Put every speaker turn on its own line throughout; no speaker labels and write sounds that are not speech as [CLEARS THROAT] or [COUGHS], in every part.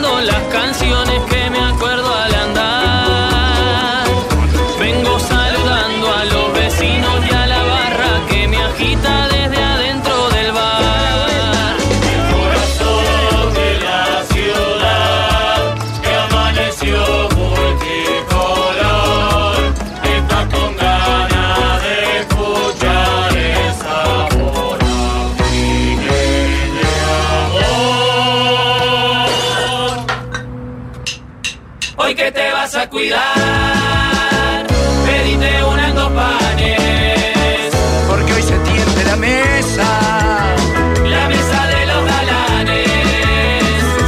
son las canciones que me acuerdo al andar. Vengo saludando a los vecinos y a la barra que me agita desde adentro del bar.
Corazón de la ciudad que amaneció multicolor, está con ganas de escuchar esa voz y de amor.
Hoy que te vas a cuidar, pedite una en dos panes.
Porque hoy se tiende la mesa.
La mesa de los galanes.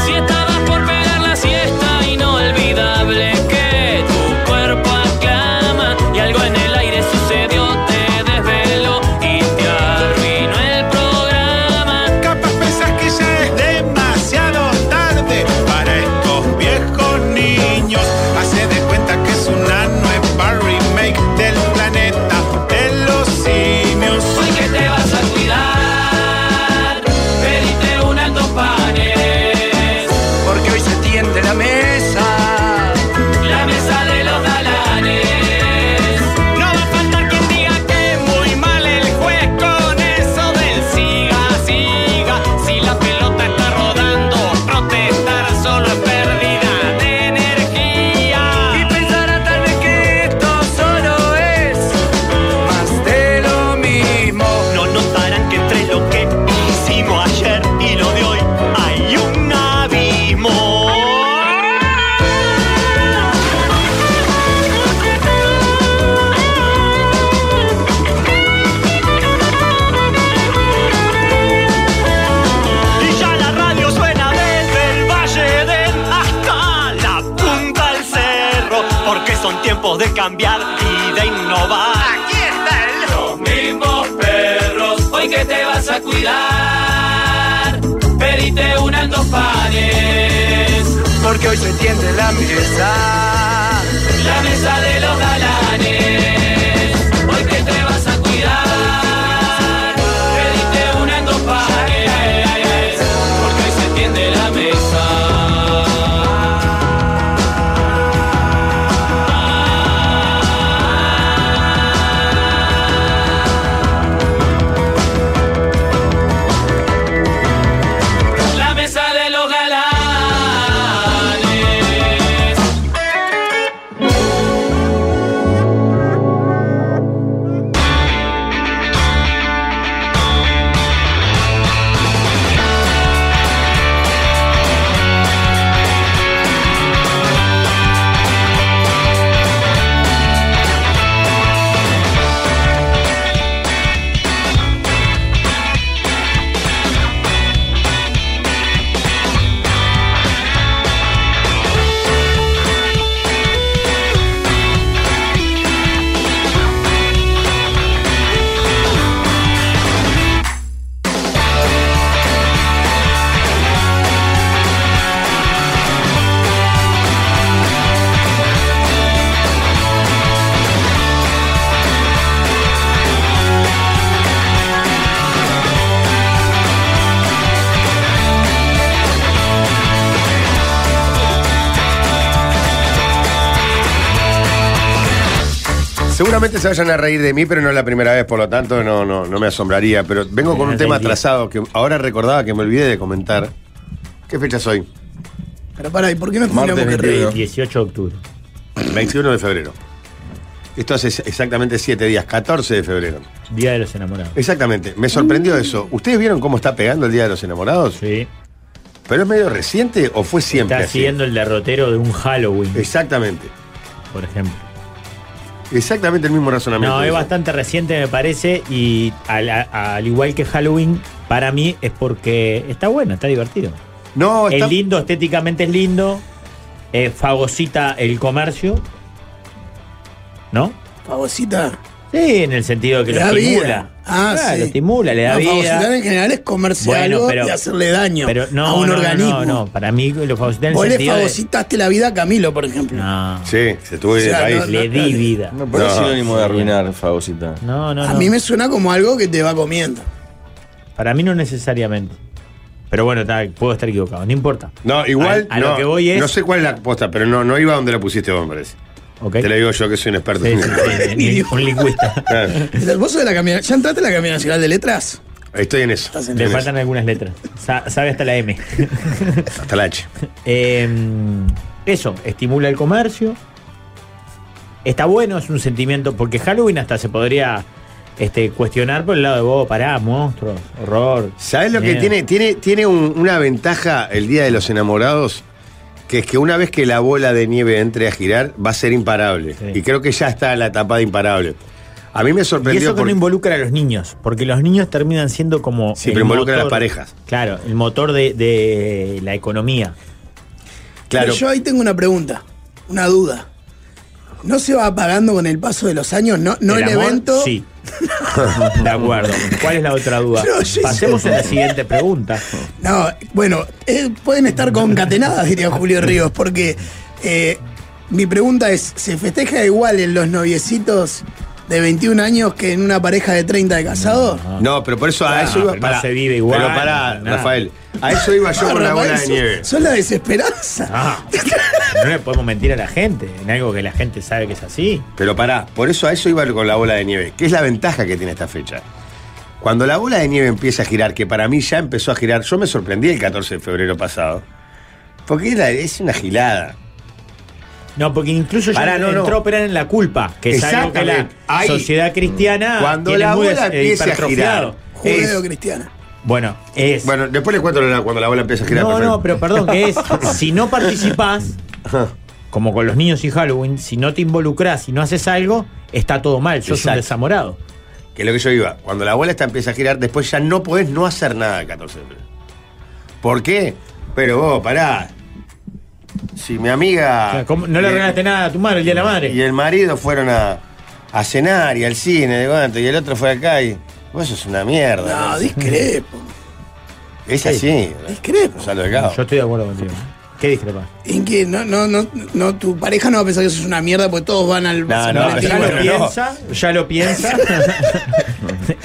Si estabas por pegar la siesta, inolvidable que tu cuerpo aclama. Y algo en el aire sucedió, te desveló y te arruinó el programa.
Capaz pensás que ya es demasiado tarde para estos viejos niños. Hace de cuenta que es una nueva remake del planeta de los simios.
Hoy que te vas a cuidar, pediste un alto panes.
Porque hoy se tiende la mesa.
La mesa de los galanes. No va a faltar quien diga que muy mal el juez con eso del siga, siga. Si la pelota está rodando, protestar solo es pérdida de
Y
energía.
pensará tal vez que esto solo es más de lo mismo.
No notarán que entre lo que hicimos ayer y lo de hoy hay un abismo. Y ya la radio suena desde el Valle del hasta la punta del cerro, porque son tiempos de cambiar y de innovar.
Los mismos perros
Hoy que te vas a cuidar, pediste un alto panes.
Porque hoy se tiende la mesa.
La mesa de los galanes, hoy que te vas a cuidar, pediste una en dos pares, porque hoy se tiende la mesa. La mesa de los galanes.
Seguramente se vayan a reír de mí, pero no es la primera vez, por lo tanto no, no, no me asombraría. Pero vengo con un tema atrasado que ahora recordaba que me olvidé de comentar. ¿Qué fecha soy?
Pero pará, ¿y por qué no
Martes
tendríamos que reír?
18 de octubre.
21 de febrero. Esto hace exactamente 7 días, 14 de febrero.
Día de los enamorados.
Exactamente, me sorprendió eso. ¿Ustedes vieron cómo está pegando el Día de los Enamorados?
Sí.
¿Pero es medio reciente o fue siempre
Está
así?
siguiendo el derrotero de un Halloween,
Exactamente,
por ejemplo.
exactamente el mismo razonamiento.
No, es
Eso.
bastante reciente me parece y al, a- al igual que Halloween, para mí es porque está bueno, está divertido.
No, está-
Es lindo, estéticamente es lindo, eh, fagocita el comercio, ¿no?
Fagocita.
Sí, en el sentido de que
Le
lo
da
estimula.
vida. Ah,
Claro,
sí.
lo estimula, le da
No, fagocitar
vida.
en general es comerse
Bueno,
algo
pero-
y hacerle daño
Pero no,
a un
no, no,
organismo.
no, no, para mí lo fagocita en el
Vos le
sentido de- Ah,
fagocitaste la vida a Camilo, por ejemplo.
No,
Sí, se tuvo que ir
O sea,
del
no-
país.
le di vida.
No,
No,
Pero es
No,
sinónimo de arruinar, Fagocita.
no, no.
a mí me suena como algo que te va comiendo. [LAUGHS]
Para mí no necesariamente. Pero bueno, ta, puedo estar equivocado, no importa.
No, igual.
A- a
no,
lo que voy es-
No sé cuál es la posta, pero no, no iba donde la pusiste vos, me parece.
¿ok?
Te lo digo yo que soy un experto.
Sí, sí, sí, ni-
Idiota.
un lingüista.
Claro.
[LAUGHS] ¿Vos sos de la Academia- ¿Ya entraste a la Academia Nacional de Letras?
Estoy en eso.
Estás en-
en
Le
eso.
faltan algunas letras. Sa- sabe hasta la M.
[LAUGHS] Hasta la H.
Eh, eso, estimula el comercio. Está bueno, es un sentimiento, porque Halloween hasta se podría este, cuestionar por el lado de vos, pará, monstruos, horror.
¿Sabes lo que
miedo.
tiene? Tiene, tiene un- una ventaja el Día de los Enamorados, que es que una vez que la bola de nieve entre a girar, va a ser imparable.
Sí.
Y creo que ya está la etapa de imparable. A mí me
Y
sorprendió.
eso que no
porque-
involucra a los niños, porque los niños terminan siendo como.
Sí,
el
pero involucra a las parejas.
Claro, el motor de, de la economía.
claro,
Yo ahí tengo una pregunta, una duda. ¿No se va apagando con el paso de los años? ¿No, no el,
amor,
evento?
Sí. [LAUGHS] De acuerdo. ¿Cuál es la otra duda?
[LAUGHS] No, yo-
Pasemos a la siguiente
[LAUGHS]
pregunta.
No, bueno, eh, pueden estar concatenadas, diría Julio Ríos, porque eh, mi pregunta es, ¿se festeja igual en los noviecitos de 21 años que en una pareja de 30 de casados?
No, pero por eso a
Ah,
eso iba
pero no
para.
se vive igual,
Pero para,
nada.
Rafael. A
[LAUGHS]
eso iba yo
No,
con la
Rafael,
bola de
son-
nieve.
Son la desesperanza. [LAUGHS]
Ah, no le podemos mentir a la gente en algo que la gente sabe que es así.
Pero pará, por eso a eso iba con la bola de nieve, que es la ventaja que tiene esta fecha. Cuando la bola de nieve empieza a girar, que para mí ya empezó a girar, yo me sorprendí el 14 de febrero pasado, porque es, la- es una gilada.
No, porque incluso ya
Pará, no, no.
entró a operar en la culpa, que es algo que la
Exactamente. Ahí.
sociedad cristiana
Cuando
tiene
la
muy des-
bola
eh,
empiece a girar.
hipertrofiado.
es-
Cristiana.
Bueno, es.
bueno, después les cuento la- cuando la bola empieza a girar.
no,
perfecto.
no, pero perdón, que
[LAUGHS]
es [LAUGHS] si no participás, como con los niños y Halloween, si no te involucrás, si no haces algo, está todo mal, sos un
Exacto.
desamorado.
Que es lo que yo iba. Cuando la bola esta empieza a girar, después ya no podés no hacer nada el 14 de febrero. ¿Por qué? Pero vos, pará. Si mi amiga.
O sea, ¿cómo- no le
Eh,
regalaste nada a tu madre el día de la
Y
madre.
el marido fueron a, a cenar y al cine, de cuánto, y el otro fue acá y. Vos sos una mierda.
No,
¿no?
discrepo.
es así. ¿no?
Discrepo.
Gonzalo Delgado.
Yo estoy de acuerdo contigo. ¿Qué discrepas?
En que no, no, no, no, tu pareja no va a pensar que eso es una mierda porque todos van al
No,
San
no,
Valentín.
ya lo
bueno, no.
piensa, ya lo piensa.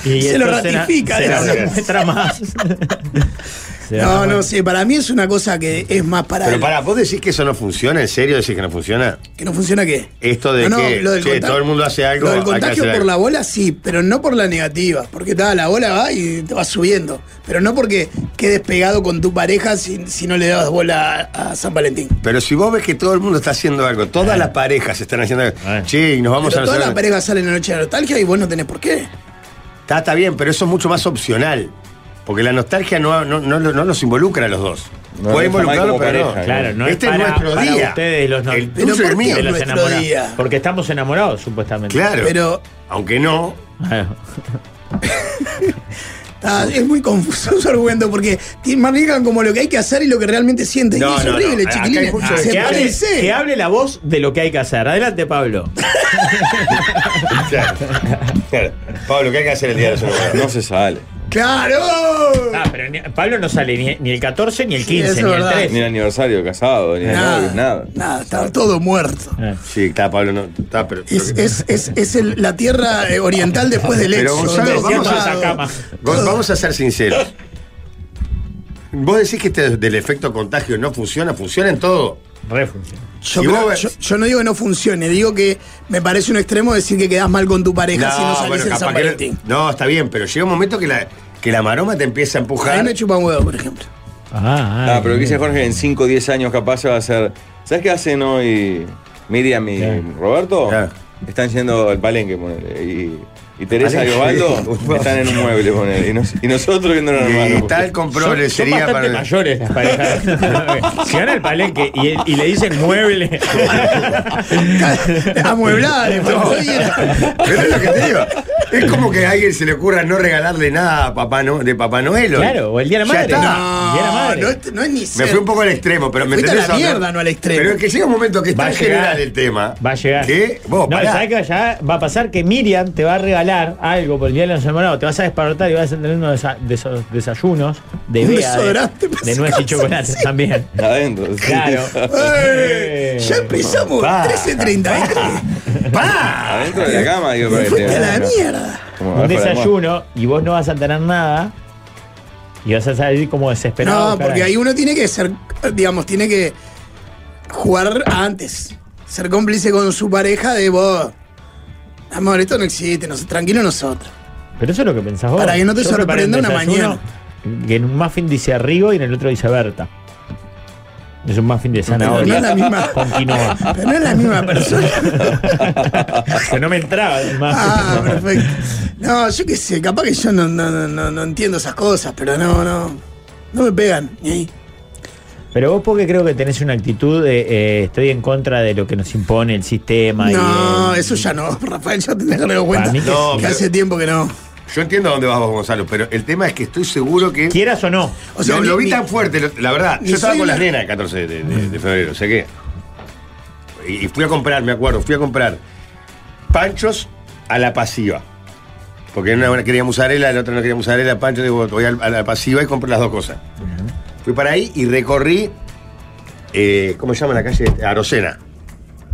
y
[LAUGHS] [LAUGHS] Se lo
entonces na-
ratifica,
Se la
digamos.
muestra más.
[LAUGHS]
Se la
No, no
muestra.
sé, para mí es una cosa que es más para.
Pero
él.
pará, ¿vos decís que eso no funciona? ¿En serio decís que no funciona?
¿Que no funciona qué?
Esto de que, che,
contag-
todo el mundo hace algo,
Lo del
hay que
contagio
hacer
por
algo.
la bola sí, pero no por la negativa. Porque ta, la bola va y te va subiendo. Pero no porque quedes pegado con tu pareja si, si no le dabas bola a, a San Valentín.
Pero si vos ves que todo el mundo está haciendo algo, todas las parejas están haciendo algo.
Eh.
Bueno.
Che, y nos
Eh.
vamos
pero
a
todas las
hacer-
parejas salen en la noche de nostalgia y vos no tenés por qué.
Está, está bien, pero eso es mucho más opcional. Porque la nostalgia no, no, no, no los involucra a los dos.
No
Puede
los llama
involucrarlo,
como
pero no.
pareja,
Claro, no
Este
es
es
para,
nuestro
para
día.
ustedes los, no-
El
Pero
tuyo y el
¿por qué
mío.
de los
nuestro
enamorados.
día.
Porque estamos enamorados, supuestamente.
Claro.
Pero
Aunque no.
ta, es muy confuso [LAUGHS] su argumento porque te marcan como lo que hay que hacer y lo que realmente sienten.
No,
y es
no, no.
horrible,
Acá hay
chiquilines.
mucho
Se
de-
que, hable,
parece.
que hable la voz de lo que hay que hacer. Adelante, Pablo.
Claro. Claro. Pablo, ¿qué hay que hacer el día de
[LAUGHS]
los enamorados?
No se sale.
¡Claro!
Ah, pero ni- Pablo no sale ni, ni el 14, ni el
Sí,
15,
eso es
ni el
verdad.
13.
Ni el aniversario de casado, ni el
Ah.
novio, nada.
Nada, estaba todo muerto.
Ah.
Sí, está, Pablo, no. Está, pero.
Es, es, es, es el- la tierra eh, oriental después del
Pero,
éxodo.
Gonzalo,
Todo
vamos a
tapado.
[LAUGHS]
esa cama.
Gon- Vamos a ser sinceros. Vos decís que este del efecto contagio no funciona, funciona en todo.
Re funciona.
Yo,
Y
creo-
vos-
yo- yo no digo que no funcione, digo que me parece un extremo decir que quedás mal con tu pareja si no salís en
capaz
San
que no-
Valentín.
no, está bien, pero llega un momento que la, que la maroma te empieza a
A mí
empujar.
me chupa un
[LAUGHS]
huevo, por ejemplo.
Ah,
Ah, pero lo que dice Jorge, en 5 o 10 años capaz se va a hacer. ¿Sabes qué hacen hoy Miriam y
Claro.
Roberto?
Claro.
Están yendo al palenque, ponele, Y, y Teresa y
Palenque. [LAUGHS]
Osvaldo están en un mueble, ponele, Y, nos- y nosotros viendo
Y
normal.
tal compró
Son- son
sería
bastante
para.
mayores las parejas.
[LAUGHS]
si van al palenque y, y le dicen
[LAUGHS]
mueble.
Amueblada,
[LAUGHS]
le [LAUGHS] faltó
No.
y era-
Pero es lo que te digo. Es como que a alguien se le ocurra no regalarle nada a Papá No- de Papá Noel. hoy.
Claro, o el Día de la
Ya
Madre.
está.
No, Y era madre.
no, es- no es ni
Me
cerca.
fui un poco al extremo, pero me
Fuiste a la
entendés dónde-
mierda, no al extremo.
Pero es que llega un momento que es
Va a
tan
llegar.
general el tema.
Va a llegar.
Que vos,
no,
pará.
¿sabes qué? Ya va a pasar que Miriam te va a regalar algo por el día de los enamorados. Te vas a despertar y vas a tener unos desa- de esos desayunos de
Un
vea, de,
desodorante,
de
pensé
nuez
que
y chocolate también.
Adentro. sí.
[LAUGHS]
Claro.
¡Ey! Eh, Ya empezamos,
Eh, Pa.
13.33.
¡Pah!
Adentro de la cama, digo,
Me
para que
fuiste a
te-
la
no.
mierda.
Como
Un
abajo de la
desayuno y vos no vas a tener nada. Y vas a salir como desesperado.
no, porque
caray.
ahí uno tiene que ser, digamos, tiene que jugar a antes. Ser cómplice con su pareja de vos. Amor, esto no existe, nos, tranquilo nosotros.
Pero eso es lo que pensás vos.
Para que no te
Yo preparé un
sorprenda una
desayuno
mañana.
Que en un muffin dice Rigo y en el otro dice Berta. Es un muffin de
Pero no es la
zanahoria
misma,
con quinoa.
pero no es la misma persona.
[LAUGHS] que no me entraba el muffin.
Ah, perfecto. No, yo qué sé, capaz que yo no, no, no, no, no entiendo esas cosas, pero no, no. No me pegan. ni ahí.
Pero vos porque creo que tenés una actitud de eh, estoy en contra de lo que nos impone el sistema.
No,
y, eh,
eso ya no, [LAUGHS] Rafael, ya tenés que darme cuenta.
Para mí que
No,
que
pero-
hace tiempo que no.
Yo entiendo a dónde vas vos, Gonzalo, pero el tema es que estoy seguro que.
Quieras o no.
O sea,
lo,
ni-
lo vi
ni-
tan fuerte, lo- la verdad.
ni
Yo estaba
soy
con
una-
las nenas el 14 de, de- de febrero, o sea que. Y y fui a comprar, me acuerdo, fui a comprar panchos a la pasiva. Porque en una hora quería musarela, en otra no quería musarela, pancho, digo, voy al- a la pasiva y compré las dos cosas. Fui para ahí y recorrí, eh, ¿cómo se llama la calle? Arocena.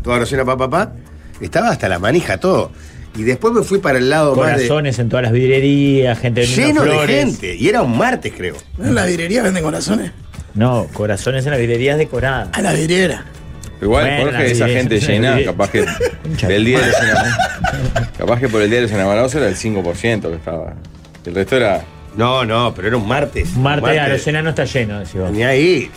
Toda Arocena, papá, papá. Estaba hasta la manija, todo. Y después me fui para el lado más de-
Corazones en todas las vidrierías, gente vendiendo
lleno de
flores.
gente. Y era un martes, creo.
¿No en las vidrierías venden corazones?
No, corazones en las vidrierías decoradas.
A la vidriera.
Igual,
Bueno,
Jorge,
sí,
esa
sí,
gente
sí,
llena,
sí.
capaz que
Concha
del día de los enamorados. Capaz que por el día de los enamorados era el 5% que estaba. El resto era.
No, no, pero era un martes. Un
Marte de Arocena no está lleno, decís vos.
Ni ahí.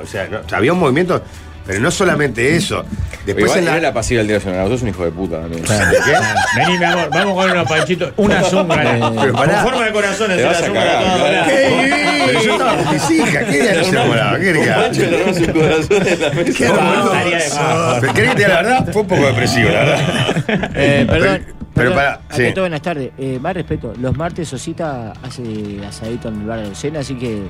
O sea, no- o sea, había un movimiento, pero no solamente eso. Después
igual
en
era
la.
la pasiva del día de los enamorados. Sos un hijo de puta también.
Vení, mi amor, vamos con unos panchitos, una zúngara.
Pero
con
pará.
forma de corazones,
Te
una
vas a
zúngara
cagar,
toda
claro.
dorada.
Pero yo estaba con mis hijas, ¿qué día no se enamoraba? ¿Qué día?
Pancho le armás un corazón en la
[LAUGHS]
mesa.
Qué
Como
hermoso.
estaría de paso.
Pero ¿Querés que te diga la verdad? Fue un poco depresivo, la verdad.
Eh, perdón.
Pero- pero
perdón, Ah,
pará,
ante
sí.
todo, buenas tardes. Eh, más respeto. Los martes Osita hace asadito en el bar de Arocena, así que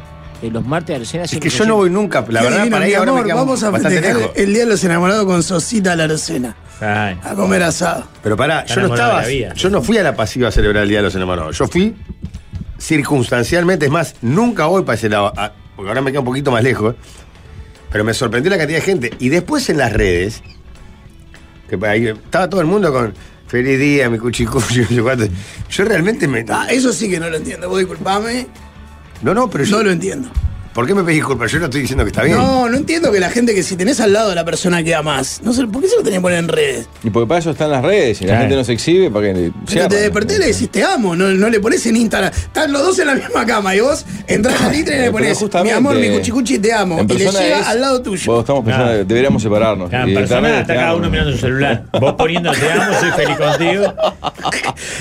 eh, los martes de Arocena
Es que yo no voy nunca, la
Qué
verdad,
divino,
para ahí
mi
ahora me
amor,
queda
Vamos a
bastante
festejar
lejos.
el Día de los Enamorados con Sosita a la Arocena.
Ay,
A comer asado.
Pero pará,
Está
yo no
enamorado de
estaba.
la vida.
Yo no fui a la pasiva a celebrar el Día de los Enamorados. Yo fui circunstancialmente, es más, nunca voy para ese lado. ah, Porque ahora me queda un poquito más lejos. Pero me sorprendió la cantidad de gente. Y después en las redes, que por ahí estaba todo el mundo con feliz día, mi cuchicucho, [LAUGHS] no sé cuánto. Yo realmente me.
Ah, eso sí que no lo entiendo. Vos disculpame,
No, no, pero yo.
no lo entiendo.
¿Por qué me pedís disculpas? Yo no estoy diciendo que está bien.
No, no entiendo que la gente que si tenés al lado de la persona que amas, no sé, ¿por qué se lo tenés que poner en redes?
Y porque para eso están las redes. Y la
Claro.
gente no se exhibe para que.
Pero
cierran.
te desperté y le decís, te amo, no, no le pones en Instagram. Están los dos en la misma cama y vos entras al Instagram y le
Pero
pones, mi
justamente,
amor, mi cuchicuchi, te amo.
en
Y le
persona
llega
es-
al lado tuyo.
Vos estamos pensando,
Claro.
deberíamos separarnos.
Cada
Y en
persona
internet,
está
te
cada
amo.
uno mirando su celular. Vos poniendo te amo, soy feliz contigo.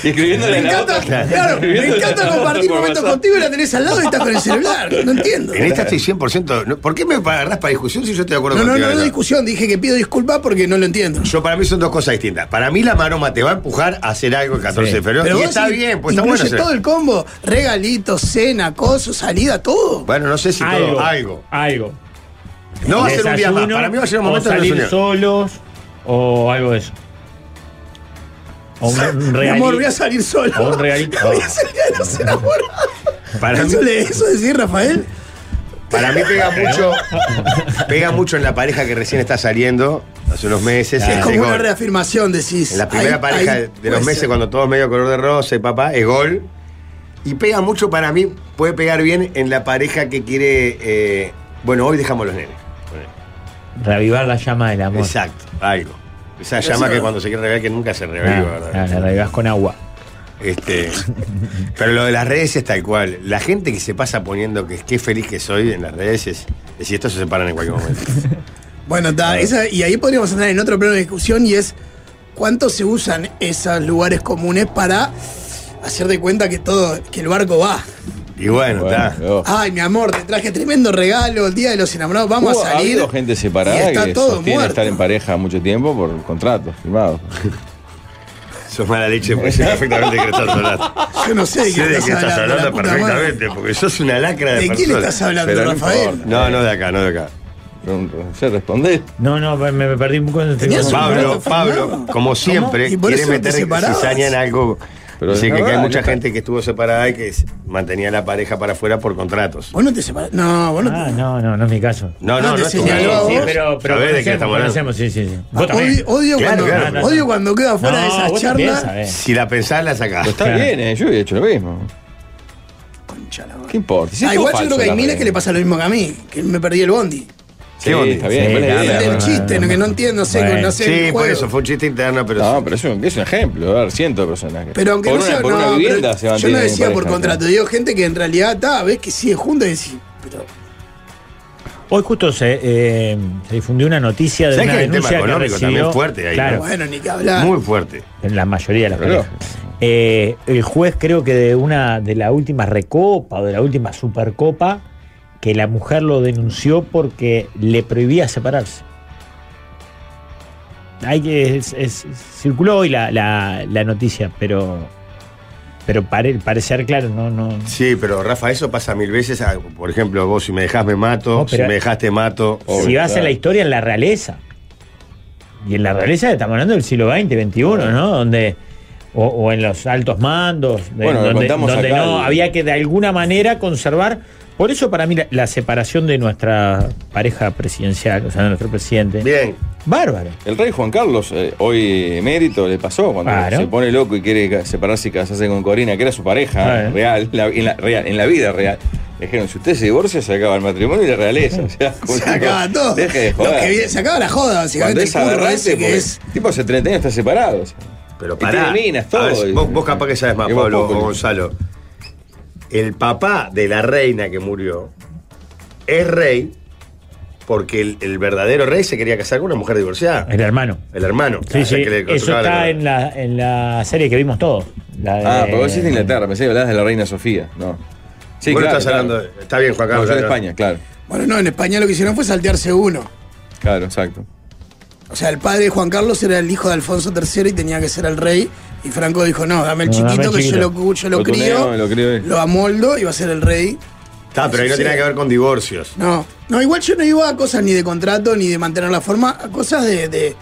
Y escribiéndole
Me
a la
encanta,
otra.
claro, me
Escribiéndole a
encanta
la otra
compartir
por
momentos
WhatsApp.
contigo y la tenés al lado y estás con el celular. No entiendo.
En esta estoy 100%. no- ¿Por qué me agarrás para discusión si yo estoy de acuerdo
No, no,
contigo?
no, no
Alejandro?
discusión. Dije que pido disculpas porque no lo entiendo.
Yo para mí son dos cosas distintas. Para mí la maroma te va a empujar a hacer algo el 14 de febrero. y
vos
está
decís,
bien, pues está
incluye
bueno. hacer-
todo el combo, regalitos, cena, cosos, salida, todo.
Bueno, no sé si todo, algo.
Algo.
No va a ser un día más.
Desayuno,
Para mí va a ser un
o
momento de
salir
reunión.
solos o algo de eso. O un, un
Mi
regalito.
amor, voy a salir solo.
O un regalito.
Voy a [LAUGHS] salir a los enamorados.
Para mí,
¿Eso le eso decir, Rafael?
para mí pega mucho, pega mucho en la pareja que recién está saliendo hace unos meses.
Claro.
en
Es
ese
como una
gol.
reafirmación, decís.
En la primera
Ahí-
pareja
ahí
de los
puede
meses,
ser.
cuando todo es medio color de rosa y papá, es gol. Y pega mucho para mí, puede pegar bien en la pareja que quiere. eh, bueno, hoy dejamos los nenes.
Reavivar la llama del amor.
Exacto, algo. Esa llama que cuando se quiere revelar que nunca se revive,
Claro,
¿verdad?
claro, la reavivás con Ah, agua.
Este, pero lo de las redes es tal cual. La gente que se pasa poniendo que qué feliz que soy en las redes es. es si estos se separan en cualquier
[LAUGHS]
momento.
Bueno, está, esa- y ahí podríamos entrar en otro plano de discusión y es cuánto se usan esos lugares comunes para hacer de cuenta que todo, que el barco va.
Y bueno,
Bueno,
está.
quedó.
Ay, mi amor, te traje tremendo regalo, el día de los enamorados, vamos
Hubo-
a
ha
salir.
habido gente
y
separada
está
que
todo
sostiene
muerto.
estar en pareja mucho tiempo por contratos firmados.
Sos mala leche porque sé perfectamente que estás hablando.
Yo no sé de
Sé
quién
de
estás,
que estás
hablando, la
hablando
puta madre.
perfectamente, porque sos una lacra de,
¿De quién
persona.
estás hablando,
Pero no
Rafael?
importa.
No, no de acá, no de acá.
Pero No sé responder.
No, no, me, me perdí un poco.
Tenías un- Fernando.
Pablo, Pablo, como siempre,
¿Y por
quiere
eso te
meter
separabas?
cizaña en algo.
Pero
Dice
es
que, que hay
verdad,
mucha
que-
gente que estuvo separada y que s- mantenía la pareja para afuera por contratos.
Vos no te separás. No, vos no te.
Ah, no, no, no es mi caso.
No, no,
Ah,
no.
te
es tu
señaló
caso.
a vos.
sí, pero, pero
Sabés de
conocemos,
qué estamos hablando.
conocemos, sí, sí, sí. Vos también.
Odio, odio
Claro,
cuando,
claro, claro.
odio cuando queda fuera de
No,
esa
vos
charla.
también sabés.
Si la pensás, la sacás.
Pero está
Claro.
bien, eh, yo he hecho lo mismo.
facha, la verdad.
¿Qué importa? Si
Ah,
es
igual
todo
yo
falso
creo que hay
la
miles
red.
que le pasa lo mismo que a mí, que me perdí el bondi.
Sí,
bondi?
está bien.
Sí,
buena
claro,
idea.
Es un chiste, no, que no entiendo, no sé,
Bueno,
no sé. el
sí, por
juego.
eso, fue un chiste interno, pero.
No, pero es un, es un ejemplo, a ver, cientos de personajes.
Pero aunque
por
no
una,
sea,
por
no,
una
pero
vivienda se
yo no
mantienen en
decía por
pareja,
contrato,
¿no?
digo gente que en realidad está, ves que sigue juntos y decís, pero
Hoy justo se, eh, se difundió una noticia de
¿Sabés
una
que hay un tema
denuncia que
económico
recibió-
también fuerte ahí,
claro,
no?
bueno, ni que hablar.
Muy fuerte.
en la mayoría de las
Claro.
parejas. Eh, el juez creo que de una de la última recopa o de la última supercopa que la mujer lo denunció porque le prohibía separarse. Hay que es- es- circuló hoy la, la- la noticia, pero pero pare- parecer claro no no
Sí, pero Rafa, eso pasa mil veces. Ah, Por ejemplo, vos si me dejás me mato,
No,
si
pero-
me dejás te mato.
Obvio,
si vas
claro.
a la historia en la realeza. Y en la realeza estamos hablando del siglo XX, XXI, ¿no? Donde, o, o en los altos mandos, de-
Bueno, lo
donde,
contamos
donde
acá
no
el-
había que de alguna manera conservar. Por eso para mí la, la separación de nuestra pareja presidencial, o sea, de nuestro presidente.
Bien.
Bárbaro.
El rey Juan Carlos, eh, hoy emérito, le pasó cuando
Claro.
se pone loco y quiere ca- separarse y casarse con Corina, que era su pareja
Claro.
real, la- en la, real, en la vida real. Le dijeron, si usted se divorcia, se acaba el matrimonio y la realeza. [LAUGHS] O sea, como
Se
tipo,
acaba todo.
Deje de
Lo que
joder.
viene- se acaba la joda,
Cuando
básicamente.
es
el curro
aberrante,
ese
porque
que es.
tipo hace 30 años está separado. o sea.
Pero
Y
pará.
tiene minas,
A ver,
todo.
vos, vos capaz que sabes más,
Lleva
Pablo
poco,
o
¿no?
Gonzalo. El papá de la reina que murió es rey porque el, el verdadero rey se quería casar con una mujer divorciada.
El hermano.
El hermano.
Sí,
O sea,
sí.
que le
Eso
tocaba la
está
corona.
en la, en la serie que vimos todos. la de-
Ah, pero vos decís de Inglaterra, pensé que hablabas de la reina Sofía. No. Sí,
Vos no
claro,
estás
claro.
hablando. Está bien, Juan
No,
Carlos.
yo de
claro.
España, claro.
Bueno, no, en España lo que hicieron fue saltearse uno.
Claro, exacto.
O sea, el padre de Juan Carlos era el hijo de Alfonso III y tenía que ser el rey. Y Franco dijo, no, dame el
No, dame
chiquito
el
que
chiquito.
yo lo, yo lo
Lo tuneo,
crío,
lo crío.
lo amoldo y va a ser el rey.
Está, pero ahí no
Sí.
tiene nada que ver con divorcios.
No, no, igual yo no iba a cosas ni de contrato, ni de mantener la forma, a cosas de, de-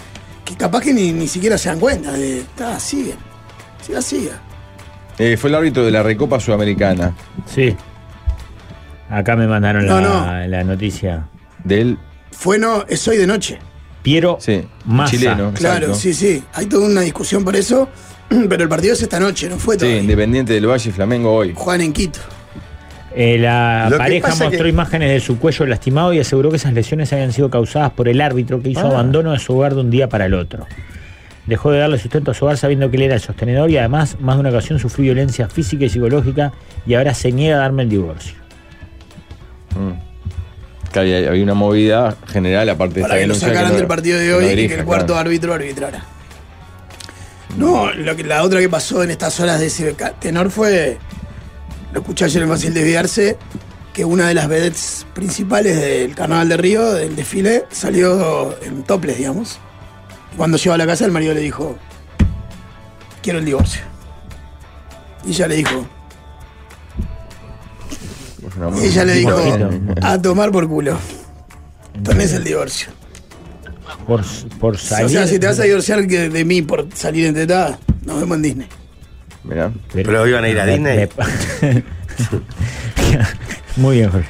que capaz que ni, ni siquiera se dan cuenta, de, está, sigue, siga, siga.
Eh, fue el árbitro de la Recopa Sudamericana
Sí. Acá me mandaron
No,
la, la noticia.
del.
Fue no, es hoy de noche.
Piero
Sí,
Massa.
chileno.
Claro,
exacto.
sí, sí, hay toda una discusión por eso, [CLEARS THROAT] pero el partido es esta noche, no fue
Sí,
todavía.
Independiente del Valle y Flamengo hoy.
Juan en Quito.
Eh, la
Lo que
pareja
pasa
mostró
que-
imágenes de su cuello lastimado y aseguró que esas lesiones habían sido causadas por el árbitro que hizo
Ah.
abandono de su hogar de un día para el otro. Dejó de darle sustento a su hogar sabiendo que él era el sostenedor y además, más de una ocasión, sufrió violencia física y psicológica y ahora se niega a darme el divorcio.
Mm. Claro, y hay- había una movida general aparte de
Para
esta
que lo
denuncia
sacaran
no-
del partido
que
de
no
hoy y que
dirija,
el cuarto
claro.
árbitro arbitrara. No, lo que, la otra que pasó en estas horas de ese ca- tenor fue, lo escuché ayer en Fácil Desviarse, que una de las vedettes principales del Carnaval de Río, del desfile, salió en toples, digamos. Cuando llegó a la casa el marido le dijo, quiero el divorcio. Y ella le dijo, y ella le dijo,
Divorcito.
a tomar por culo. Tenés el divorcio.
Por, por salir.
O sea, si te vas a divorciar que de mí por salir en teta, nos vemos en Disney.
Mirá.
Pero iban a ir a Disney.
Me- [LAUGHS] Muy bien, Jorge.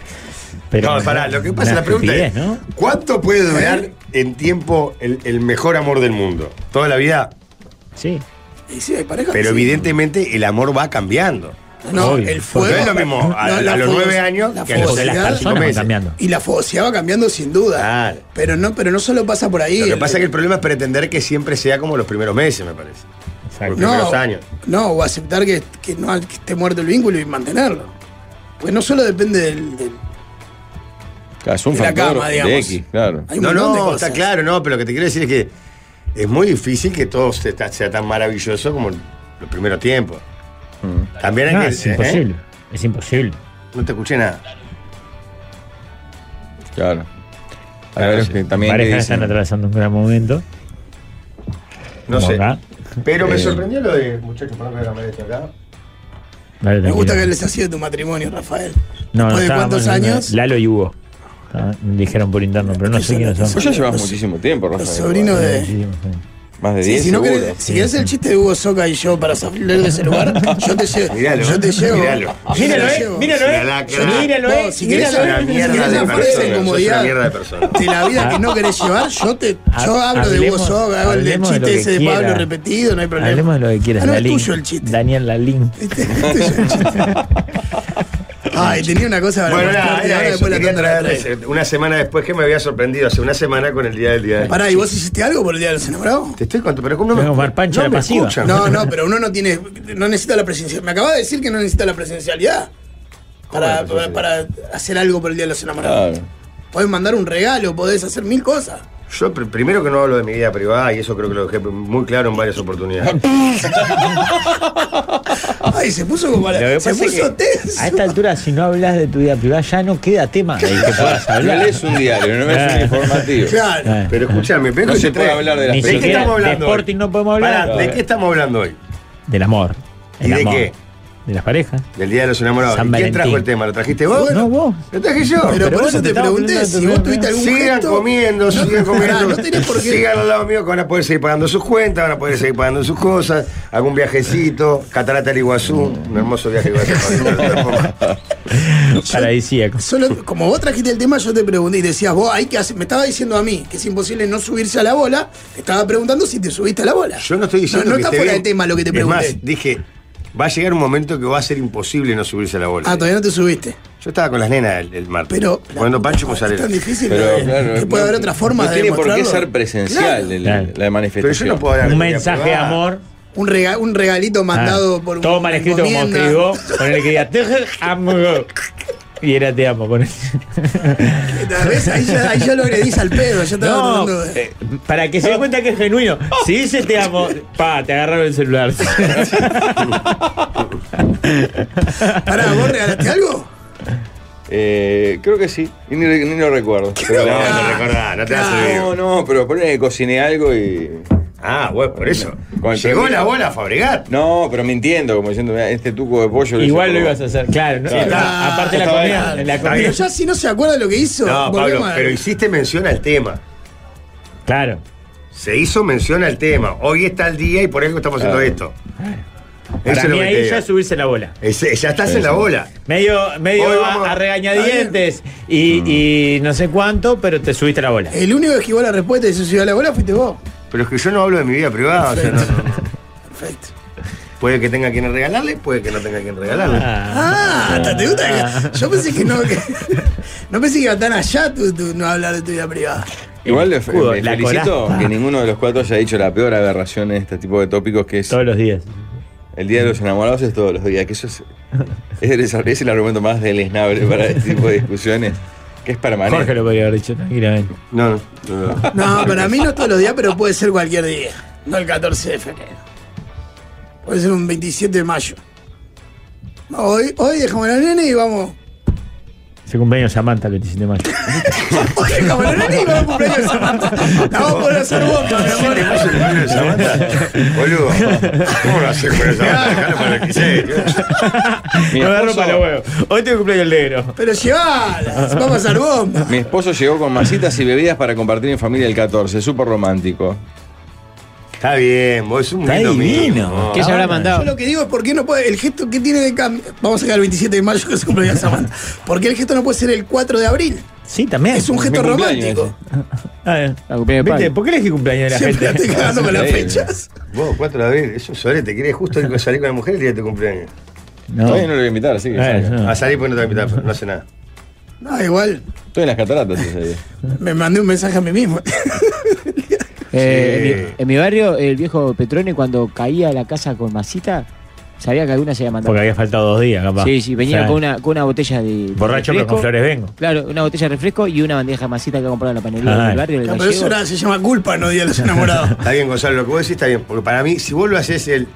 Pero
no, pará, lo que pasa,
una
la pregunta es:
estupidez, ¿no?
¿cuánto puede durar en tiempo el, el mejor amor del mundo? Toda la vida.
Sí.
[LAUGHS] Y sí, hay parejas. sí.
Pero evidentemente el amor va cambiando.
No,
Obvio.
el
Porque
fuego.
no es lo mismo a,
no,
a
la
los
fuego-
nueve años
la
que a los
Porque las
fogosidad-
cinco
personas van
meses.
cambiando.
Y la fogosidad va cambiando sin duda.
Claro.
Pero no, pero no solo pasa por ahí. Eh,
Lo que
El-
pasa es que el problema es pretender que siempre sea como los primeros meses, me parece.
Exacto.
Los primeros años.
No, o aceptar que, que no, que esté muerto el vínculo y mantenerlo. Porque no solo depende del. del-
Claro, es un
De la
factor
cama, digamos.
de X, claro.
hay un
No,
montón de
no,
cosas.
está claro, no, pero lo que te quiero decir es que es muy difícil que todo se ta- sea tan maravilloso como los primeros tiempos. También hay
No,
que.
es
¿eh?
imposible. Es imposible.
No te escuché nada.
Claro. A ver, es que también.
parejas
que dicen-
están atravesando un gran momento.
No
Como
sé.
acá.
Pero me
Eh.
sorprendió lo de. Muchachos, perdón que voy a cambiar esto acá.
Dale,
Me
tranquilo.
gusta que les ha sido tu matrimonio, Rafael.
No, no,
Después de
estábamos
cuántos
en-
años.
Lalo y Hugo. Ah, Dijeron por interno, pero no sé quiénes son.
Vos ya llevas muchísimo tiempo, Rafael.
Los sobrinos de.
Más de
Sí,
10.
si, no
seguro.
querés, si
[LAUGHS]
querés el chiste de Hugo Soca y yo para salir de ese lugar, yo te llevo.
Míralo,
yo te llevo.
míralo.
Yo te
Míralo, eh,
llevo.
míralo,
Es
eh.
una lacra.
Míralo,
No,
eh.
si querés
Es
míralo,
una
eh.
mierda
Si
de
querés aparece
persona. sos
incomodidad.
una mierda de persona.
De la vida que no querés llevar, yo te yo
Ha-
hablo de Hugo
Ah. hablemos-
Soca, hago el del
hablemos de lo
chiste
que
ese de
quiera.
Pablo repetido, no hay problema.
Hablemos de lo que quieras,
Ah, no, es
Lalín.
tuyo el
[LAUGHS]
chiste.
Daniel Lalín.
Este- este es el chiste. Ay, tenía una cosa para
Bueno, nada,
mostrarte,
era
ahora
eso,
después la
quería
tanto la
traerles, eh, una semana después que me había sorprendido hace una semana con el día del día. del-
Pará, ¿y vos hiciste algo por el Día de los Enamorados?
Te estoy contando, pero ¿cómo no
Voy a comer pancha
no
a la
me
pasiva.
escuchan?
No, no, pero uno no tiene. No necesita la presencialidad. Me acaba de decir que no necesita la presencialidad. Para,
¿Cómo
para,
la
para hacer algo por el Día de los Enamorados.
Claro.
Podés mandar un regalo, podés hacer mil cosas.
Yo pr- primero que no hablo de mi vida privada y eso creo que lo dejé muy claro en varias oportunidades.
[LAUGHS] Ay, se puso como
Lo que
para. Se
pasa es que
puso tenso.
A esta altura, si no hablas de tu vida privada, ya no queda tema
[LAUGHS]
del que puedas
No
hablar.
lees un diario, no ves un
Claro.
informativo.
Claro.
Eh,
Pero escúchame, pero
No
que
se
te
puede
trae-
hablar de las
Ni
¿De qué
siquiera
estamos
de
hablando? hoy?
Sporting no podemos hablar.
Pará, ¿De qué estamos hablando hoy?
Del amor.
¿Y
El
de
amor.
qué?
De las parejas.
Del Día de los Enamorados.
San
¿Y quién
Valentín.
trajo el tema? ¿Lo trajiste vos?
No, vos.
¿Lo traje yo?
Pero,
Pero
por
vos
eso
no te
te
estabas
pregunté
poniendo
si
tu
vos
propia-
tuviste algún
Sigan
gesto.
comiendo, sigan comiendo.
no tenés por qué.
Sigan al lado mío que van a poder seguir pagando sus cuentas, van a poder seguir pagando sus cosas, algún viajecito, Catarata del Iguazú, un hermoso viaje que va a hacer para
Paradisíaco.
Solo, como vos trajiste el tema, yo te pregunté y decías, vos, hay que hacer. Me estaba diciendo a mí que es imposible no subirse a la bola. Te estaba preguntando si te subiste a la bola.
Yo no estoy diciendo
No, no
que
está
esté
fuera
bien.
de tema lo que te
Es
pregunté.
más, dije, va a llegar un momento que va a ser imposible no subirse a la bola.
Ah, todavía no te subiste.
Yo estaba con las nenas el, el martes.
Pero.
Cuando
la puta
Pancho
madre, Es
Mozzarella.
tan difícil.
Pero
¿no?
claro,
que puede
no-
haber otra forma
no
de
tiene por qué
demostrarlo.
ser presencial
Claro.
el-
Claro.
la
Pero
manifestación.
yo no puedo hablar
Un
de mi vida
mensaje de
privada.
amor. Ah,
Un, rega- un regalito mandado por un.
Todo mal escrito como
[LAUGHS]
escribió. Ponele que diga, te amo. Y era te amo. ponele.
Tal vez ahí ya, ahí ya lo agredís al pedo. Ya estaba
No,
tratando de-
eh, para que se dé cuenta que es genuino. Si dice te amo, pa, te agarraron el celular.
Pará, ¿vos regalaste algo?
Eh, creo que sí, y ni, ni lo recuerdo. Pero-
No, no recordá, no te vas a servir.
no, no, pero ponen que cociné algo y.
Ah, bueno, por eso.
Con el
Llegó
permiso.
la bola a Fabregat.
No, pero mintiendo, como diciendo, "Mirá, este tuco de pollo.
Igual lo
hice
ibas a hacer, claro. ¿no?
Sí,
[LAUGHS]
está.
Aparte la
Está
comida.
bien.
la
Está
comida-
Pero ya si no se acuerda lo que hizo.
Ah, No, Pablo,
volvemos a-
pero hiciste mención al tema.
Claro.
Se hizo mención al tema. Hoy está el día y por eso estamos haciendo
Claro.
esto. Eso
Para
es lo
mí
que te
ahí
digo.
ya es subirse la bola.
Ese- ya estás en la bola.
Medio, medio
Hoy vamos- Mm.
a, a regañadientes y, y no sé cuánto, pero te subiste la bola.
Eh.
El único que esquivó la respuesta y se subió a la bola fuiste vos.
Pero es que yo no hablo de mi vida privada. o sea, no- no- no.
Perfecto.
Puede que tenga quien regalarle, puede que no tenga quien regalarle.
Ah, hasta te gusta. que- Yo pensé que no. que- [LAUGHS] no pensé que iba tan allá tú, tú no hablar de tu vida privada.
Igual le,
Escudo,
le
la
felicito
coraza.
que ninguno de los cuatro haya dicho la peor aberración en este tipo de tópicos, que es
Todos los días.
el día de los enamorados es todos los días. Que eso es, [LAUGHS] es, el- es el argumento más deleznable para este tipo de discusiones, que es permanente.
Jorge lo podría haber dicho tranquilamente.
No, no, no,
[LAUGHS]
no.
No, para mí no es todos los días, pero puede ser cualquier día. No el 14 de febrero. Puede ser un 27 de mayo. No, Hoy, hoy dejamos la nene y vamos.
Se cumpleaños Samantha el 27 de mayo.
Hoy dejamos la nene y vamos a cumpleaños de Samantha. La vamos a poder hacer bomba, mi amor.
¿Te pasa el número de esa banda? Boludo,
[LAUGHS]
¿cómo lo haces con esa banda? [LAUGHS] Dejalo para el 16.
Mi
No agarro
esposo-
para los huevos. Hoy tengo cumpleaños el negro.
Pero [LAUGHS] llevala, se va a pasar bomba.
Mi esposo llegó con masitas y bebidas para compartir en familia el 14, súper romántico.
Está bien, vos es un
Está
lindo
divino.
amigo.
¿Qué se habrá
Ah, Yo
mandado?
lo que digo es por qué no puede. El gesto que tiene de cambio. Vamos a sacar el 27 de mayo que es cumpleaños de Samantha. ¿Por qué el gesto no puede ser el 4 de abril?
Sí, también.
Es un gesto
mi cumpleaños
romántico.
Ah, eh.
La cumpleaños de
¿Viste?
Pablo.
¿Por qué elegí cumpleaños a la
Siempre
gente?
estoy cagando con las
Increíble.
fechas.
Vos, 4 de abril, es un sorete. Querés justo ir a salir con la mujer el día de tu cumpleaños.
No.
Todavía no lo voy a invitar, así que
Eh,
salga.
no.
A salir porque no te va a invitar, no hace nada.
No, Ah, igual.
Estoy en las cataratas ese día.
Me mandé un mensaje a mí mismo.
Sí.
[LAUGHS] Eh, en, mi, en mi barrio, el viejo Petrone, cuando caía a la casa con masita, sabía que alguna se había mandado.
Porque había faltado dos días, capaz.
Sí, sí, venía
O sea,
con, una, con una botella de. de
Borracho, pero
refresco.
con flores vengo.
Claro, una botella de refresco y una bandeja de masita que ha comprado en la panadería
Ah,
del barrio. del
No, pero eso
gallego.
era- se llama culpa, no día de los enamorados.
Está bien, Gonzalo, lo que vos decís está bien. Porque para mí, si vos lo haces el.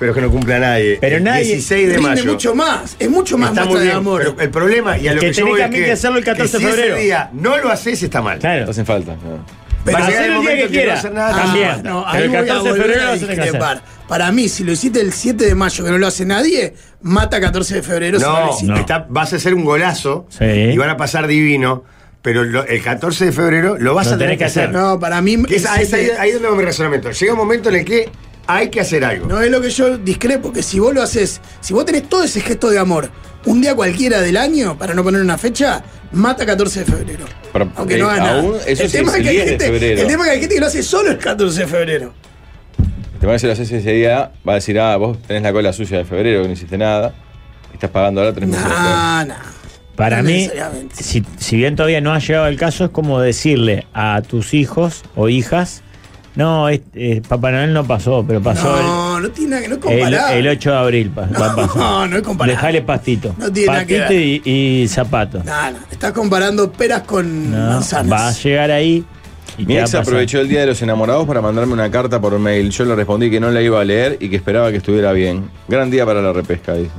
Pero que no cumpla nadie.
Pero
el
nadie-
16 de
Rinde
mayo.
mucho más. Es mucho más
Está
muestra
muy
de
bien,
amor.
pero el problema, y a lo
Que
que, yo
tenés
voy es
también que hacerlo el 14 de
que si
febrero.
Ese día no lo haces, está mal.
No
Claro.
hacen falta. no.
Pero-
Va a llegar
Hacer el día
momento
que quiera.
no hacer nada,
Ah,
también.
bien. no,
ahí
pero el
voy a
14 de
volver
febrero
a
lo tenés que
discrepar. Para mí, si lo hiciste el 7 de mayo, que no lo hace nadie, mata 14 de febrero. si lo
No,
hiciste.
no.
está- vas a hacer un golazo
Sí.
y van a pasar divino, pero lo- el 14 de febrero lo vas
Lo
a tener
tenés
que
que
hacer.
hacer.
No, para mí.
Que es-
el
ahí, es ahí-
7
ahí es donde va mi razonamiento. Llega un momento en el que hay que hacer algo.
No es lo que yo discrepo, que si vos lo haces, si vos tenés todo ese gesto de amor, un día cualquiera del año, para no poner una fecha, mata 14 de febrero.
Pero,
Aunque
eh,
no haga
aún-
nada.
eso
el,
sí
tema
es
es que
el
hay
10 de
gente,
febrero.
el tema es que hay gente que lo hace solo el 14 de febrero.
Te van a decir, lo haces ese día, va a decir, ah, vos tenés la cola sucia de febrero, que no hiciste nada. Y estás pagando ahora tres meses.
Ah, No, no.
Para
No
mí,
necesariamente.
si, si bien todavía no ha llegado el caso, es como decirle a tus hijos o hijas, no, es- eh, Papá Noel no pasó, pero pasó el-
No, no tiene nada que no es
el,
comparable.
el 8 de abril. pa- va a pasar.
[LAUGHS] no, no es comparable.
Dejale pastito.
No tiene nada que
pastito y, y zapato.
No, no, estás comparando peras con
No, va a
manzanas.
llegar ahí y
Mi
te va
ex
a pasar.
aprovechó el día de los enamorados para mandarme una carta por mail. Yo le respondí que no la iba a leer y que esperaba que estuviera bien. Gran día para la repesca, dice.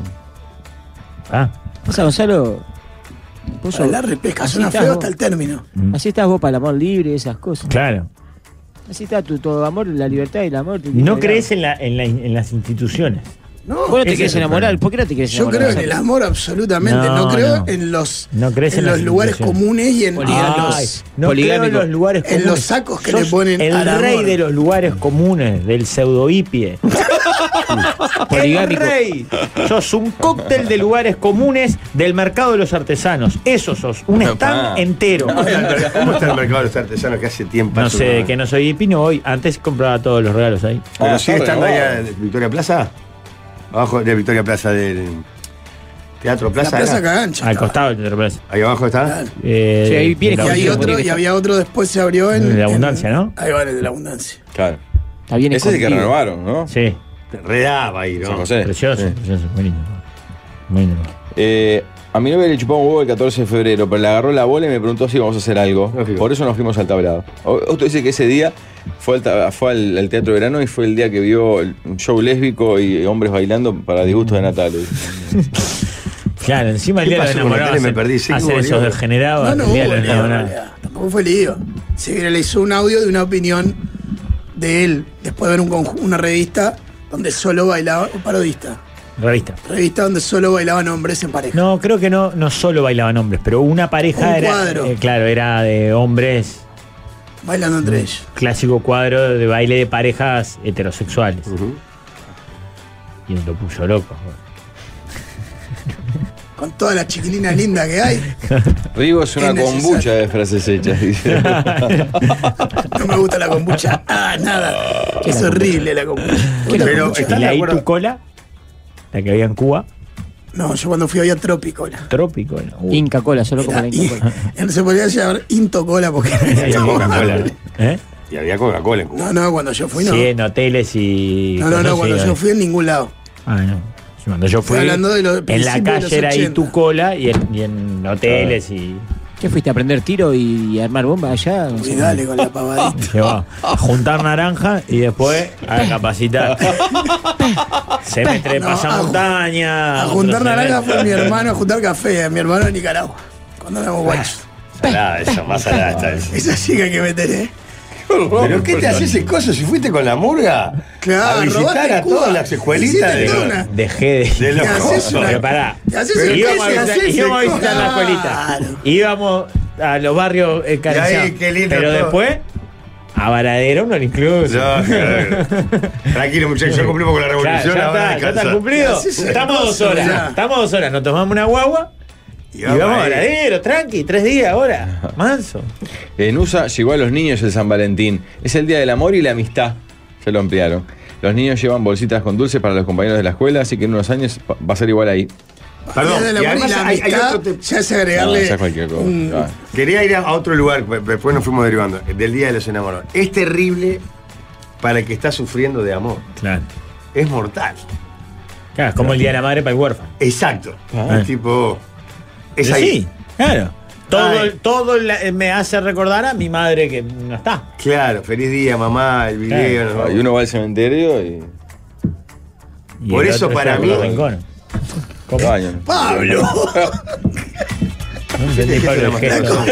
Ah,
O sea, Gonzalo. vos
Para
sos-
la repesca,
así
suena
estás
feo
vos.
hasta el término.
Así estás vos para el amor libre, esas cosas.
Mm. claro.
Así está tu, tu amor, la libertad y el amor. te-
No
te-
crees en, la- en la- en las instituciones.
No,
Vos no te
Ese es
querés
el
enamorar.
problema.
¿Por qué no te querés
yo
enamorar?
creo en el
Gonzalo?
amor absolutamente. No,
No,
creo
no.
en los,
No crees
en
en
los
las
lugares
instituciones.
comunes y en, y en
Poligámicos.
Ay,
los.
no creo en
Poligámico.
los lugares
En los
comunes.
sacos que le
Sos
ponen
El
al
rey
amor.
de los lugares comunes, del pseudo
[LAUGHS]
hipie.
Poligámico.
El rey. Sos un cóctel de lugares comunes del mercado de los artesanos. Eso sos, un stand
Papá.
entero.
¿Cómo está el mercado de los artesanos que hace tiempo?
No sé, que no soy hippie, no voy. Antes compraba todos los regalos ahí.
Pero
Ah,
sigue
está
estando
renovado.
allá en Victoria Plaza. Abajo de Victoria Plaza del Teatro
La
Plaza.
plaza
¿era?
Cagancha.
Al costado del centro plaza.
Ahí abajo está.
Eh,
Sí, ahí
de
Y,
viene
la
Cagancha,
hay
última.
otro, y había otro después se abrió en.
De la
en-
abundancia, ¿no?
Ahí va, de la abundancia.
Claro.
Está bien
Ese es el que
escondido.
renovaron, ¿no?
Sí,
Redaba ahí,
San
¿no?
José.
precioso,
Sí.
precioso, muy lindo. Muy lindo.
Eh, a mi novia le chupó un huevo el 14 de febrero, pero le agarró la bola y me preguntó si íbamos a hacer algo.
Lógico.
Por eso nos fuimos al tablado. O- Otro dice que ese día fue, al, ta- fue al, al Teatro Verano y fue el día que vio el- un show lésbico y hombres bailando para disgustos de Natal.
Claro, encima el
¿Qué
día de los
pasó con la
enamorados.
tele? Me
hacen-
perdí, sí,
hacen
hubo
esos
lío.
degenerados.
No, no
el
hubo
día de los
lío, en
enamorados.
realidad. Tampoco fue lío. Se viralizó un audio de una opinión de él después de ver un conju- una revista donde solo bailaba. Un parodista.
Revista.
Revista donde solo bailaban hombres en pareja.
No, creo que no, no solo bailaban hombres, pero una pareja
Un
era.
cuadro.
eh, claro, era de hombres.
Bailando entre ellos.
Clásico cuadro de baile de parejas heterosexuales. Y lo puso loco.
Con todas las chiquilinas lindas que hay.
Rigo es una
Es necesario.
kombucha de frases hechas. dice.
No me gusta la kombucha. Ah, nada. Es horrible la kombucha.
¿Qué es la
Pero
kombucha?
está-
Y
de
ahí
acuerdo?
tu cola, la que había en Cuba,
No, yo cuando fui había Tropicola.
trópico. ¿no? Uy.
Inca Cola, solo como
Era
la
in-
Inca Cola.
[LAUGHS] no se podía llamar Intocola porque
Ahí en Coca-Cola, ¿no? ¿Eh?
Y había Coca-Cola en Cuba.
No, no, cuando yo fui no.
Sí, en hoteles y.
No, no,
cosas
no, cuando
así,
yo
¿eh?
fui en ningún lado.
Ah, no. Sí, Cuando yo fui.
hablando de los
en
principios
la
de los
calle era ahí
80.
tu cola y en, y en hoteles y.
¿Qué fuiste a aprender tiro y, y armar bomba allá?
Y dale con la
[LAUGHS]
pavadita.
Se va a juntar naranja y después
[LAUGHS]
a capacitar. Semestre de
No, a
pasa
ju-
montaña.
A
otro
juntar naranja
semestre-
fue mi hermano a juntar café, a mi hermano en Nicaragua. Cuando éramos guachos.
Salada, esa más salada está esa.
Esa [LAUGHS] chica que ¿eh? me enteré.
¿Pero qué te haces ese coso si fuiste con la murga?
Claro,
a visitar
robaste
a
Cuba.
todas las escuelitas
Hiciste
de,
tuna.
Dejé de.
de los
Te haces
cosos.
una-
Pero pará.
Te haces
Pero
el
íbamos
pez
Íbamos
y
a
haces
visitar,
haces
íbamos a
el
visitar la escuelita.
Claro.
Íbamos a los barrios eh, Carenciados.
qué lindo
Pero
todo.
después, a Varadero no lo incluso.
No,
[LAUGHS]
claro, claro. Tranquilo, muchachos, ya cumplimos con la
Ya,
revolución.
ya
ahora
está, ya está
descansar.
cumplido.
Así se
Estamos dos
pasa,
horas.
ya.
Estamos dos horas. Nos tomamos una guagua y vamos, a
ahí.
Varadero, tranqui, tres días ahora. Manso.
Ah. En USA llegó a los niños el San Valentín. Es el día del amor y la amistad. Se lo ampliaron. Los niños llevan bolsitas con dulces para los compañeros de la escuela, así que en unos años pa- va a ser igual ahí.
Día del
Perdón, y
amor y
además
la
hay, hay
amistad,
otro te-
ya es
No,
agregarle
ya es cualquier cosa.
un-
Ah.
Quería ir a a otro lugar, pe- pe- después nos fuimos derivando, del Día de los Enamorados. Es terrible para el que está sufriendo de amor.
Claro.
Es mortal.
Claro, es como el Día de la Madre para el huérfano.
Exacto.
Ah.
Es tipo. Es
Sí,
ahí.
claro. Todo,
Ay.
todo la- eh, me hace recordar a mi madre que no está.
Claro, feliz día, mamá, el video.
Claro.
¿no?
Y uno va al cementerio y.
Y
Por
el
eso
otro
para
está
mí-
en los rincones. ¿Cómo?
Baño.
Pablo.
No entendí, Pablo, el gesto.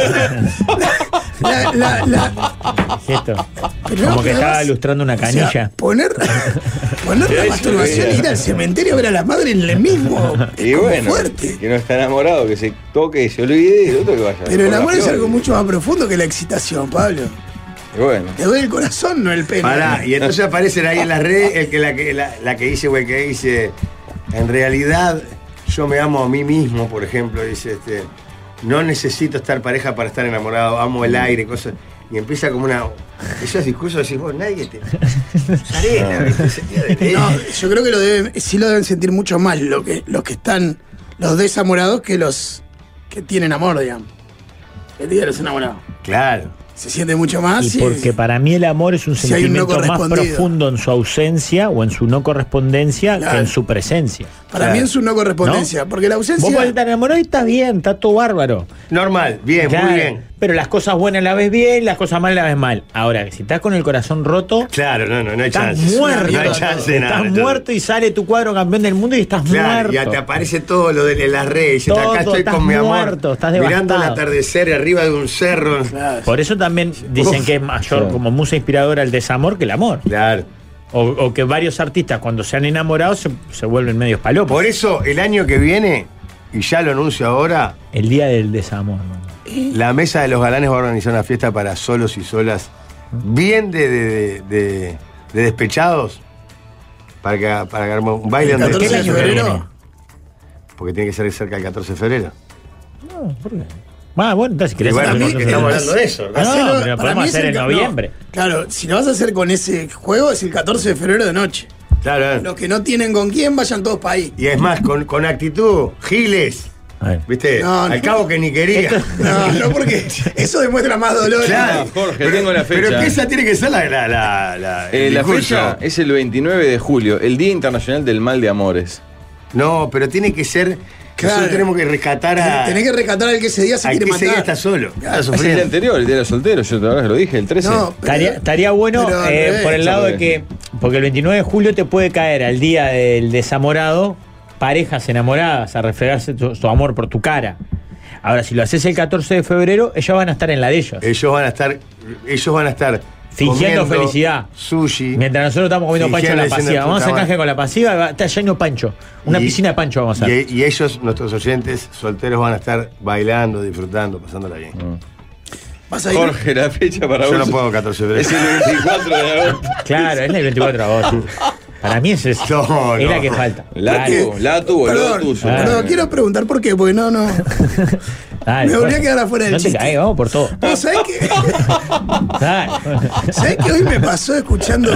La, la, la,
El gesto.
Pero
Como que
además-
estaba lustrando una
o sea,
canilla.
poner poner la masturbación e ir al cementerio a ver a la madre en el mismo. Es
[LAUGHS] Y
como
bueno,
fuerte.
que no está enamorado, que se toque y se olvide y el otro que vaya.
Pero el
por la
amor es
flor.
algo mucho más profundo que la excitación, Pablo.
Y
[LAUGHS]
bueno.
Te duele el corazón, no el pene.
Pará, y entonces aparecen ahí en las redes el que, la, que, la, la que dice, güey, que dice, en realidad yo me amo a mí mismo, por ejemplo, dice, este, no necesito estar pareja para estar enamorado, amo el aire, cosas. Y empieza como una. Esos discursos decís, vos, nadie te. Arena, ¿viste? Ese tío de-
No, yo creo que lo deben, sí lo deben sentir mucho más lo que, los que están los desamorados que los que tienen amor, digamos. El día de los enamorados.
Claro.
Se siente mucho más.
y porque para mí el amor es un
ah, si hay un no
sentimiento más
correspondido.
profundo en su ausencia o en su no correspondencia
Claro.
que en su presencia.
Para mí es un no correspondencia, porque la ausencia-
Vos podés estar enamorado y está bien, está todo bárbaro.
Normal, bien,
Claro,
muy bien.
Pero las cosas buenas las ves bien, las cosas malas las ves mal. Ahora, si estás con el corazón roto,
Claro, no, no, no hay
estás
chance.
muerto.
No hay chance de nada.
estás
entonces.
muerto y sale tu cuadro campeón del mundo y estás
Claro,
muerto.
ya te aparece todo lo de las redes.
Todo,
acá estoy
estás
con mi amor.
muerto, estás
mirando el
devastado.
atardecer arriba de un cerro.
Por eso también dicen
Uf,
que es mayor
sí.
como musa inspiradora el desamor que el amor.
Claro.
O, o que varios artistas cuando se han enamorado se, se vuelven medios palopos.
Por eso, el año que viene, y ya lo anuncio ahora,
El día del desamor. ¿no?
la mesa de los galanes va a organizar una fiesta para solos y solas, bien de, de, de- de- de despechados, para que, para que armemos un baile.
¿El
donde-
14 de febrero?
Porque tiene que ser cerca del 14 de febrero.
No, ¿por qué? Ah, bueno, entonces si querés
Y bueno,
hacer
mí-
el otro
estamos
día.
hablando de eso, ¿verdad?
Ah, No,
Hacelo-
pero
para mí
podemos
es
hacer
el
en
ca-
noviembre.
no, claro, si lo vas a hacer con ese juego es el 14 de febrero de noche.
Claro, eh.
Los que no tienen con quién, vayan todos para ahí.
Y es más, con, con actitud, giles.
A ver.
¿Viste?
No,
Al
no.
cabo que ni quería.
No, no, porque eso demuestra más dolor.
Ah,
Claro,
Jorge, tengo la fecha.
Ah, Pero que esa tiene que ser la. la, la, la-
Eh,
el
la
discurso.
fecha es el 29 de julio, el Día Internacional del Mal de Amores.
No, pero tiene que ser.
Claro.
Nosotros tenemos que rescatar a.
Tenés que rescatar al que ese día se
al
quiere
que ese día
matar.
está solo. Está
Es el día
sufriendo.
anterior, el Día de los Solteros, yo ahora lo dije, el 13.
No, pero-
Estaría, estaría bueno
pero al
eh,
revés.
por el lado de
Al
que,
revés.
porque el 29 de julio te puede caer al día del desamorado, parejas enamoradas a reflejarse su, su amor por tu cara. Ahora, si lo haces el 14 de febrero, ellos van a estar en la de ellos.
Ellos van a estar. Ellos van a estar.
Fingiendo
comiendo
felicidad.
Sushi.
Mientras nosotros estamos comiendo
Sí,
pancho en
ya
la
le dicen
pasiva.
a tu
Vamos a hacer
cama.
canje con la pasiva, va- está lleno de pancho. Una
Y-
piscina de pancho vamos a hacer.
Y, y ellos, nuestros oyentes solteros, van a estar bailando, disfrutando, pasándola bien.
Mm.
Vas a ir-
Jorge, la fecha para
Yo
vos
no puedo 14
[LAUGHS]
de
es
febrero.
el 24 de agosto.
Claro, es la del 24 de agosto. Para mí es eso.
No,
es
no.
la que falta.
La
Dale,
tuvo, la tuvo, la
Perdón,
tuvo.
Ah.
perdón, quiero preguntar por qué, porque no, no.
dale,
Me volví a
Jorge.
quedar afuera del
No te
chiste.
caes, vamos por todo.
¿Vos sabés que, [LAUGHS]
Dale.
sabés que hoy me pasó escuchando.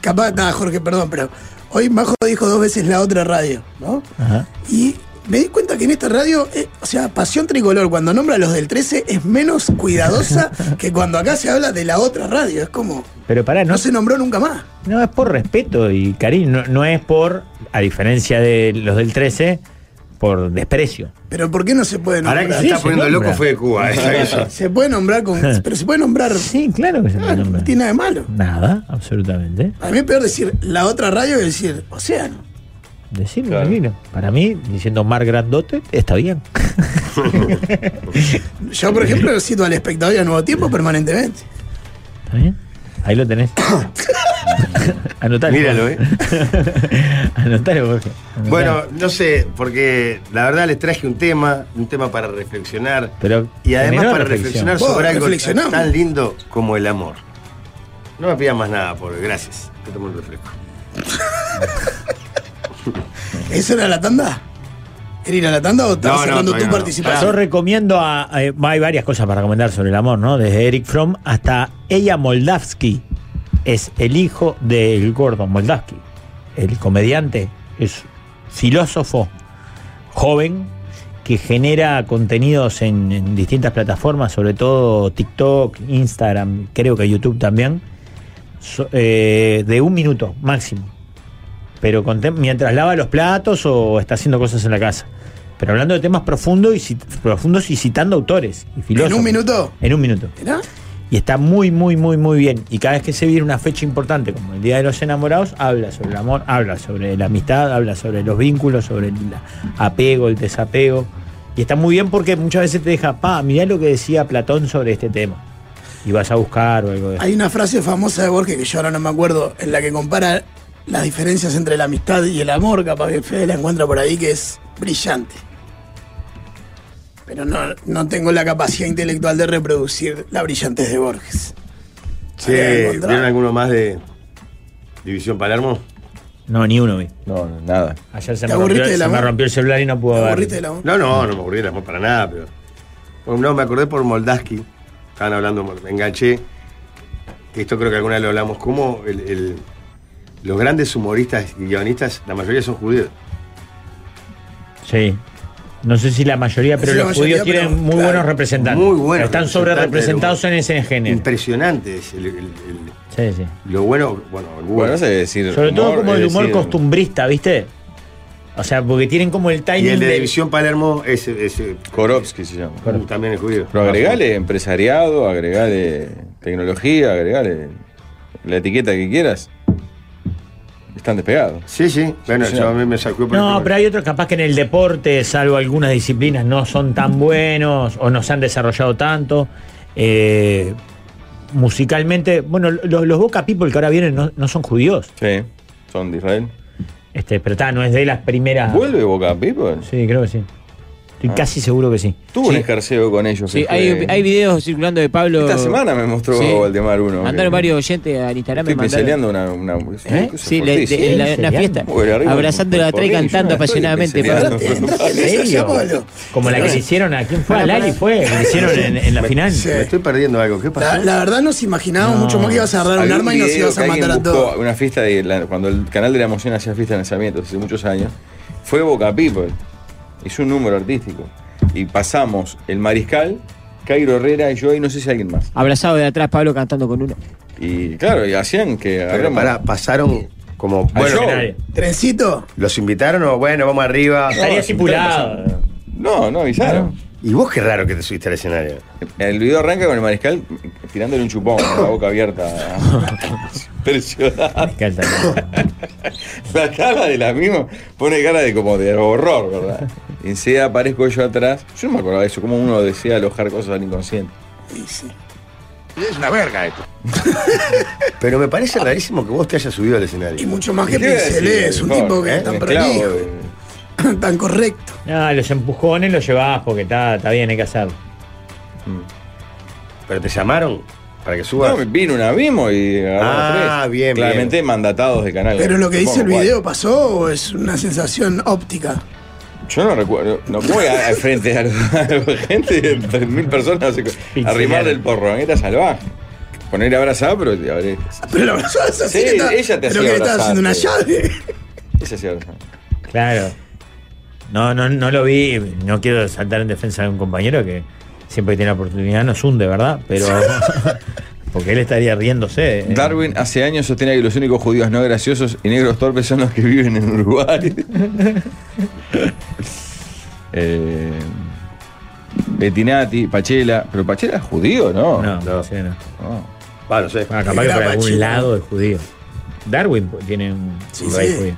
Capaz, nada, Jorge, perdón, pero hoy Majo dijo dos veces la otra radio, ¿no?
Ajá.
Y me di cuenta que en esta radio, eh, o sea, Pasión Tricolor, cuando nombra a los del 13, es menos
[LAUGHS]
cuidadosa que cuando acá se habla de la otra radio. Es como,
Pero pará, no,
no se nombró nunca más.
No, es por respeto y cariño, no, no es por, a diferencia de los del 13, por desprecio.
Pero ¿por qué no se puede
Ahora
nombrar?
que se
Sí,
está
se
poniendo
nombra.
loco fue de Cuba. esa que yo-
Se puede nombrar
[LAUGHS]
con. Pero se puede nombrar.
Sí, claro que se puede
Ah, no
nombrar.
tiene nada de malo.
Nada, absolutamente.
A mí es peor decir la otra radio que decir océano.
Decirlo, tranquilo. Para mí, diciendo Mar Grandote, está bien.
Yo, por ejemplo, cito al espectador y a Nuevo Tiempo permanentemente.
¿Está bien? Ahí lo
[COUGHS]
tenés. Anotalo.
Míralo, ¿eh?
[LAUGHS] Anotalo, Jorge. Anotalo.
[LAUGHS] Bueno, no sé, porque la verdad les traje un tema, un tema para reflexionar.
Pero
y además
generó
para
reflexión.
reflexionar
Vos,
sobre algo
reflexionamos.
tan lindo como el amor. No me pidas más nada, por gracias. Te tomo un refresco.
¿Eso era la tanda? ¿Era ir a la tanda o estabas
No, no,
cerrando
todavía
tu
no.
Yo
participación?
recomiendo a, a- Hay varias cosas para recomendar sobre el amor, ¿no? Desde Eric Fromm hasta Ella Moldavsky. Es el hijo del Gordon Moldavsky. El comediante es filósofo joven que genera contenidos en, en distintas plataformas, sobre todo TikTok, Instagram, creo que YouTube también, so- eh, de un minuto máximo. Pero con tem- mientras lava los platos o está haciendo cosas en la casa. Pero hablando de temas profundos y, cit- profundos y citando autores y filósofos.
¿En un minuto?
En un minuto.
¿Era?
Y está muy, muy, muy, muy bien. Y cada vez que se viene una fecha importante, como el Día de los Enamorados, habla sobre el amor, habla sobre la amistad, habla sobre los vínculos, sobre el apego, el desapego. Y está muy bien porque muchas veces te deja, pa, mirá lo que decía Platón sobre este tema. Y vas a buscar o algo de eso.
Hay una frase famosa de Borges que yo ahora no me acuerdo, en la que compara las diferencias entre la amistad y el amor, capaz que Fede la encuentra por ahí, que es brillante. Pero no, no tengo la capacidad intelectual de reproducir la brillantez de Borges.
Sí,
Ahí la encontrás.
¿Vieron alguno más de División Palermo?
No, ni uno vi.
No, no, nada.
Ayer se,
¿Te
me rompió,
aburriste del
se me
amor?
rompió el celular y no pude
¿Te
ver.
aburriste del amor?
No, no, no me aburrí el amor para nada, pero. Bueno, No, me acordé por Moldaski. Estaban hablando, me enganché. Esto creo que alguna vez lo hablamos. Como los grandes humoristas y guionistas, la mayoría son judíos.
Sí. No sé si la mayoría, pero
Sí, la
los
mayoría,
judíos tienen
pero,
muy
claro,
buenos representantes.
muy buenos
Están sobre
representantes,
representados en ese género.
Impresionante es el- el- el-
Sí, sí.
lo bueno, bueno, el
Bueno, no sé decir.
Sobre todo como el
es
humor
decir,
costumbrista, ¿viste? O sea, porque tienen como el timing
Y el de
del-
División Palermo es, es-
Korovsky se llama.
Mm, también es judío.
Pero agregale empresariado, agregale tecnología, agregale la etiqueta que quieras. Están despegados.
Sí, sí. Bueno,
Sí,
yo a
sí.
mí me sacó por
No,
el
pero hay otros capaz que en el deporte, salvo algunas disciplinas, no son tan buenos o no se han desarrollado tanto. Eh, musicalmente, bueno, los, los Boca People que ahora vienen no, no son judíos.
Sí, son de Israel.
Este, pero está, no es de las primeras.
¿Vuelve Boca People?
Sí, creo que sí. Estoy
Ah.
casi seguro que sí.
Tuvo un
Sí.
escarceo con ellos.
Sí,
que
hay,
fue-
hay videos circulando de Pablo.
Este, Esta semana me mostró
Sí.
Valdemar uno.
Mandaron
que-
varios oyentes al Instagram. me
Estoy
mandaron-
piseleando una. una
¿Eh? Sí, le- le-
fortísimo.
la- una
Piseleando.
fiesta.
Uy, arriba,
abrazando la trae
porque yo
cantando
no estoy
apasionadamente.
piseleando.
Pablo.
¿En serio, Pablo?
Como la que le hicieron a quién fue, a
Pará,
Lali
pará.
fue, que le hicieron en, en la final.
Sí.
Me estoy perdiendo algo. ¿Qué
La,
pasó?
la verdad nos imaginábamos
No.
mucho más que ibas a agarrar un
Había
arma y nos
video
ibas a
que
matar
alguien
a
buscó
todos.
Una fiesta de la- cuando el canal de la emoción hacía fiesta de lanzamientos hace muchos años, fue Boca People. Hizo un número artístico. Y pasamos el mariscal, Cairo Herrera y yo, y no sé si alguien más.
Abrazado de atrás, Pablo cantando con uno.
Y claro, y hacían que
Pero
agarramos-
pará, pasaron como.
Al
Bueno,
show.
Nadie.
¿Trencito?
¿los invitaron o bueno, vamos arriba?
Estaría estipulado.
No, no avisaron.
Y vos qué raro que te subiste al escenario.
El video arranca con el mariscal tirándole un chupón con la boca abierta. Impresionante.
Me encanta.
La cara de la misma pone cara de como de horror,
[LAUGHS]
¿verdad? Y Enseguida aparezco yo atrás. Yo no me acordaba de eso, como uno desea alojar cosas al inconsciente.
Pero me parece rarísimo que vos te hayas subido al escenario.
Y mucho más que
¿Qué te iba a decir,
pincelé, es un
Jorge,
tipo que
eh?
es tan
Un esclavo
prolijo,
de-
[LAUGHS] tan correcto.
No, los empujones los llevás porque está, está bien, hay que hacerlo.
¿Pero te llamaron para que subas?
No, vino un abismo y agarramos
Ah,
tres.
bien,
Claramente mandatados de canal.
Pero lo que dice el
Supongo,
video pasó o es una sensación óptica.
bueno. Yo no recuerdo. No voy a- al frente a, la gente de 3.000 personas a arrimar del porro. ¿eh? Era salvaje. Poner abrazada, pero te habré.
Pero la [LAUGHS] abrazó así
Sí,
que está-
ella te
Pero
hacía
que le estaba haciendo una
abrazarte.
llave.
Ese sí abrazada.
Claro. No, no, no lo vi. No quiero saltar en defensa de un compañero que siempre que tiene la oportunidad nos hunde, ¿verdad?
[LAUGHS]
Pero. porque él estaría riéndose. eh.
Darwin hace años sostenía que los únicos judíos no graciosos y negros torpes son los que viven en Uruguay.
[LAUGHS]
eh, Bettinati, Pachela. Pero Pachela es judío, ¿no? Oh.
No,
No.
sí, no.
No.
Ah, no sé.
Ah, capaz que
Era
por algún
machista.
lado es judío. Darwin tiene un
Sí,
un rey
sí.
judío.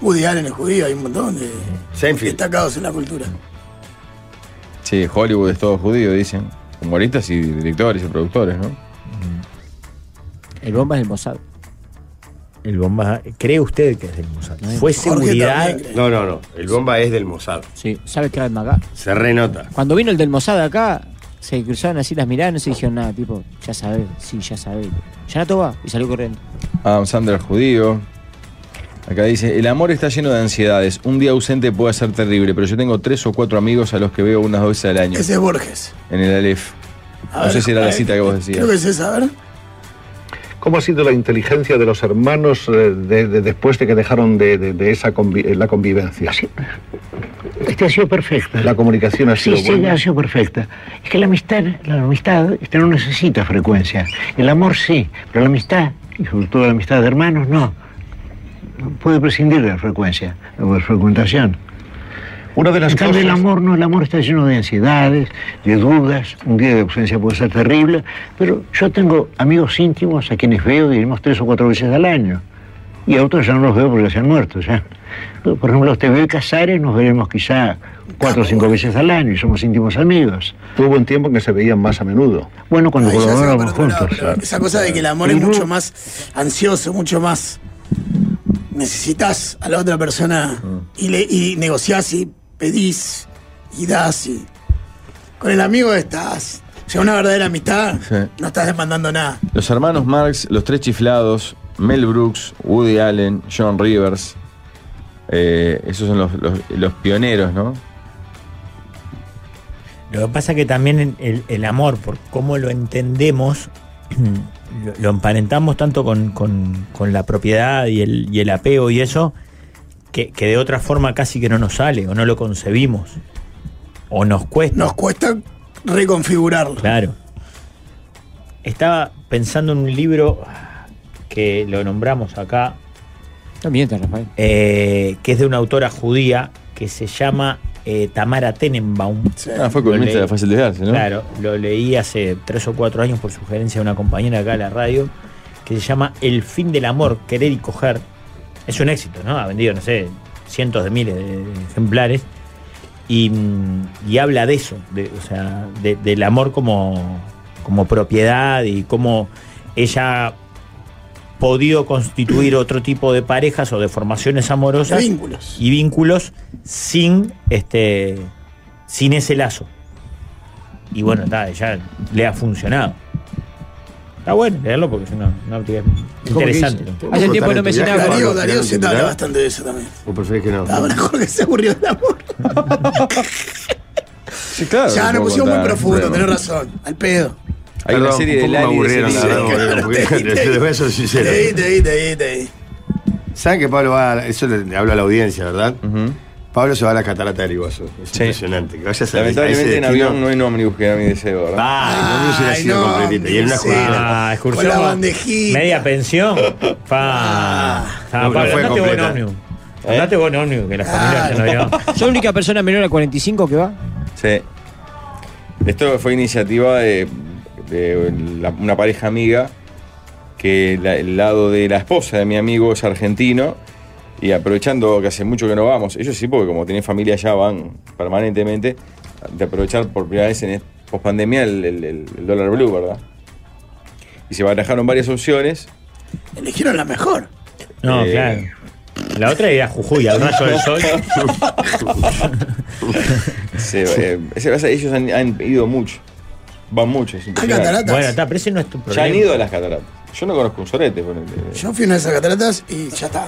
Woody Allen es judío, hay un montón de
Seinfeld.
destacados en la cultura.
Sí, Hollywood es todo judío, dicen. Humoristas y directores y productores, ¿no?
El bomba es el Mossad.
El bomba. ¿Cree usted que es el Mossad?
No hay-
Fue
Jorge
seguridad.
también cree.
No, no, no. El bomba es del Mossad.
Sí, ¿sabes qué era el Magá?
Se renota.
Cuando vino el del Mossad acá, se cruzaron así las miradas, no se dijeron nada, tipo, ya sabés, sí, ya sabés. Ya no va, y salió corriendo.
Adam Sandler judío. Acá dice, el amor está lleno de ansiedades. Un día ausente puede ser terrible, pero yo tengo tres o cuatro amigos a los que veo unas dos veces al año.
Ese es Borges.
En el Aleph.
A
No
ver,
sé si era la
eh,
cita que vos decías.
Creo que es esa, a ver.
¿Cómo ha sido la inteligencia de los hermanos eh, de- de- después de que dejaron de, de- de esa convi- eh, la convivencia?
Este ha sido perfecta.
La comunicación ha
Sí,
sido
sí,
buena.
ha sido perfecta. Es que la amistad, la amistad este, no necesita frecuencia. El amor sí, pero la amistad, y sobre todo la amistad de hermanos, no. No Puede prescindir de la frecuencia o de frecuentación.
Una de las
En
cosas...
cambio, el amor no, el amor está lleno de ansiedades, de dudas. Un día de ausencia puede ser terrible, pero yo tengo amigos íntimos a quienes veo, diríamos, tres o cuatro veces al año. Y a otros ya no los veo porque se han muerto. Ya. Por ejemplo, te veo Casares, nos veremos quizá cuatro o cinco veces al año y somos íntimos amigos.
Tuvo un tiempo en que se veían más a menudo.
Bueno, cuando
Ahí ya se va
colaborábamos
para otro lado,
juntos.
pero Esa cosa de que el amor es
Pero-
mucho más ansioso, mucho más. Necesitas a la otra persona
Ah.
y, le, y negociás y pedís y das y. Con el amigo estás. O sea, una verdadera amistad,
Sí.
no estás demandando nada.
Los hermanos Marx, los tres chiflados, Mel Brooks, Woody Allen, John Rivers. Eh, esos son los, los- los pioneros, ¿no?
Lo que pasa que también el, el amor, por cómo lo entendemos, lo, lo emparentamos tanto con, con- con la propiedad y el, y el apego y eso, que, que de otra forma casi que no nos sale, o no lo concebimos, o nos cuesta.
Nos cuesta reconfigurarlo.
Claro. Estaba pensando en un libro que lo nombramos acá.
No mientas, Rafael.
eh, que es de una autora judía que se llama eh, Tamara Tenenbaum.
Ah, fue
Lo
columnista
leí-
de Fácil Desgarse, ¿no?
Claro, lo leí hace tres o cuatro años por sugerencia de una compañera acá de la radio, que se llama El fin del amor, querer y coger. Es un éxito, ¿no? Ha vendido, no sé, cientos de miles de ejemplares. Y, mm, y habla de eso, de- o sea, de- del amor como, como propiedad y cómo ella ha podido constituir otro tipo de parejas o de formaciones amorosas
De vínculos.
y vínculos sin este sin ese lazo y bueno, está, ya le ha funcionado. Está bueno leerlo porque es una, una óptica interesante. ¿no?
¿Podemos cortar el tuyaje?
Darío,
¿Podemos
Darío
cortar
se
el
habla
tuyaje?
bastante de eso también.
¿O preferís que no?
A lo mejor que se aburrió el amor.
Sí, claro.
ya,
no
nos
puedo
pusimos muy
contar,
profundo,
no
tenés
puedo.
razón. Al pedo.
Hay una serie de Lali de ese libro. [LAUGHS]
Te voy a ser sincero.
Te di, te di, te di, te di.
¿Saben que Pablo va a, Eso le, le hablo a la audiencia, ¿verdad? Pablo se va a la catarata del Iguazú. Es impresionante. Que vayas a, a ese
Lamentablemente en
destino.
avión no hay ómnibus que era mi deseo, ¿verdad?
Ah, no hubiera sido completito. Y en una jugada.
Ah, excursión.
Con la
va-
bandejita.
Media pensión. Pa. Ah,
No,
pa,
no fue
andate vos en
completa.
ómnibus. Andate vos en ómnibus, que la familia ya no vio.
¿Soy la única persona menor a 45 que va?
Sí. Esto fue iniciativa de, de la- una pareja amiga que la- el lado de la esposa de mi amigo es argentino y aprovechando que hace mucho que no vamos, ellos sí porque como tienen familia allá van permanentemente, de aprovechar por primera vez en post pandemia el, el- el- el dólar blue, ¿verdad? Y se barajaron varias opciones.
Eligieron la mejor.
No,
Eh.
claro. La otra era Jujuy, al rayo del sol.
Se- [LAUGHS]
[LAUGHS]
eh, se- ellos han, han ido mucho, van mucho. es impresionante.
Bueno, está, pero ese no es tu
Ya
problema.
han ido a las cataratas. Yo no conozco un sorete. ponele.
Yo fui a una de esas cataratas y ya está.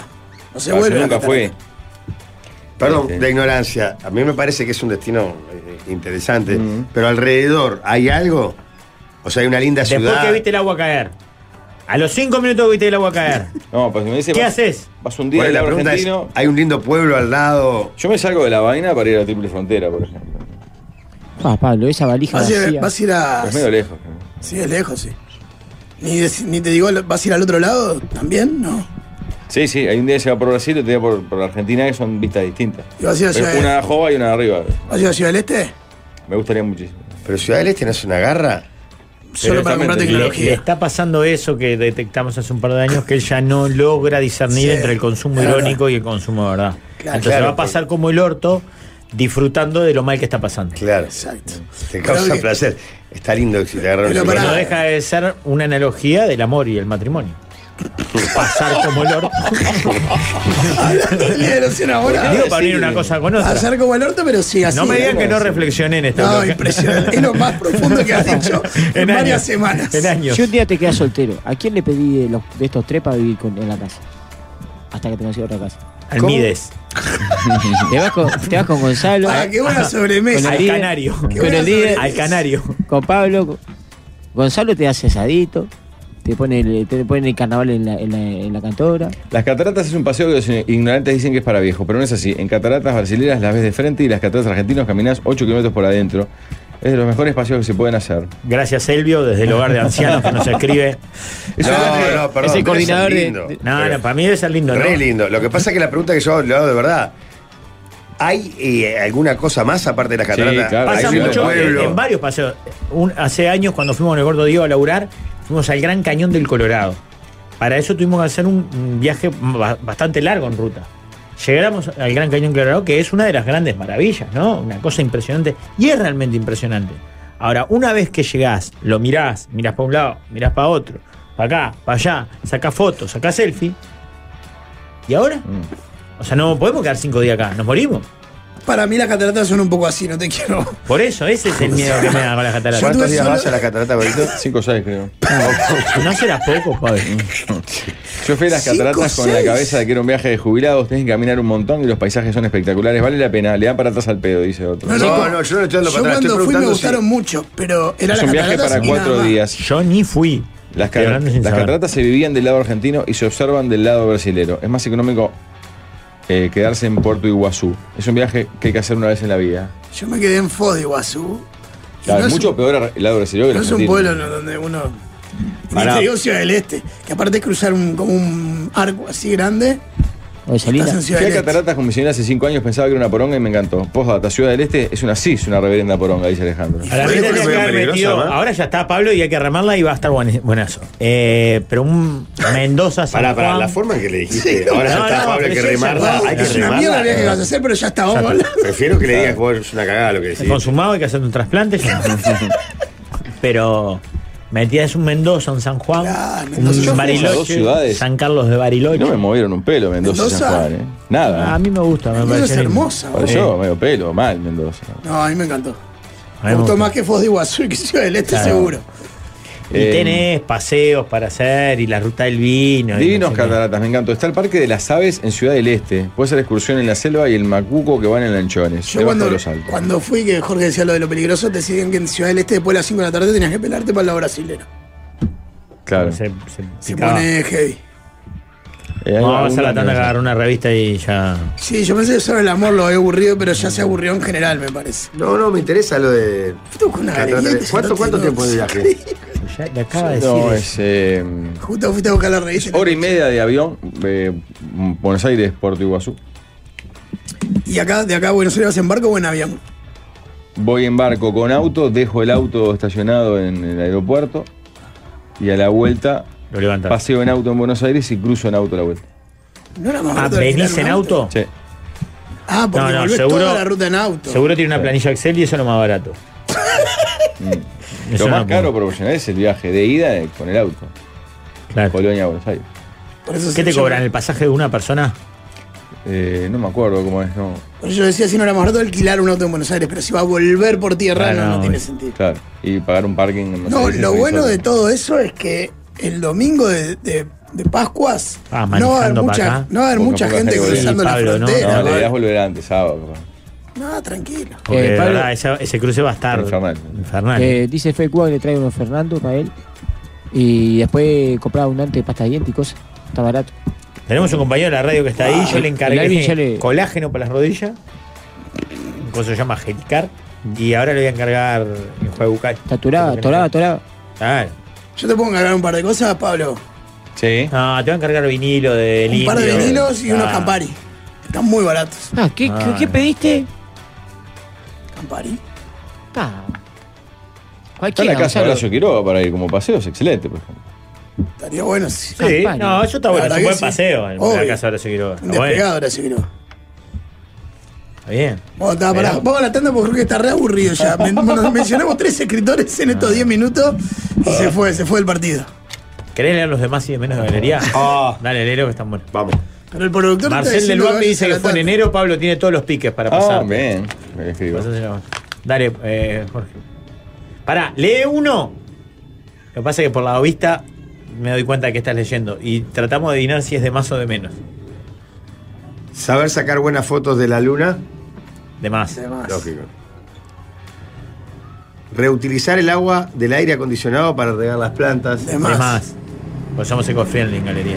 No se
Ah, yo
vuelve. a
nunca
la
fui.
Perdón,
Sí.
de ignorancia. A mí me parece que es un destino eh, interesante. Pero alrededor, ¿hay algo? O sea, hay una linda
Después
ciudad.
que viste el agua caer. A los cinco minutos que viste el agua caer.
No, pues si me dice.
¿Qué
vas,
haces?
Vas un día
Bueno,
al
la
lado
pregunta es,
argentino.
¿hay un lindo pueblo al lado?
Yo me salgo de la vaina para ir a la Triple Frontera, por ejemplo.
Ah, Pablo, esa valija
Vas a ir,
vacía.
vas a ir
Ah,
a.
Es medio lejos.
Sí, es lejos, sí. Ni, dec- ni te digo, ¿vas a ir al otro lado también? No.
Sí, sí, hay un día que se va por Brasil y otro día por, por Argentina que son vistas distintas.
¿Y vas a ir a
Pero
eh.
Ciudad,
Una de Jova y una de arriba.
vas a ir a Ciudad del Este? [LAUGHS]
Me gustaría muchísimo.
Pero Ciudad del Este no es una garra.
Solo para comprar
Le,
exactamente,
le
tecnología.
está pasando eso que detectamos hace un par de años, que él ya no logra discernir
Sí,
entre el consumo
claro.
irónico y el consumo de verdad.
Claro,
Entonces
claro,
va a pasar como el orto disfrutando de lo mal que está pasando.
Claro.
Exacto.
Te causa
Claro que-
placer. Está lindo que si te agarra
Pero
una
pará.
No
ciudad.
deja de ser una analogía del amor y el matrimonio. Pasar como el orto.
Hablando del día de los enamorados.
Digo para unir una cosa con otra.
Hacer como el orto, pero sí, así.
No me digan que no reflexioné en esta
No,
bloque.
impresionante. Es lo más profundo que
[LAUGHS]
has dicho en,
años.
varias semanas.
En años.
Si un día te quedas soltero, ¿a quién le pedí de, los- de estos tres para vivir con- en la casa? Hasta que te consiga otra casa.
Almides.
[LAUGHS] Te vas con, te vas con Gonzalo,
Para que Ah, buena sobremesa.
Con
Al
el-
canario.
Qué
con el
buena
líder,
Al canario.
con Pablo. con- Gonzalo te hace asadito, te pone el, te pone el carnaval en la, en la- en la cantora.
Las cataratas es un paseo que los ignorantes dicen que es para viejos, pero no es así. En cataratas brasileras las ves de frente y las cataratas argentinas caminás 8 kilómetros por adentro. Es de los mejores paseos que se pueden hacer.
Gracias, Elvio, desde el hogar de ancianos que nos escribe.
Es
No,
una-
no, perdón.
es el
pero
coordinador
es
de-
lindo.
de-
No,
Pero-
no, para mí debe ser lindo, ¿no?
Re lindo. Lo que pasa es que la pregunta que yo le hago de verdad. ¿Hay eh, alguna cosa más aparte de las
Sí,
cataratas?
claro.
¿Hay
Pasa
Ahí
lindo
mucho en,
pueblo?
en varios paseos. Un- hace años, cuando fuimos con el gordo Diego a laburar, fuimos al Gran Cañón del Colorado. Para eso tuvimos que hacer un, un viaje ba- bastante largo en ruta. Llegamos al Gran Cañón del Colorado, que es una de las grandes maravillas, ¿no? Una cosa impresionante. Y es realmente impresionante. Ahora, una vez que llegás, lo mirás, mirás para un lado, mirás para otro, para acá, para allá, sacás fotos, sacás selfie. ¿Y ahora?
Mm.
O sea, no podemos quedar cinco días acá, nos morimos.
Para mí las cataratas son un poco así, no te quiero.
Por eso, ese es [LAUGHS] el miedo que me da con las cataratas.
Yo tuve
¿Cuántos días
solo-
vas a las cataratas, Pablito?
5 o 6 creo.
[LAUGHS] No serás poco,
Mm.
Pablo.
Yo fui a las
Cinco,
cataratas con la
seis.
cabeza de que era un viaje de jubilados, tenés que caminar un montón y los paisajes son espectaculares, vale la pena, le dan para atrás al pedo, dice otro.
No,
No, no, yo no le estoy dando
Yo
para atrás.
cuando fui
Estoy
me
preguntando si-
gustaron mucho, pero era
es
las
un viaje
cataratas
para
y nada
cuatro
más.
días.
Yo ni fui.
Las,
Estoy
ca-
hablando sin
las
saber.
cataratas se vivían del lado argentino y se observan del lado brasilero. Es más económico eh, quedarse en Puerto Iguazú. Es un viaje que hay que hacer una vez en la vida.
Yo me quedé en Foz de Iguazú. Y
Claro,
no
es
es
mucho peor el lado brasileño que el
No es un
argentino.
pueblo no, donde uno.
Pará.
Te digo Ciudad del Este, que aparte es cruzar un, como un arco así grande. Estás en
Fui
Ciudad
a
del Este.
Cataratas con mi señora hace 5 años, pensaba que era una poronga y me encantó. Postdata, Ciudad del Este es una cis, una reverenda poronga, dice Alejandro.
A la mina tenía que haber metido- ahora ya está Pablo y hay que remarla y va a estar buen- buenazo. Eh, pero un Mendoza San
Pará, pará,
Juan.
la forma en que le dijiste, ahora ya está Pablo, hay
pero
que
ya- ya
remarla,
está.
hay que Es una remarla.
Mierda la vida que vas a hacer, pero ya está.
Ya
Vamos
está.
a hablar.
Prefiero que le digas que vos es una cagada lo que decís.
Consumado hay que hacer un trasplante. ya.
[LAUGHS]
pero metías un Mendoza, un San Juan, un
Yo fui a esas dos
Bariloche,
ciudades.
San Carlos de Bariloche.
No me movieron un pelo Mendoza, y San
Mendoza.
Juan, ¿eh? Nada.
A mí me gusta, me
Mendoza
parece
es
lindo.
hermosa,
Por
Sí.
eso, medio pelo, mal Mendoza.
No, a mí me encantó.
A mí
Me
me
gustó
gusta.
más que Foz de Iguazú y que Ciudad del Este,
Claro.
seguro.
Y
Eh,
tenés paseos para hacer y la ruta del vino. y
Divinos
no sé qué.
cataratas, me encantó. Está el Parque de las Aves en Ciudad del Este. Puede ser excursión en la selva y el macuco que van en lanchones.
Yo
debajo
cuando,
de los altos.
cuando fui, que Jorge decía lo de lo peligroso, te decían que en Ciudad del Este después de las 5 de la tarde tenías que pelarte para el lado brasilero.
Claro.
Se, se
Se
picaba.
pone heavy.
Eh, hay
Vamos a
alguna-
hacer la tanda que agarrar una revista y ya.
Sí, yo pensé que solo el amor lo había aburrido, pero ya se aburrió en general, me parece.
No, no, me interesa lo de.
una
Cataratas.
galeguita,
¿Cuánto, cuánto
no,
tiempo de
sí.
viaje?
Ya le acaba de decir.
No,
eso.
es. eh,
Justo fuiste a buscar la revista
hora y media de avión, eh, Buenos Aires, Puerto Iguazú.
y acá, de acá a Buenos Aires vas en barco o en avión.
Voy en barco con auto, dejo el auto estacionado en el aeropuerto y a la vuelta
Lo levantás.
paseo en auto en Buenos Aires y cruzo en auto la vuelta.
No era más
Ah,
barato alquilar
¿venís
un
en auto?
Sí.
Ah, porque
No, no,
volvés
seguro-
toda la ruta en auto.
Seguro tiene una planilla Excel y eso es lo más barato. Eso
Lo
no
más
puedo.
caro proporcional es el viaje de ida eh, con el auto.
Claro.
Colonia a Buenos Aires.
Por eso
¿Qué
se
te
llama-
cobran? ¿El pasaje de una persona?
Eh, no me acuerdo cómo es, no.
Por eso yo decía, si no era más barato alquilar un auto en Buenos Aires, pero si va a volver por tierra,
Ah,
no,
no,
no tiene
es-
sentido.
Claro. Y pagar un parking en Buenos
No,
Aires es
lo bueno de
insólito.
todo eso es que el domingo de, de- de Pascuas
Ah,
no va a haber
manejando pa'
mucha,
acá.
no va a haber
Poca-
mucha
poca
gente
gente
cruzando
Sí,
la
Pablo, ¿no?
frontera.
No,
No,
la idea es volver antes, sábado. capaz.
tranquilo.
Porque
Eh,
de
Pablo-
verdad, esa- ese cruce va a estar
Infernal.
infernal.
Eh, dice Fake One, le trae uno a Fernando para él. Y después compraba un ante de pasta de dientes y cosas. Está barato.
Tenemos un compañero de la radio que está ahí, yo le
Ah, El Alvin ya
encargué
le-
colágeno para las rodillas. Un coso que se llama Gelicar. Y ahora le voy a encargar enjuague bucal.
Está atorado, atorado, atorado.
Claro.
Yo te puedo encargar un par de cosas, Pablo.
Sí.
No, te voy a encargar vinilo de
Un par de
Indio.
vinilos y unos
Ah,
Campari. Están muy baratos.
Ah, ¿qué, qué-
Ah.
qué pediste?
Campari.
Ah.
Está
Cualquiera,
la casa de
Gonzalo.
Horacio Quiroga para ir como paseo, es excelente, por ejemplo.
Estaría bueno. Sí.
Sí,
Campari.
no, eso está
La
bueno. Es
verdad
un
que
buen
sí.
paseo en la
Obvio.
casa de Horacio Quiroga.
Un
Está bueno.
despegado ahora se vino.
Está bien.
Bueno, está, pará.
Pero-
Vamos a la tanda porque creo que está re aburrido ya.
[LAUGHS]
Men- bueno, mencionamos tres escritores en estos 10 minutos y se fue, se fue el partido.
¿Querés leer los demás y de menos de
[LAUGHS]
galería?
Ah.
Dale, léelo que están buenos.
Vamos.
Pero el productor está
Marcel del
diciendo
Bambi
vayas
dice
a la
que fue en
tanda.
enero, Pablo tiene todos los piques para pasar.
Ah, bien. Me escribo.
Pasáselo. Dale, eh, Jorge. Pará, lee uno. Lo que pasa es que por la vista me doy cuenta que estás leyendo. Y tratamos de adivinar si es de más o de menos.
Saber sacar buenas fotos de la luna.
De más.
Además.
Lógico. Reutilizar el agua del aire acondicionado para regar las plantas.
De
De
más.
más. Pues somos eco-friendly en galería.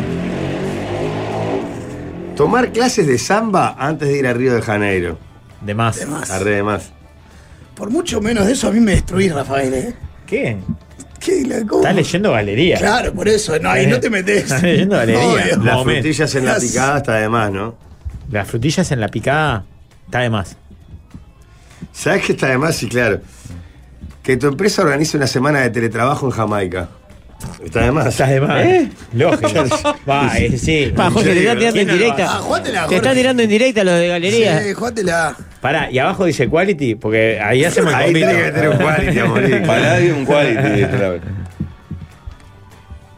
Tomar clases de samba antes de ir a Río de Janeiro.
De más.
De más.
Arre de más.
Por mucho menos de eso a mí me destruís, Rafael. ¿eh?
¿Qué?
¿Qué, la- cómo?
Estás leyendo galería.
Claro, por eso. No, ahí no te
[LAUGHS]
metes.
Estás leyendo galería.
Obvio.
Las
Momento.
frutillas en la
Las-
picada está de más, ¿no?
Las frutillas en la picada está de más.
¿Sabes qué está de más? Sí, claro. Que tu empresa organice una semana de teletrabajo en Jamaica. Está de más. ¿Eh?
Estás de más.
[LAUGHS]
Lógico. Va, eh, sí.
Pa, Jorge, te está tirando en
Ah,
directa.
jugátela,
Te
Jorge.
está tirando en directa los de galería.
Sí, jugátela.
Pará, y abajo dice quality, porque ahí hacemos el
Ahí
combito.
tiene que tener un
[LAUGHS]
quality a morir.
Palladium [LAUGHS] Quality. la verdad.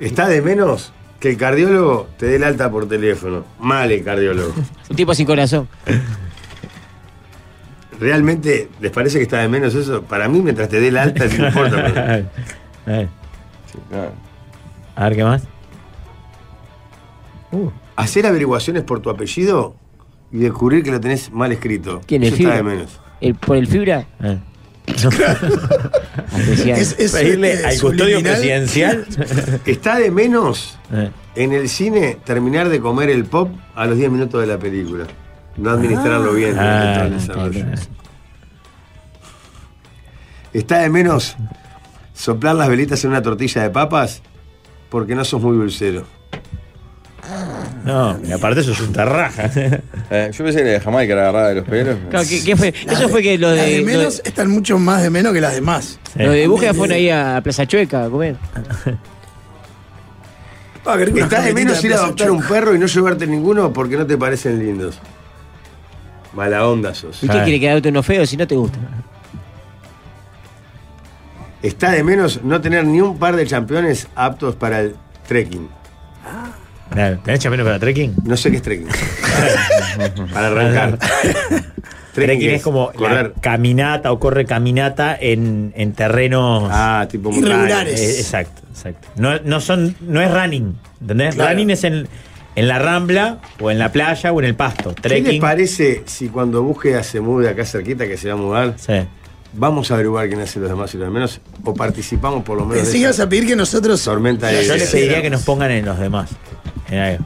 Está de menos que el cardiólogo te dé el alta por teléfono. Mal el cardiólogo.
Un tipo sin corazón.
¿Realmente les parece que está de menos eso? Para mí, mientras te dé el alta, no importa. pero-
A ver,
Sí, claro.
a ver, ¿qué más? Uh,
Hacer averiguaciones por tu apellido y descubrir que lo tenés mal escrito.
¿Quién es
Eso está
Fibra?
de menos.
[LAUGHS] El, por el fibra.
eh.
Es- es,
Pedirle
eh,
al custodio
subliminal.
presidencial.
Está de menos
Eh.
en el cine terminar de comer el pop a los 10 minutos de la película. No administrarlo
Ah.
bien.
Ah,
durante todo el desarrollo. Está de menos soplar las velitas en una tortilla de papas porque no sos muy dulcero.
No, y aparte eso es un tarraja.
[LAUGHS] Eh, yo pensé que la de Jamaica era agarrada de los pelos.
Las de- las de menos están mucho más de menos que las demás.
Los de búsqueda fueron ahí a Plaza Chueca a comer.
Está de menos ir a adoptar un perro y no llevarte ninguno porque no te parecen lindos. Mala onda sos.
¿Viste quiere quedarte uno feo si no te gusta?
Está de menos no tener ni un par de campeones aptos para el trekking.
¿Tenés champiñones para trekking?
No sé qué es
[LAUGHS]
trekking. para arrancar.
Trekking
Trekking
es,
es
como la
correr.
caminata o corre caminata en, en terrenos
ah, tipo
irregulares. exacto, exacto. No, no son, no es running, ¿entendés?
Claro.
Running es en, en la rambla o en la playa o en el pasto.
¿Qué les
Trekking.
parece si cuando búsqueda se mude acá cerquita, que se va a mudar, vamos a averiguar quién hace los demás y los menos? O participamos por lo menos.
Pensé que ibas a pedir que nosotros.
Tormenta de
Yo les
ideas.
pediría que nos pongan en los demás. En algo.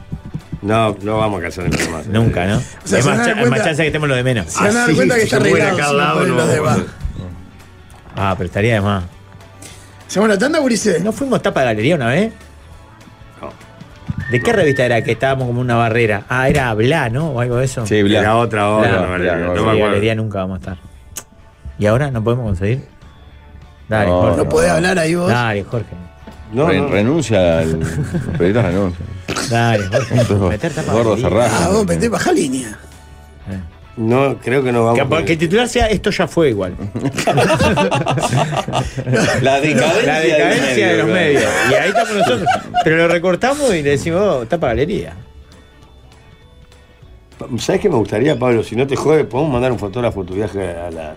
No, no vamos a casar en los demás.
Nunca, ¿no?
sea,
es
se
más,
van a dar
cha- es más
cuenta-
chance que estemos los de menos.
se van a dar Ah, sí, cuenta que si está se puede arreglado acá al si lado, nos ponen no los vamos a demás.
Ah, pero estaría de más.
¿Hacemos la tanda, Ulises?
¿No fuimos tapa galería una vez? ¿De qué revista era que estábamos como una barrera? Ah, era Bla, ¿no? O algo de eso.
Sí, Bla. Era otra, otra
Bla,
galería,
Bla,
no me
sí,
acuerdo.
galería nunca vamos a estar. ¿Y ahora no podemos conseguir? Dale,
No,
Jorge.
no podés hablar
ahí vos.
Dale, Jorge.
Re-
no.
Renuncia al. Los periodistas renuncian.
Dale, Jorge. Meter tapa
Gordo
galería.
cerrado.
Ah, vos metés baja línea.
No, creo que no vamos.
Que, que el titular sea esto ya fue
[LAUGHS]
igual.
La decadencia,
La decadencia de
del
los
medio,
medios.
claro.
Y ahí estamos nosotros. Pero lo recortamos y le decimos, oh, tapa galería.
¿Sabes qué me gustaría, Pablo? Si no te jode, podemos mandar un fotógrafo a tu viaje a, la,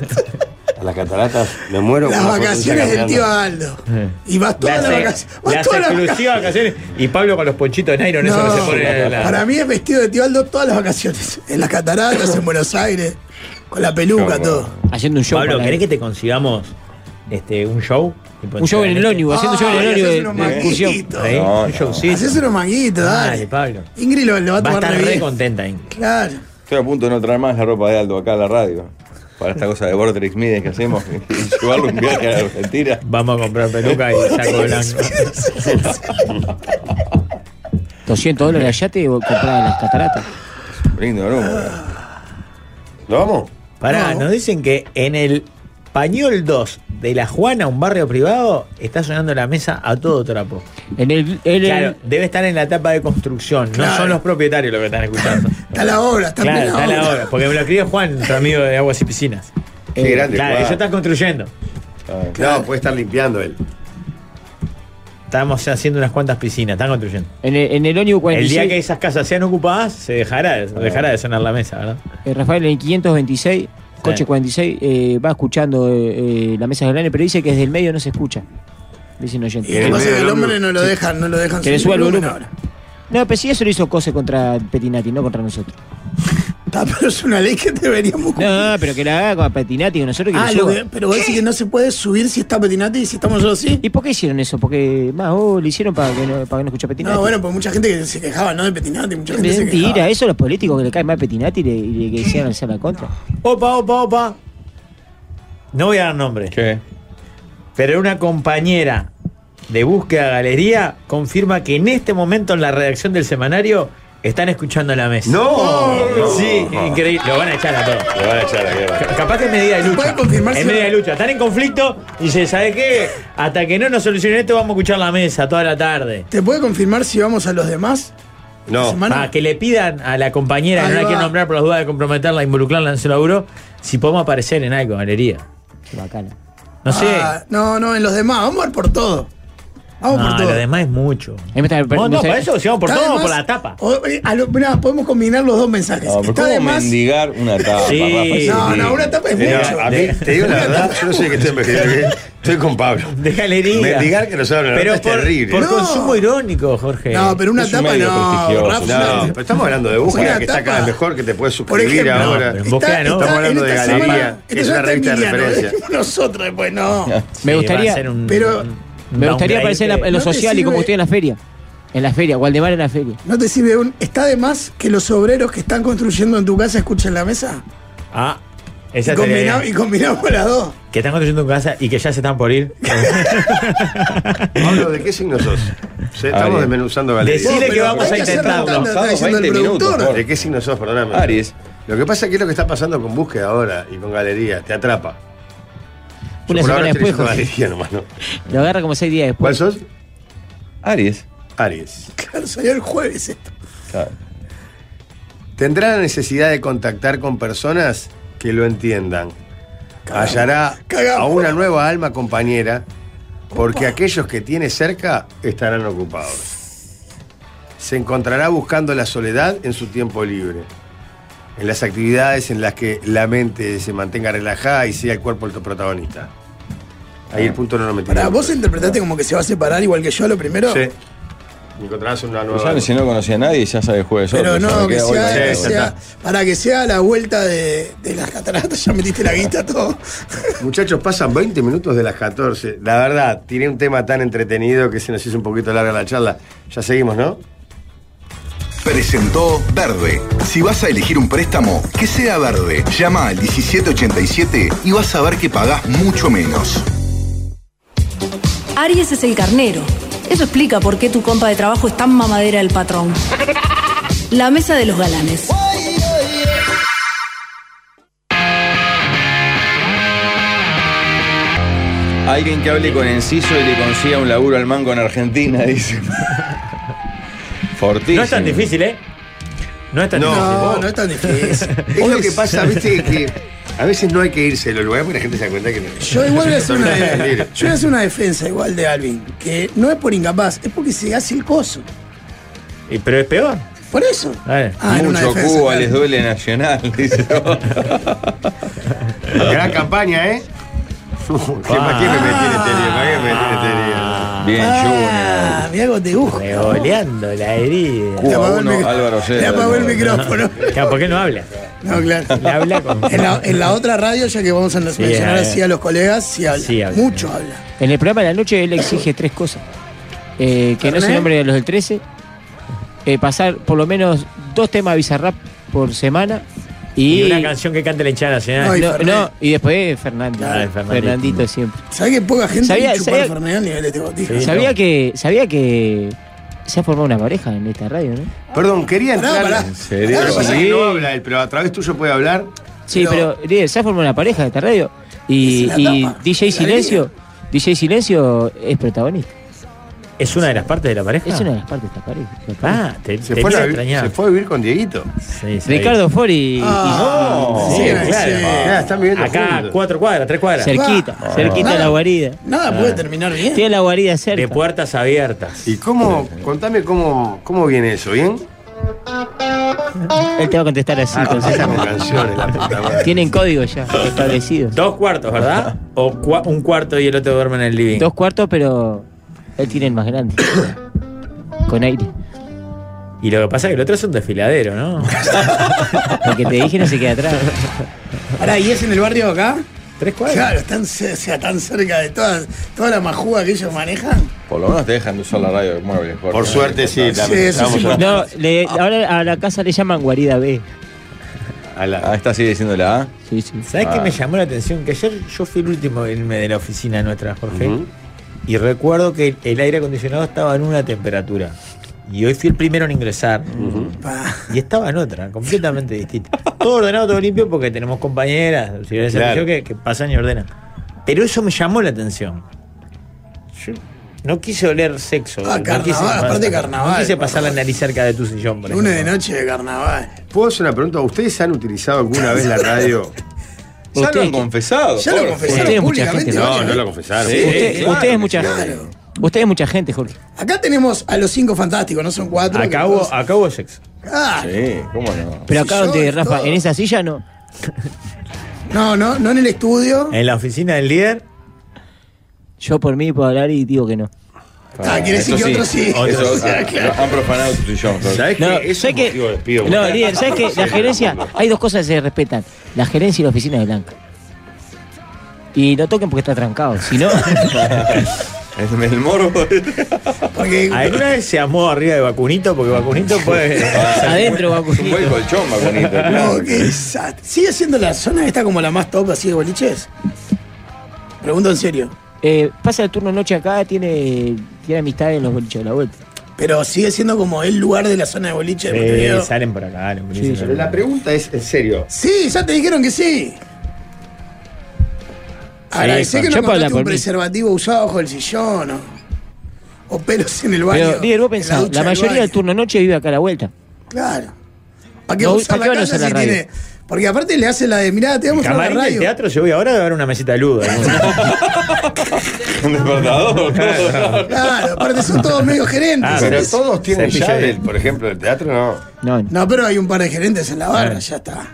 [LAUGHS] a las cataratas. Me muero
Las
con una foto
vacaciones
tuya
del tío
caminando.
Aldo. Y vas todas las
Las,
vacaciones.
ex-
vas
las
todas las vacaciones.
exclusivas vacaciones. Y Pablo con los ponchitos de nylon, eso no se pone en la-
Para mí es vestido de tío Aldo todas las vacaciones. [LAUGHS] En las cataratas, en Buenos Aires, con la peluca, todo.
Haciendo un show
Pablo,
para-
¿querés que te consigamos este, un show? Tipo,
Un show en el
este-
ónibus, haciendo un show en el
Ay,
ónibus
haces
de-
unos
de excursión.
maguitos.
Ahí,
No,
un
no.
showcito.
Haces unos manguitos,
Dale,
dale.
Pablo.
Ingrid lo, lo va
Va
a
a
tomar
estar
re
re
bien.
contenta. Ingrid.
Claro.
Estoy a punto de no traer más la ropa de Aldo acá a la radio. Para esta cosa de Vortex Mides que hacemos. [LAUGHS] Y llevarlo un viaje a Argentina.
Vamos a comprar peluca
[LAUGHS]
y saco blanco.
200 dólares allá te compraba las cataratas.
Brindo, ¿no?
¿Lo vamos?
Pará, nos dicen que en el Pañol 2 de La Juana, un barrio privado, está sonando la mesa a todo trapo.
En el,
claro, debe estar en la etapa de construcción. No
Claro.
son los propietarios los que están escuchando.
Está la obra, está
claro,
plena
está la obra. Porque me lo escribió Juan, nuestro amigo de Aguas y Piscinas. Eh,
Qué grande,
claro,
Juan.
ellos están construyendo.
No, puede estar limpiando él.
Estamos haciendo unas cuantas piscinas, están construyendo.
En el, en el ónibus
El
46.
día que esas casas sean ocupadas, se dejará, de- dejará de sonar la mesa, ¿verdad?
Eh, Rafael, en el 526, coche 46, eh, va escuchando eh, eh, la mesa de grande, pero dice que desde el medio no se escucha. Dicen oyentes.
Y lo que pasa es que el hombre no lo dejan, no lo dejan
Que le suba el volumen.
ahora.
No, pero si eso lo hizo Cose contra Petinati, no
[LAUGHS]
contra nosotros.
Está, pero es una ley que deberíamos cumplir.
No, pero que la haga con Petinati, con nosotros que
Ah,
lo
lo
suba.
que- pero vos decís que no se puede subir si está Petinati y si estamos nosotros sí.
¿Y por qué hicieron eso? Porque, más, oh, lo hicieron para que no, para que no escuche Petinati.
No, bueno, pues mucha gente que se quejaba, ¿no? De Petinati, mucha gente se quejaba.
Mentira, eso los políticos que le caen más a Petinati y le, y le- que hicieron hacer la contra.
Opa, opa, opa. No voy a dar nombre.
¿Qué?
Pero una compañera de búsqueda galería confirma que en este momento en la redacción del semanario están escuchando la mesa.
¡No!
Sí, increíble. Lo van a echar a todos.
Lo van a echar a la guerra.
Ca- Capaz que es medida de lucha.
¿Puede confirmarse?
Es medida de lucha. Están en conflicto y se sabe qué? Hasta que no nos solucionen esto, vamos a escuchar la mesa toda la tarde.
¿Te puede confirmar si vamos a los demás?
No.
Semana-
Para Ah, que le pidan a la compañera,
Ahí
que no la
va.
quiero nombrar por las dudas de comprometerla, involucrarla en su laburo, si podemos aparecer en algo, galería.
Qué bacana.
No sé.
Ah, no, no, en los demás. Vamos a ver por todo. Vamos
no,
por todo.
lo demás es mucho.
Ahí me está-
No, no,
me
por
está-
eso, si vamos por
Está de
todo,
más-
por la tapa.
o- eh, a lo- mirá, podemos combinar los dos mensajes.
No, pero
Está de
¿cómo
más.
mendigar una tapa?
Sí.
Rafa? Eh,
No, no, una tapa es
Mira,
mucho.
a mí, te digo la verdad, yo no sé qué estoy envejeciendo. ¿qué? Estoy con Pablo.
De galería.
Mendigar que nos hablan, la
Pero
verdad, es
por,
terrible.
por
No.
consumo irónico, Jorge.
No, pero una
Es un
tapa
medio
no.
prestigioso,
Rafa,
No,
una-
pero estamos hablando de búsqueda
Una
que está cada vez
tapa.
mejor, que te puedes
Por
suscribir
ejemplo,
ahora.
pero vos- Búsqueda, ¿no?
está-
Estamos
hablando
en
de
esta
Galería,
semana-
que es
esta semana
una
está
revista de
Emiliano, ¿eh?
referencia.
[LAUGHS] Nosotros después, no.
Sí,
Me
va a
gustaría-
ser un-
pero-
un
Me
downgrade
gustaría aparecer en, la-
de-
en lo
No te
social y como
sirve-
estoy en la feria. En la feria, Waldemar en la feria.
¿No te sirve un.? ¿Está de más que los obreros que están construyendo en tu casa escuchen la mesa?
Ah,
Y,
esa
combinamos-
sería.
y combinamos las dos.
Que están construyendo en casa y que ya se están por ir.
¿eh?
Pablo, ¿de qué signo sos? Se- Estamos
Aries.
desmenuzando
Decile
Galería.
que vamos
hay
a
que hacer
intentarlo.
tanto, está
Vamos,
diciendo el
20 minutos,
productor.
por favor.
¿De qué signo sos, perdóname?
Aries.
Lo que pasa es que es lo que está pasando con búsqueda ahora y con galería, te atrapa. Yo
Una
por
semana
ahora
después,
estoy leyendo
Jorge.
galería nomás, ¿no?
Lo agarra como seis días
¿Cuál
después.
sos?
Aries.
Aries.
Claro, salió el jueves esto.
Claro.
Tendrá la necesidad de contactar con personas que lo entiendan. Hallará
Cagamos.
a una nueva alma compañera, porque aquellos que tiene cerca estarán ocupados. Se encontrará buscando la soledad en su tiempo libre, en las actividades en las que la mente se mantenga relajada y sea el cuerpo el protagonista. Ahí el punto no lo metimos.
Ah. Pará, vos interpretaste como que se va a separar igual que yo lo primero.
Sí. Encontrarás una
Pero
nueva.
ya no- si no conocía a nadie, ya sabe jueves.
Pero
otro, ya
no,
me
que
queda hoy,
sea,
mañana,
que
ya
otro.
sea-
está.
para que sea la vuelta de, de las cataratas, [LAUGHS] ya metiste la guita todo.
Muchachos, pasan 20 minutos de las 14. La verdad, tiene un tema tan entretenido que se nos hizo un poquito larga la charla. Ya seguimos, ¿no?
Presentó Verde. Si vas a elegir un préstamo, que sea verde. Llama al 1787 y vas a ver que pagás mucho menos.
Aries es el carnero. Eso explica por qué tu compa de trabajo es tan mamadera el patrón. La mesa de los galanes.
Alguien que hable con Enciso y le consiga un laburo al manco en Argentina, [LAUGHS] dice. Fortísimo.
No es tan difícil, ¿eh? No es tan difícil.
No, no es tan difícil.
Es lo que pasa, viste, que a veces no hay que irse de los lugares porque la gente se da cuenta que no.
Yo igual voy a
[LAUGHS]
hacer una,
Libre.
yo voy a hacer una defensa igual de Alvin, que no es por incapaz, es porque se hace el coso.
Y- Pero es peor.
Por eso.
A ver.
Ah, en una
Mucho
defensa,
Cuba
claro.
les duele Nacional, [LAUGHS] dice.
Gran campaña, ¿eh? ¿Qué más que me tiene Terio? ¿Para qué me tiene este Terio?
Bien, Junior.
Ah, mirá cómo te busco.
Regoleando la herida.
Le
Cuba
apagó el
1,
micro-
Álvaro Cera.
Le apagó el micrófono.
Claro, ¿por qué no habla?
No,
Le
claro.
habla con.
[LAUGHS] En la, en la otra radio, ya que vamos a mencionar
eh.
así a los colegas, sí habla.
Sí habla.
Mucho habla.
En el programa de la noche él exige tres cosas. Eh, que no se
¿Fernet?
nombre de los del 13. eh, pasar por lo menos dos temas de Bizarrap por semana.
Y
Y,
una canción que cante la hinchada nacional.
Ay,
no,
Fernet.
no, y después Fernando.
Claro, el Fernandito.
Fernandito. siempre.
¿Sabés que poca gente
Sabía-
chupar
sabía-
Fernet al nivel de este botija?
Sí.
Sabía
no.
que sabía que se ha formado una pareja en esta radio, ¿no?
Perdón, quería
Pará,
entrar.
pará.
Lo
¿En serio?
que pasa es que
Sí.
no habla él, pero a través tuyo puede hablar.
Sí,
Pero-
pero, líder, se ha formado una pareja de esta radio.
Es
Y,
la
y
tapa,
DJ
es la
Silencio, DJ Silencio es protagonista.
¿Es una de las partes de la pareja?
Es una de las partes de esta pareja.
Ah, te,
Se
te
fue,
mira
a vivir,
extrañar.
se fue a vivir con Dieguito.
Sí, sí.
Ricardo Fori y, y-
Oh.
Ah,
Sí,
sí,
claro.
sí.
Ya, están viviendo
Acá,
juntos.
cuatro cuadras, tres cuadras. Ah.
cerquita,
Ah.
cerquita de la guarida.
Nada puede terminar bien.
Tiene la guarida cerca.
De puertas abiertas.
¿Y cómo? Contame cómo, cómo viene eso, ¿bien?
Él te va a contestar así.
Ah,
entonces.
contesta con canciones, la puta madre.
Tienen código ya establecido.
Dos cuartos, ¿verdad? O cua- un cuarto y el otro duerme en el living.
Dos cuartos, pero él tiene el más grande. [COUGHS] Con aire.
Y lo que pasa es que el otro es un desfiladero,
[LAUGHS]
¿no?
Lo que te dije no se queda atrás.
Pará, ¿y es en el barrio acá?
Tres cuadras.
Claro, están, ce- o sea, tan cerca de todas, toda la majuga que ellos manejan.
Por lo menos te dejan de usar la radio de muebles. Jorge.
Por suerte, sí, la
Sí, eso
estamos
sí.
a-
No, le- ahora a la casa le llaman guarida B.
a la-
Ah, esta sigue diciendo la A.
Sí, sí.
¿Sabes
Ah. [LAUGHS]
qué me llamó la atención? Que ayer yo fui el último en irme de la oficina nuestra, Jorge.
Ujú.
Y recuerdo que el aire acondicionado estaba en una temperatura. Y hoy fui el primero en ingresar.
Pa.
Y estaba en otra, completamente distinta. Todo ordenado, todo limpio, porque tenemos compañeras, auxiliares de
Claro.
servicio que, que pasan y ordenan. Pero eso me llamó la atención. Yo no quise oler sexo.
Ah,
no
carnaval,
quise-
aparte carnaval.
No quise pasar la nariz cerca de tu sillón, por
Lunes de
ejemplo.
noche de carnaval.
ah. ¿Puedo hacer una pregunta? ¿Ustedes han utilizado alguna vez la radio?
[LAUGHS] Ya lo
Usted-
han confesado.
Ya lo
Jorge.
confesaron
Ustedes mucha
públicamente.
gente,
¿no?
No, no lo confesaron.
Sí.
Usted-
claro,
ustedes mucha
claro.
gente. Vos tenés mucha gente, Jorge.
Acá tenemos a los cinco fantásticos, no son cuatro.
Acá hubo, acá hubo sexo.
Ah,
Sí, ¿cómo no?
Pero acá
Sillones,
donde, Rafa,
todo.
en esa silla no.
No, no, no en el estudio.
En la oficina del líder.
Yo por mí puedo hablar y digo que no.
Ah, quiere decir
Eso
que otro sí.
Eso,
O sea,
ah,
claro.
Han profanado tu sillón.
¿Sabés No, qué? Eso ¿sabés es qué? motivo de
despido.
No, líder, ¿sabes que La gerencia, hay dos cosas que se respetan: la gerencia y la oficina de Blanca. Y no toquen porque está trancado, si
[LAUGHS]
no.
En el morbo.
¿Alguna vez se amó arriba de Vacunito? Porque Vacunito
[LAUGHS]
puede.
Adentro,
Vacunito. Ah, Un buen colchón, Vacunito, claro.
No, qué sat- Sigue siendo la zona esta como la más top así de boliches. Pregunto en serio.
Eh, pasa el turno noche acá, tiene, tiene amistad en los bolichos de la vuelta.
Pero sigue siendo como el lugar de la zona de boliche
Eh,
de Montevideo.
salen por acá. los
Sí,
boliches.
pero la pregunta es en serio.
Sí, ya te dijeron que sí. Agradecé
con-
que
yo
no
puedo
contaste
hablar por
un
mí.
preservativo usado bajo el sillón o, o pelos en el baño.
Pero, líder, vos
en
pensás,
ducha
la
del
mayoría
baño.
del turno noche vive acá a la vuelta.
Claro. ¿Para qué
No,
usar
¿para
la
qué van a
casa
usar la
si
radio? [LAUGHS]
tiene...? Porque aparte le hace la de, mirá, te
El
vamos a la
camarín del
radio.
teatro yo voy ahora a ver una mesita de
[LAUGHS]
ludo.
Un despertador.
Claro, aparte son todos medio gerentes.
Ah, pero
¿sabes?
todos tienen
Cepillo
llave,
de-
por ejemplo, el teatro no.
No,
No, pero hay un par de gerentes en la
Ah.
barra, ya está.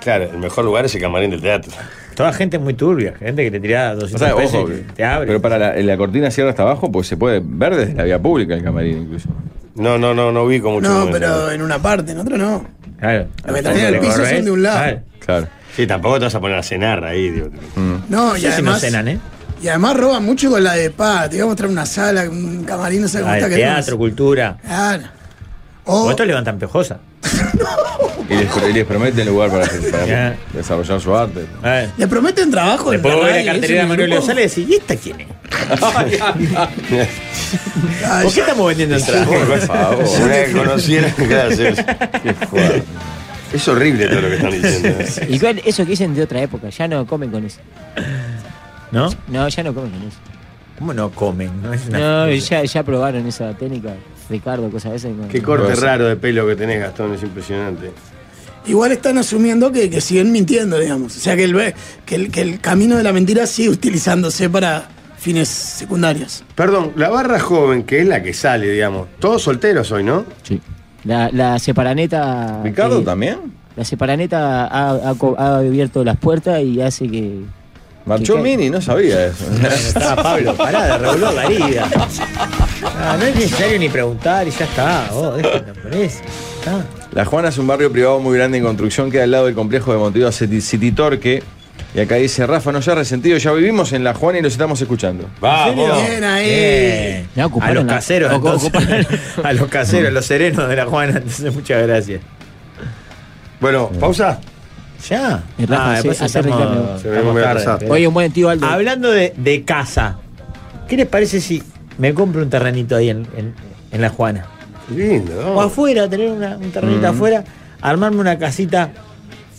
Claro, el mejor lugar es el camarín del teatro.
Toda gente muy turbia, gente que te tira 200
O sea,
pesos
ojo,
y te- te abre.
pero para la, la cortina cierra hasta abajo, pues se puede ver desde la vía pública el camarín incluso.
No, no, no, no ubico mucho.
No, pero en una parte, en otra no.
Claro.
Las ventanas del piso son de un lado.
Claro.
Sí, tampoco te vas a poner a cenar ahí, digo.
No,
sé
y
si no
además,
cenan,
[LAUGHS]
¿eh?
y además roban mucho con la de pa, te voy a mostrar una sala, un camarín, no sé cómo
Ah,
está
el
que
teatro, cultura.
Claro.
O
O-
estos levantan pejosa.
Y les, y les prometen lugar para, para
Ya.
desarrollar su arte.
Le prometen trabajo.
Le
en
puedo ver
radio,
la cartelera de
ese
Manuel
grupo.
González y decir, ¿y esta quién es?
Ay,
¿Por qué estamos vendiendo entradas?
Por favor, una que conocieran, gracias. Es horrible todo lo que están diciendo. ¿eh?
[LAUGHS] Igual eso que dicen de otra época, ya no comen con eso.
¿No?
No, ya no comen con eso.
¿Cómo no comen? [LAUGHS] No, es una-
No, ya, ya probaron esa técnica, Ricardo, cosas de esas. no-
Qué corte raro de pelo que tenés, Gastón, es impresionante.
[LAUGHS] Igual están asumiendo que, que siguen mintiendo, digamos. O sea, que el, ve- que, el, que el camino de la mentira sigue utilizándose para fines secundarios.
Perdón, la barra joven, que es la que sale, digamos, todos solteros hoy, ¿no?
Sí. La, la separaneta.
¿Ricardo
también?
La separaneta ha, ha co- ha abierto las puertas y hace que.
Marchó
que-
Mini, no sabía eso.
Estaba Pablo, pará de regular la herida. Ah, no es necesario ni preguntar y ya está. Oh, déjenlo por eso. ya está.
La Juana es un barrio privado muy grande en construcción, queda al lado del complejo de Montevideo City, City Torque. Y acá dice Rafa, no se ha resentido, ya vivimos en La Juana y los estamos escuchando.
Vamos.
Bien ahí.
Bien.
Ya
A
ocuparon
los
la-
caseros,
o-
entonces. [LAUGHS]
ocuparon-
A los caseros, los serenos de la Juana, entonces muchas gracias.
Bueno, pausa.
Ya.
Eh, Rafa,
Ah,
sí,
después
hace
estamos-
reclamo.
Se me muy
tarde.
atrasado.
Oye, un buen tío Aldo.
Hablando de, de casa, ¿qué les parece si me compro un terrenito ahí en, en- en La Juana? O
Lindo.
afuera, tener una- un terrenito
Mm.
afuera, armarme una casita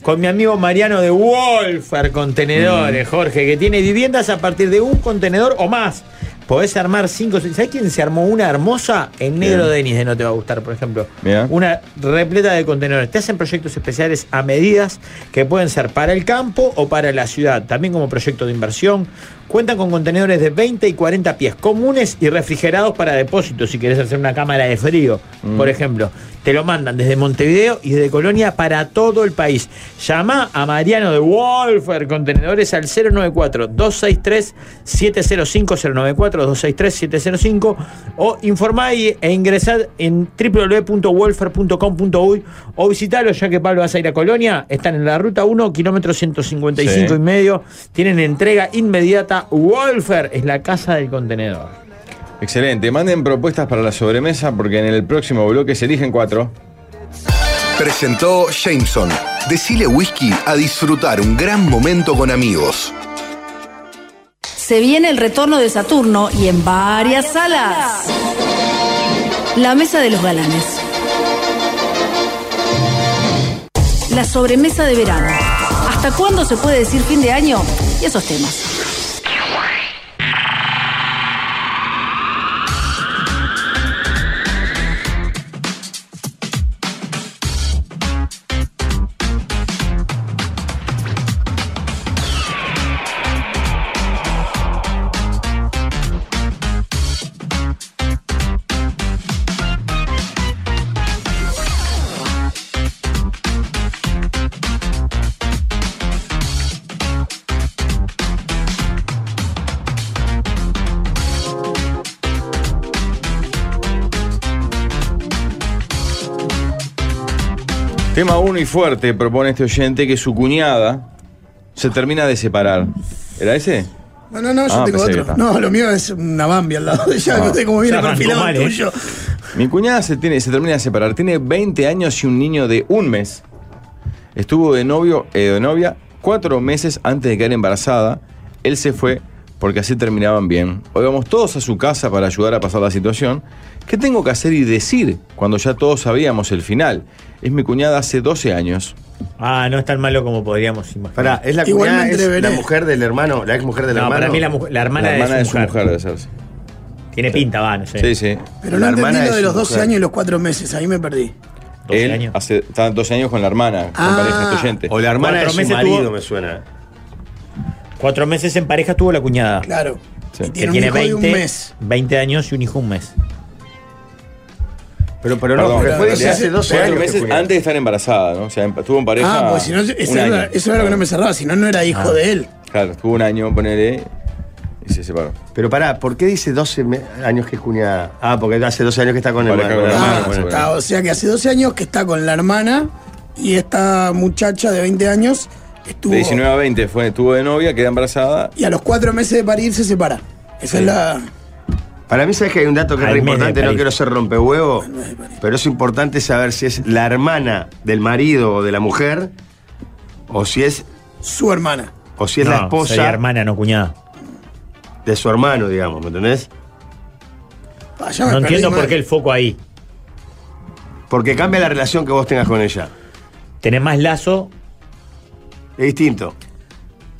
con mi amigo Mariano de Wolfer
Mm.
Contenedores, Jorge, que tiene viviendas a partir de un contenedor o más. Podés armar cinco. seis- ¿Sabés quién se armó una hermosa? En Negro
Bien.
Denis de No Te Va a Gustar, por ejemplo.
Mirá.
Una repleta de contenedores. Te hacen proyectos especiales a medidas que pueden ser para el campo o para la ciudad, también como proyecto de inversión. Cuentan con contenedores de 20 y 40 pies comunes y refrigerados para depósitos si querés hacer una cámara de frío, por ejemplo. Te lo mandan desde Montevideo y desde Colonia para todo el país. Llama a Mariano de Wolfer Contenedores al 094 263 705 094 263 705 o informá y- e ingresad en www.wolfer.com.uy o visitalo ya que Pablo vas a ir a Colonia. Están en la ruta 1, kilómetro 155
Sí.
y medio. Tienen entrega inmediata. Wolfer es la casa del contenedor.
Excelente, manden propuestas para la sobremesa porque en el próximo bloque se eligen cuatro.
Presentó Jameson. Decile whisky a disfrutar un gran momento con amigos.
Se viene el retorno de Saturno y en varias salas. La mesa de los galanes. La sobremesa de verano. ¿Hasta cuándo se puede decir fin de año? Y esos temas.
Tema uno y fuerte propone este oyente que su cuñada se termina de separar. ¿Era ese?
No, no, no, yo
Ah,
tengo
pensé que
otro.
está.
No, lo mío es una Bambi al lado de ella.
Ah.
No sé cómo viene
[LAUGHS] Ya arrancó
perfilado
mal,
el
¿eh?
tuyo.
Mi cuñada se, tiene, se termina de separar. Tiene 20 años y un niño de un mes. Estuvo de novio, eh, de novia, cuatro meses antes de quedar embarazada. Él se fue porque así terminaban bien. Hoy vamos todos a su casa para ayudar a pasar la situación. ¿Qué tengo que hacer y decir cuando ya todos sabíamos el final? Es mi cuñada hace 12 años.
Ah, no es tan malo como podríamos imaginar.
Pará, es la
Igualmente
cuñada, es
veré.
la mujer del hermano, la ex mujer del
No,
hermano.
para mí la mujer- la hermana La de hermana su de su mujer. mujer debe Tiene pinta, va, no sé.
Sí, sí.
Pero no
La hermana
entendí lo de
su
los 12
mujer.
años y los 4 meses. Ahí me perdí.
Él hace está 12 años con la hermana, con
Ah.
pareja este oyente.
O la hermana
Cuatro
de su
meses
marido,
tuvo-
me suena.
¿eh? Cuatro meses en pareja tuvo la cuñada.
Claro.
Que
tiene un
tiene
hijo de
20,
un mes.
20 años y un hijo un mes.
Pero,
Pero no, porque fue
después
desde hace 12 años. meses antes de estar embarazada, ¿no? O sea, estuvo en pareja.
Ah, pues si no, eso
un
era,
año.
eso era lo que no me cerraba. Si no, no era hijo
Ah.
de él.
Claro, estuvo un año, ponele, y se separó.
Pero pará, ¿por qué dice 12 me- años que es cuñada? Ah, porque hace 12 años que está con el
Pareja con
hermano. con el
hermano,
hermano,
con el
bueno.
Ah, o sea que hace 12 años que está con la hermana y esta muchacha de 20 años estuvo.
De 19 a 20 fue, estuvo de novia, queda embarazada.
Y a los 4 meses de parir se separa. Esa es la.
Para mí, sabes que hay un dato que es
Al
re
mes de
importante, no
París.
quiero ser rompehuevo, pero es importante saber si es la hermana del marido o de la mujer, o si es.
Su hermana.
O si es la
No,
esposa
sería hermana, no cuñada.
de su hermano, digamos, ¿me entendés?
Ah, ya me
No
perdí,
entiendo
madre.
por qué el foco ahí.
Porque cambia la relación que vos tengas con ella.
Tenés más lazo.
Es distinto.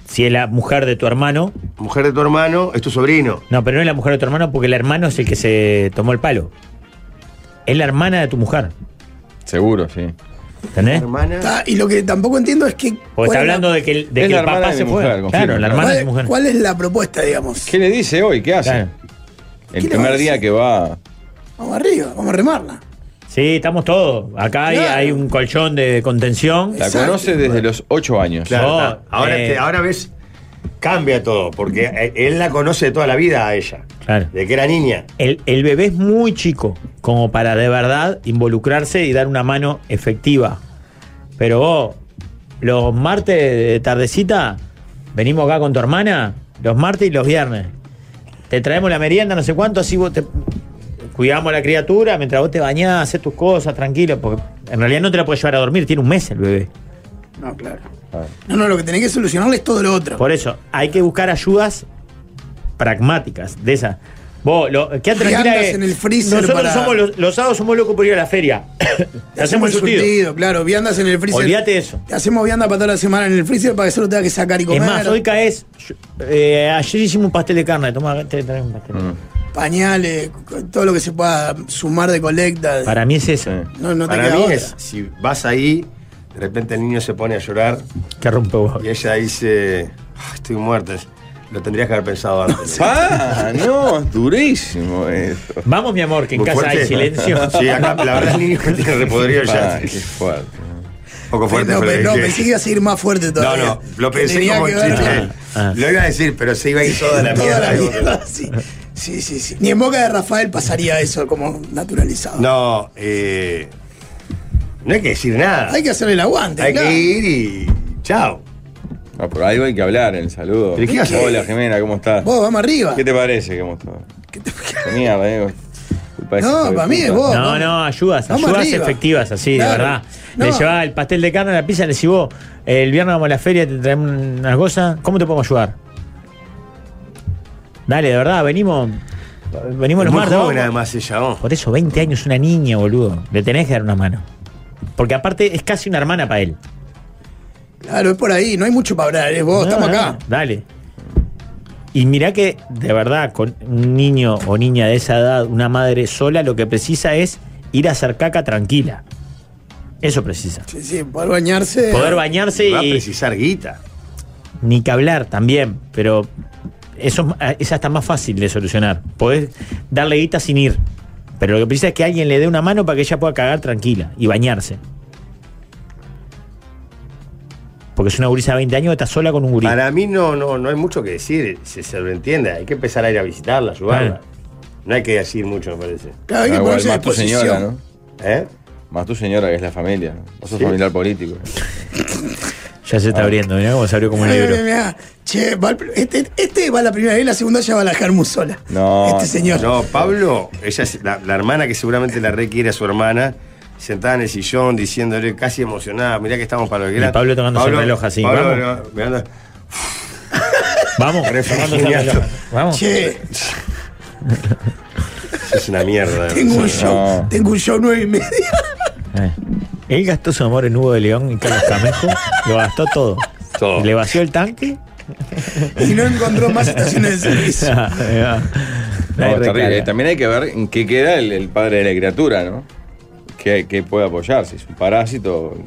Si es la mujer de tu hermano.
Mujer de tu hermano, es tu sobrino.
No, pero no es la mujer de tu hermano porque el hermano es el que se tomó el palo. Es la hermana de tu mujer.
Seguro, sí.
¿Entendés?
Está- y lo que tampoco entiendo es que.
Porque
cuál
está
es la-
hablando de que el, de
Es
que
la
el
hermana
papá
de
se
mi
fue.
mujer, confirmo.
claro, la hermana de tu mujer.
¿Cuál es la propuesta, digamos?
¿Qué le dice hoy? ¿Qué hace?
¿Qué le
El
va a
primer día
decir?
que va.
Vamos arriba, vamos a remarla.
Sí, estamos todos. Acá hay, hay un colchón de contención.
La conoce desde los 8 años.
Claro,
No,
está. ahora,
eh,
te- ahora ves, cambia todo, porque eh, él la conoce de toda la vida a ella,
Claro.
de que era niña.
El, el bebé es muy chico como para de verdad involucrarse y dar una mano efectiva. Pero vos, los martes de tardecita, venimos acá con tu hermana, los martes y los viernes. Te traemos la merienda, no sé cuánto, así vos te cuidamos a la criatura mientras vos te bañás, haces tus cosas, tranquilo, porque en realidad no te la puedes llevar a dormir, tiene un mes el bebé.
No, claro. No, no, lo que tenés que solucionar es todo lo otro.
Por eso, hay que buscar ayudas pragmáticas, de esas. Vos, lo, quedá tranquila
Viandas
que
en el freezer
Nosotros
para-
somos los, los sábados somos locos por ir a la feria. [COUGHS] Te hacemos el surtido.
Claro, viandas en el freezer.
Olvídate de eso.
Te hacemos vianda para toda la semana en el freezer para que solo tengas que sacar y comer.
Es más, hoy caes. yo- eh, ayer hicimos un pastel de carne. Tomá, te traigo un pastel.
Pañales, todo lo que se pueda sumar de colecta.
Para mí es eso.
No, no te
Para
queda
mí
otra.
es, si vas ahí, de repente el niño se pone a llorar
Que rompe vos.
y ella dice, "Ah, estoy muerta. Lo tendrías que haber
[LAUGHS]
pensado antes.
¡Ah! No, es durísimo esto.
Vamos, mi amor, que en
Muy
casa
fuerte.
hay silencio.
[LAUGHS] Sí, acá la verdad el niño que tiene repodrido ya.
Ah, qué fuerte.
Poco fuerte
no,
fue lo
pe-
que
no,
dije.
pensé que iba a seguir más fuerte
No,
todavía.
no, lo
Que
pensé
tenía
como
que ver
chiste.
Ah.
Lo iba a decir, pero se iba a ir toda la
Toda
mierda.
la mierda, sí. Sí, sí, sí. Ni en boca de Rafael pasaría eso como naturalizado.
No, eh, no hay que decir nada.
Hay que hacerle el aguante.
Hay
claro.
que ir y. Chao.
Ah, por algo hay que hablar en el saludo.
¿Pero qué hace?
Hola, Jimena, ¿cómo estás?
Vos, vamos arriba.
¿Qué te parece? ¿Cómo estás? La Mierda, eh. Culpa de ese
No,
hijo de
para mí
puta.
es vos.
No, no, ayudas,
Vamos
ayudas
arriba.
efectivas, así,
Claro.
de verdad.
No.
Le llevás el pastel de carne a la pizza, le decís vos, el viernes vamos a la feria, te traemos unas cosas, ¿cómo te podemos ayudar? Dale, de verdad, venimos, venimos
Es
los
muy
martes. vamos.
joven, además ella, ¿no?
Por eso, 20 años, una niña, boludo. Le tenés que dar una mano. Porque aparte es casi una hermana para él.
Claro, es por ahí. No hay mucho para hablar. Es vos,
No,
estamos
no,
acá.
Dale. Y mirá que, de verdad, con un niño o niña de esa edad, una madre sola, lo que precisa es ir a hacer caca tranquila. Eso precisa.
Sí, sí, poder bañarse.
Poder bañarse
Va a
y
precisar guita.
ni que hablar también, pero eso es- es hasta más fácil de solucionar. Podés darle guita sin ir. Pero lo que precisa es que alguien le dé una mano para que ella pueda cagar tranquila y bañarse. Porque es una gurisa de 20 años que está sola con un gurí.
Para mí no, no, no hay mucho que decir, se, se lo entiende. Hay que empezar a ir a visitarla, ayudarla. No hay que decir mucho, me parece.
Claro, hay que
Ah, igual,
ponerse a
más tu señora,
disposición.
¿no?
¿Eh?
Más tu señora, que es la familia. ¿no? Vos sos familiar político. Ah.
Ya se está abriendo, mirá cómo se abrió como un
Mirá, [LAUGHS]
libro.
mirá, mirá. Eh, Che, va al pr- este, este va a la primera vez, la segunda ya va a la Jarmus sola.
No,
Este señor.
No, Pablo, ella es la, la hermana que seguramente la requiere a su hermana, sentada en el sillón diciéndole casi emocionada, mirá que estamos para lo que
Y Pablo tocándose el reloj así,
Pablo,
vamos.
no, mirando.
Vamos,
Reflexionando.
tocándose el reloj. Vamos.
Che,
[LAUGHS] Es una mierda.
tengo un show,
No.
tengo un show nueve y media. [LAUGHS]
Él gastó su amor en Hugo de León y Carlos Camejo. lo gastó todo. Le vació el tanque.
Y no encontró más
[LAUGHS]
estaciones de servicio.
No,
Nadie
terrible.
reclama.
Eh, También hay que ver en qué queda el, el padre de la criatura, ¿no? ¿Qué, qué puede apoyar? Si es un parásito.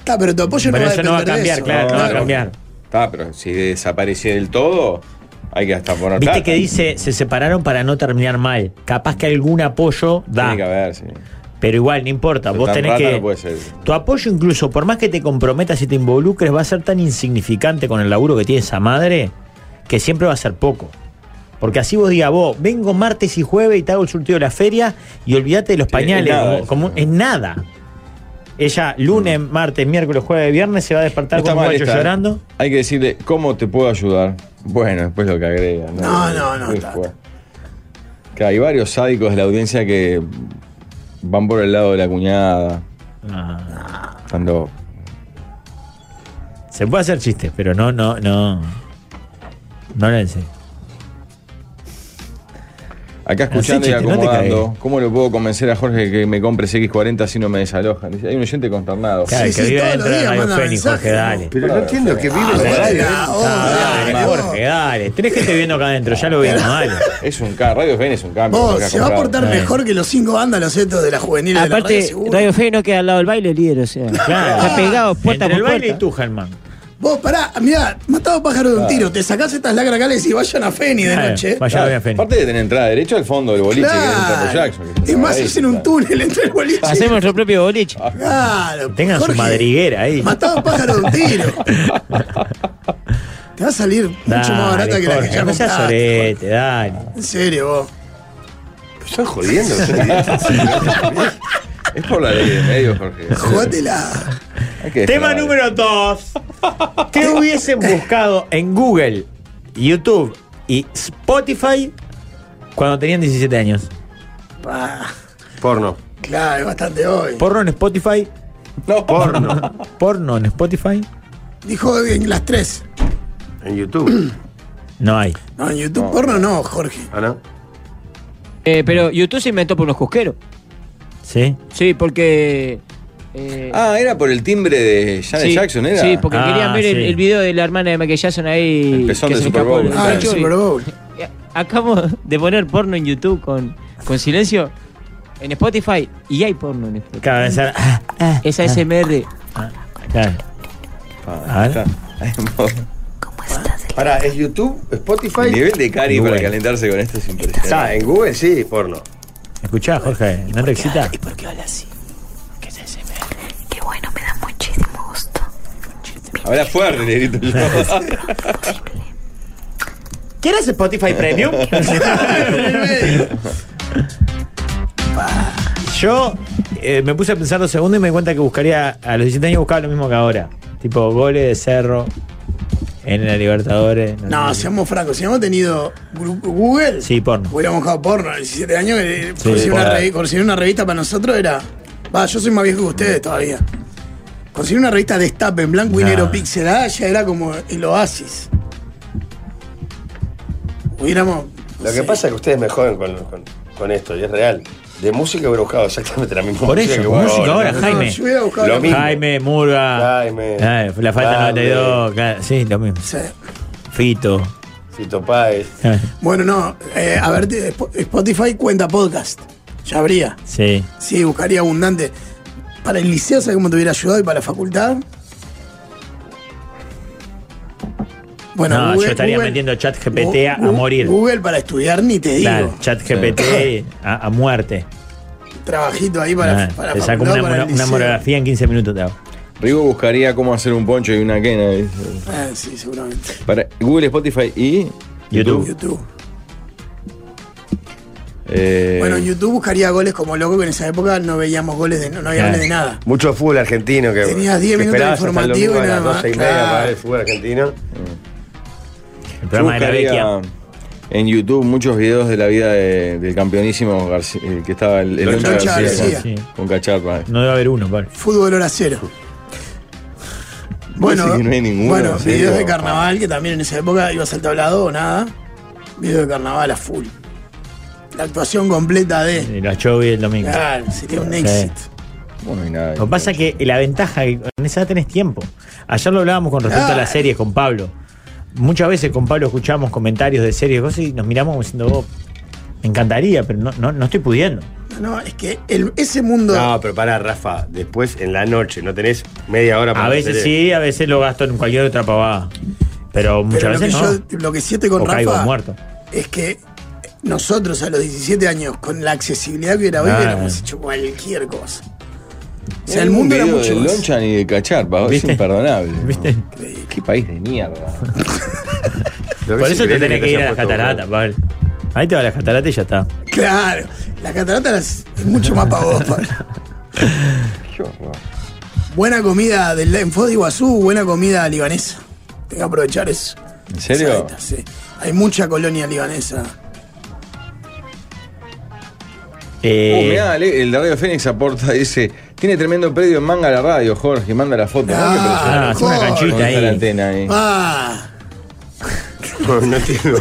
Está, pero tu apoyo Pues no va a depender de eso.
Está, pero si desaparece del todo, hay que hasta poner
Viste
plata.
que dice, se separaron para no terminar mal. Capaz que algún apoyo da.
Tiene que haber, sí.
Pero igual, no importa.
Pero
Vos
tan
tenés
rata
que.
no puede ser.
Tu apoyo, incluso, por más que te comprometas y te involucres, va a ser tan insignificante con el laburo que tiene esa madre que siempre va a ser poco. Porque así vos digas, vos, vengo martes y jueves y te hago el surtido de la feria y olvídate de los pañales.
nada
como-
eso.
como- es nada. Ella lunes, martes, miércoles, jueves, viernes se va a
No
despertar
está
con un
mal
guacho
esta, ¿eh?
llorando.
Hay que decirle, ¿cómo te puedo ayudar? Bueno, después lo que agrega.
No, no, no,
Uy,
está.
fue. Que hay varios sádicos de la audiencia que van por el lado de la cuñada.
Ah.
Cuando
Se puede hacer chistes, pero no, no, no. No la enseño.
Acá
Así,
escuchando y
chiste, no te
acomodando, ¿cómo lo puedo convencer a Jorge que me compre X40 si no me desalojan? Dice, Hay un oyente consternado.
Claro, Sí, que sí, vive todos los dentro de días Radio manda Fénix, mensajes, Jorge, ¿no? dale. Ah,
Pero no entiendo que
Ah,
vive en la radio.
Dale, Jorge, dale. Tenés gente viendo acá adentro, ya lo vimos, dale.
Es un cambio, Radio Fénix es un cambio.
Vos, se va a portar mejor que los cinco vándalos estos de la juvenil de la radio,
Aparte,
seguro.
Radio Fe no queda al lado del baile, líder, o sea. Está pegado puerta
Entre
por
el baile
puerta.
y tú, Germán.
Vos, pará, mirá, matado pájaro de un
Claro.
tiro, te sacás estas lacras acá y le decís, vayan a Feni
Eh,
de noche.
Aparte de tener entrada derecha al fondo del boliche
Claro.
que entra por Jackson. que
Es más,
ahí,
es en un
claro.
túnel entre el boliche.
Hacemos nuestro propio boliche.
Ah.
Claro,
Tengan
Jorge,
su madriguera ahí.
Matado pájaro de un tiro. te va a salir mucho más barata que la que ya
No seas
compraste.
sorete, dale.
En serio, vos.
Están jodiendo.
[LAUGHS]
Es por la ley de medios, Jorge.
Jugátela.
Hay que
Tema
dejar-
número 2. ¿Qué hubiesen buscado en Google, YouTube y Spotify cuando tenían 17 años?
Pa,
Porno.
claro, es bastante hoy.
¿Porno en Spotify?
No,
porno.
¿Porno en Spotify?
Dijo en las tres.
En YouTube.
No hay.
No, en YouTube porno no, Jorge.
¿Ah, no?
Eh, pero YouTube se inventó por unos cosqueros.
¿Sí?
Sí, porque. eh,
Ah, era por el timbre de Janet
sí,
Jackson, ¿era?
Sí,
Ah,
Ah,
porque querían ver el, el video de la hermana de Michael Jackson ahí.
El pezón
que
del
se le
Super
escapó
Bowl.
el-
Ah, el
chori. [LAUGHS]
Super
Bowl.
Eh, Acabamos de poner porno en YouTube con, con silencio en Spotify y hay porno en Spotify. Ah,
Claro, esa- Ah.
Esa SMR.
Claro.
Ah, está.
Pará, ¿es YouTube? ¿Spotify?
El nivel de cari
Google.
para calentarse con esto es impresionante.
Está, en Google sí, porno.
Escuchá, Jorge, no te excitas.
¿Por qué habla así? ¿Qué es SMR?
Qué bueno, me da muchísimo gusto.
Habla fuerte, le grito
[LAUGHS]
yo.
¿Quieres Spotify Premium? [LAUGHS] Yo eh, me puse a pensar dos segundos y me di cuenta que buscaría, a los 17 años buscaba lo mismo que ahora. Tipo goles de cerro en la Libertadores.
No, seamos francos, si hemos tenido gru- Google,
Sí, porno.
hubiéramos jugado porno a los 17 años, eh,
Sí,
conseguir, una
porno.
revi- conseguir una revista para nosotros era. Va, yo soy más viejo que ustedes todavía. Conseguir una revista de Stappen, en blanco y
Nah.
negro pixelada ya era como el oasis. Hubiéramos.
Lo que pasa es que ustedes me joden con, con- con esto, y es real. De música hubiera buscado exactamente la misma
Por
música
eso,
que busco
música ahora,
No,
Jaime.
no, yo hubiera buscado lo mismo.
Jaime, Murga.
Jaime.
Ah, la falta
Barley.
92, claro, sí, lo mismo. Fito. Ah,
Fito Páez.
Bueno, no, eh, a ver, te- Sp- Spotify cuenta podcast. Ya habría.
Sí.
Sí, buscaría abundante. Para el liceo, ¿sabes cómo te hubiera ayudado? Y para la facultad. Bueno,
no,
Google-
yo estaría
Google-
metiendo chat GPT a, a
Gu-
morir.
Google para estudiar, ni te digo.
Claro, chat GPT a, a muerte.
Trabajito ahí para,
Nah,
para
Ah, te saco
facultad,
una,
para
una,
el liceo.
monografía en 15 minutos, te hago.
Rigo buscaría cómo hacer un poncho y una quena. ¿eh?
Ah, sí, seguramente.
Para Google, Spotify y.
YouTube.
YouTube.
Eh,
Bueno, en YouTube buscaría goles como loco, que en esa época no veíamos goles de, no, no había goles de nada.
Mucho fútbol argentino que.
Tenías 10
que
minutos de
esperabas hasta el
informativo y
domingo a
nada
las
más,
12 y media
claro.
para ver el fútbol argentino.
El
programa de la
En YouTube muchos videos de la vida de- del campeonísimo Garci- el que estaba el, el
Loncha
Loncha
García.
con- con Cacharpa.
No debe haber uno, vale.
Fútbol hora cero. Bueno,
Parece que no hay ninguno,
bueno,
¿en serio?
videos de carnaval, que también en esa época ibas al tablado o nada. Videos de carnaval a full. La actuación completa de.
Y la show y el domingo.
Claro, sería un éxito.
Bueno, y nada.
Lo que pasa es que la ventaja que en esa edad tenés tiempo. Ayer lo hablábamos con respecto a las series con Pablo. Muchas veces con Pablo escuchamos comentarios de series y cosas y nos miramos como diciendo, "Oh, me encantaría, pero no, no, no estoy pudiendo.
No, es que el- ese mundo.
No, pero pará, Rafa. Después en la noche, no tenés media hora para
A veces
hacer-
sí, a veces lo gasto en cualquier otra pavada. Pero muchas
Pero lo que,
veces no.
yo, lo que sí estoy con
o caigo
Rafa
muerto.
es que nosotros a los 17 años, con la accesibilidad que era hoy,
Ah.
hubiéramos hecho cualquier cosa. O sea, el mundo era
video
mucho
del
más.
Loncha ni de Cacharpa, es
¿Viste?
imperdonable. Qué país de mierda.
Por eso te tenés que ir a las cataratas, Pablo. Ahí te va a las cataratas y ya está.
Claro, la catarata es mucho más para vos, Pablo. Buena comida del en Foz de Iguazú, buena comida libanesa. Tengo que aprovechar eso.
¿En serio?
Sí. Hay mucha colonia libanesa.
Eh,
Oh, mirá, Ale- el de Radio Fénix aporta, dice, tiene tremendo predio en manga la radio, Jorge, manda la foto. Mirá qué impresionante.
Ah, hace una canchita
Está
ahí.
la antena ahí.
Ah,
No, no entiendo.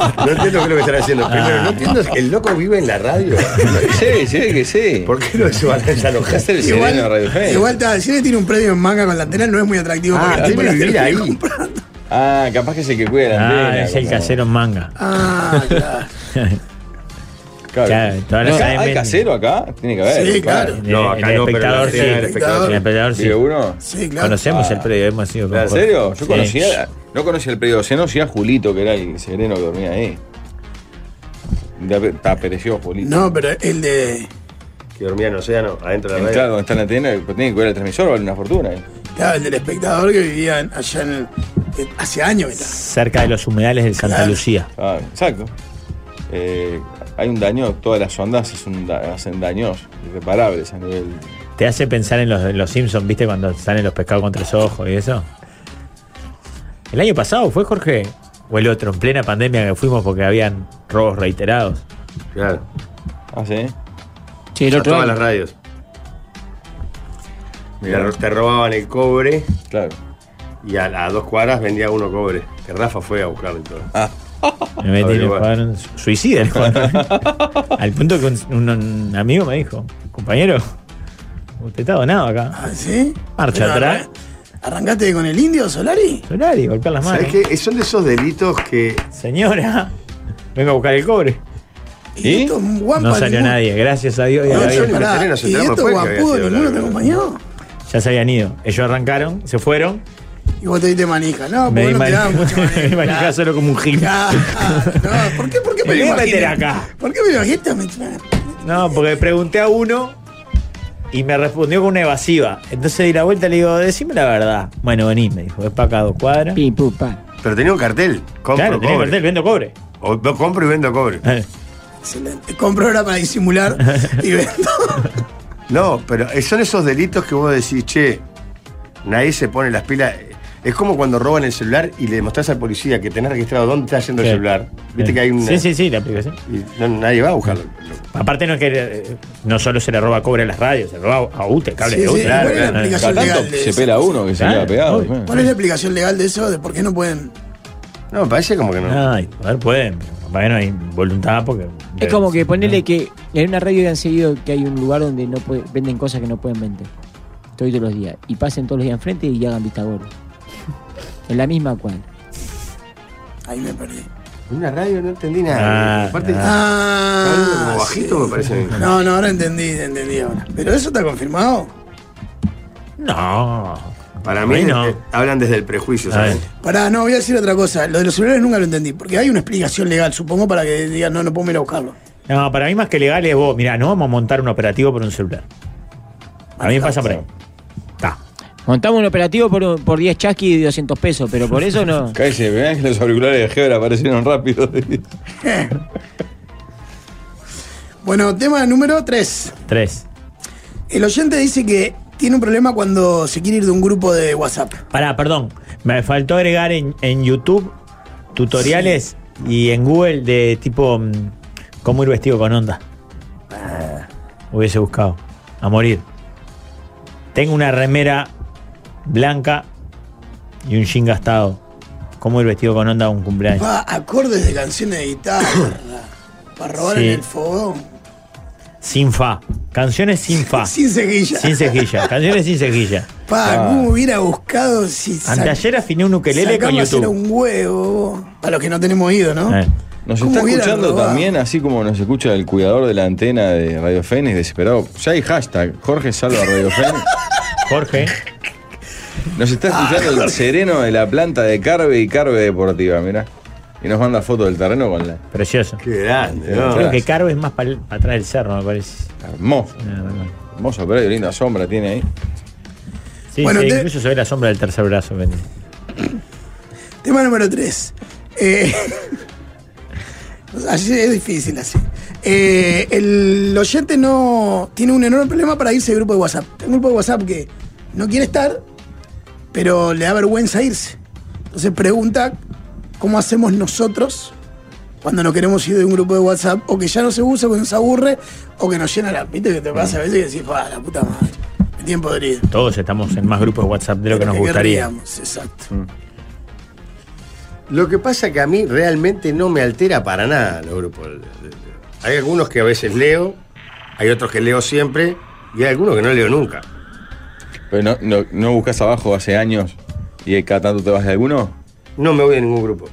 No entiendo qué es lo que están haciendo. Primero, no entiendo. ¿El loco vive en la radio?
Ah. Sí, sí, que sí.
¿Por qué lo llevan a esa loca?
el
igual, igual está, si él tiene un premio en manga con la antena, no es muy atractivo
Ah,
porque el tipo
debe
la
vivir
termina
ahí.
comprando.
Ah, capaz que es el que cuida la
Ah,
antena.
es el
como-
casero en manga.
Ah, claro.
[LAUGHS] Claro.
Claro, todas las
Acá,
AM.
¿Hay casero acá? Tiene que haber.
Sí, claro.
No, acá no, pero el espectador Ah. sí. El espectador sí.
¿Vive uno?
Sí,
Conocemos el predio, hemos ido con
¿En
Jorge.
serio? Yo
Sí.
conocía, no conocía el predio de Océano, conocía a Julito, que era el sereno que dormía ahí. Ya pe- ta, pereció Julito.
No, pero el de.
Que dormía en Océano, adentro de la
Claro,
radio.
donde está la antena, pues tiene que cuidar el transmisor, vale una fortuna. eh.
Claro, el del espectador que vivía en- allá en el. en- hace años que está.
Cerca de los humedales de Santa Lucía.
Ah, exacto. Eh, hay un daño, todas las ondas es un da- hacen daños irreparables a nivel.
Te hace pensar en los, en los Simpsons, ¿viste? Cuando salen los pescados con tres ojos y eso. El año pasado fue Jorge, o el otro, en plena pandemia que fuimos porque habían robos reiterados.
Claro.
Ah, sí.
Sí, el
A
otro
todas
año.
las radios. Te ro- Te robaban el cobre.
Claro.
Y a, las dos cuadras vendía uno cobre. Que Rafa fue a buscarlo entonces.
Ah.
Me metí en el
Averiguar.
cuadrón su- suicida. el cuadrón. [LAUGHS] Al punto que un, un- un amigo me dijo, compañero, usted está donado acá.
Ah, ¿Sí?
Marcha
Pero
atrás.
arran- ¿Arrancaste con el indio, Solari?
Solari, golpear las manos.
¿Sabes qué? Son de esos delitos que.
Señora, vengo a buscar el cobre.
¿Y? Estos guampas
No salió
ninguno-
nadie, gracias a Dios. y a
No,
la
yo
Virgen.
pará, ¿Y estos guampudos ninguno te acompañó?
Ya se habían ido. Ellos arrancaron, se fueron.
Y vos te diste manija. No,
me
porque
di
no te
manija-
daban
[LAUGHS]
mucho
me di manija
manija.
solo como un gil.
No, ¿por qué, por qué
Me
me lo
voy a meter
imaginé?
acá.
¿Por qué me lo imaginé? Me-
No, porque pregunté a uno y me respondió con una evasiva. Entonces di la vuelta y le digo, decime la verdad. Bueno, vení, me dijo, es para acá dos cuadras.
Pim, pum, pa.
Pero tenía un cartel. Compro
claro, tenía
cobre.
cartel, vendo cobre.
O- no, compro y vendo cobre.
Eh.
Excelente. Compró ahora
[LAUGHS]
para disimular y vendo.
No, pero eh, son esos delitos que vos decís, che, nadie se pone las pilas. Es como cuando roban el celular y le demostrás al policía que tenés registrado dónde está yendo
Sí.
el celular. Viste
Sí.
que hay un.
Sí, sí, sí, la aplicación.
Y no- nadie va a buscarlo.
Aparte no es que eh, no solo se le roba cobre a las radios, se le roba a UTE, cable
Sí,
de
sí,
UTE.
¿cuál es la aplicación
Cada tanto
legal de
se
eso?
pela uno que se
Claro,
queda pegado.
obvio.
¿Cuál es la explicación legal de eso? ¿De por qué no pueden?
No, me parece como que no.
Ay, a ver, pueden, pero capaz que no hay voluntad porque.
Es como que ponerle que en una radio han seguido que hay un lugar donde no puede- venden cosas que no pueden vender. Todos los días. Y pasen todos los días enfrente y hagan vista gorda. En la misma cuadra.
Ahí me perdí.
Una radio no entendí nada.
Ah,
Aparte,
Ah,
está hablando como bajito me parece.
No, no, ahora entendí, entendí ahora. ¿Pero eso está confirmado?
No.
Para mí,
Ay, no.
eh, hablan desde el prejuicio. ¿sabes?
Pará, no, voy a decir otra cosa. Lo de los celulares nunca lo entendí, porque hay una explicación legal, supongo, para que digan, no, no puedo ir a buscarlo.
No, para mí más que legal es vos, mirá, no vamos a montar un operativo por un celular. A mí me pasa por ahí. Está.
Montamos un operativo por, un- por 10 chasquis de 200 pesos, pero por eso
[LAUGHS]
no.
Cállese, vean que los auriculares de Gebra aparecieron rápido.
[LAUGHS] Bueno, tema número 3.
Tres.
El oyente dice que tiene un problema cuando se quiere ir de un grupo de WhatsApp.
Pará, perdón. Me faltó agregar en, en YouTube tutoriales y en Google de tipo mm, cómo ir vestido con onda. Ah, Hubiese buscado. A morir. Tengo una remera blanca y un jean gastado. ¿Cómo ir vestido con onda a un cumpleaños?
Va, acordes de canciones de guitarra. [COUGHS] para robar
Sí.
en el fogón.
Sin fa. Canciones sin fa.
[LAUGHS] Sin cejilla.
Sin cejilla. Canciones sin cejilla.
Pa,
Ah.
¿cómo hubiera buscado si sac-
Anteayer afiné un ukelele con
sacamos
YouTube.
era un huevo. vos? Para los que no tenemos oído, ¿no?
Eh. [LAUGHS] Nos
¿Cómo
está
hubieran
escuchando
robado?
también, así como nos escucha el cuidador de la antena de Radio Fénix, desesperado. Ya hay hashtag, Jorge salva a
[LAUGHS]
Radio Fénix.
Jorge.
Nos está
Ah,
escuchando el
Jorge.
sereno de la planta de Carve y Carve Deportiva, mirá. Y nos manda fotos del terreno con la.
Precioso.
Qué grande,
Creo que Caro es más para atrás del cerro, me parece.
Hermoso. Hermoso, pero hay linda sombra tiene ahí.
Sí,
Bueno,
sí,
te-
incluso se ve la sombra del tercer brazo. Bendy.
Tema número 3. [LAUGHS] así es difícil así. Eh, el oyente no tiene un enorme problema para irse de grupo de WhatsApp. Hay un grupo de WhatsApp que no quiere estar, pero le da vergüenza irse. Entonces pregunta cómo hacemos nosotros cuando no queremos ir de un grupo de WhatsApp, o que ya no se usa, que nos aburre, o que nos llena la pita que te pasa a veces y decís, "Pa, Ah, la puta madre, me tienen podrido.
Todos estamos en más grupos de WhatsApp de lo que nos
Que
gustaría. Mm.
querríamos, exacto.
Lo que pasa que a mí realmente no me altera para nada los grupos. de- de- de- Hay algunos que a veces leo, hay otros que leo siempre y hay algunos que no leo nunca.
Pero no, no, no buscas abajo hace años y cada tanto te vas de alguno.
No me voy de ningún grupo.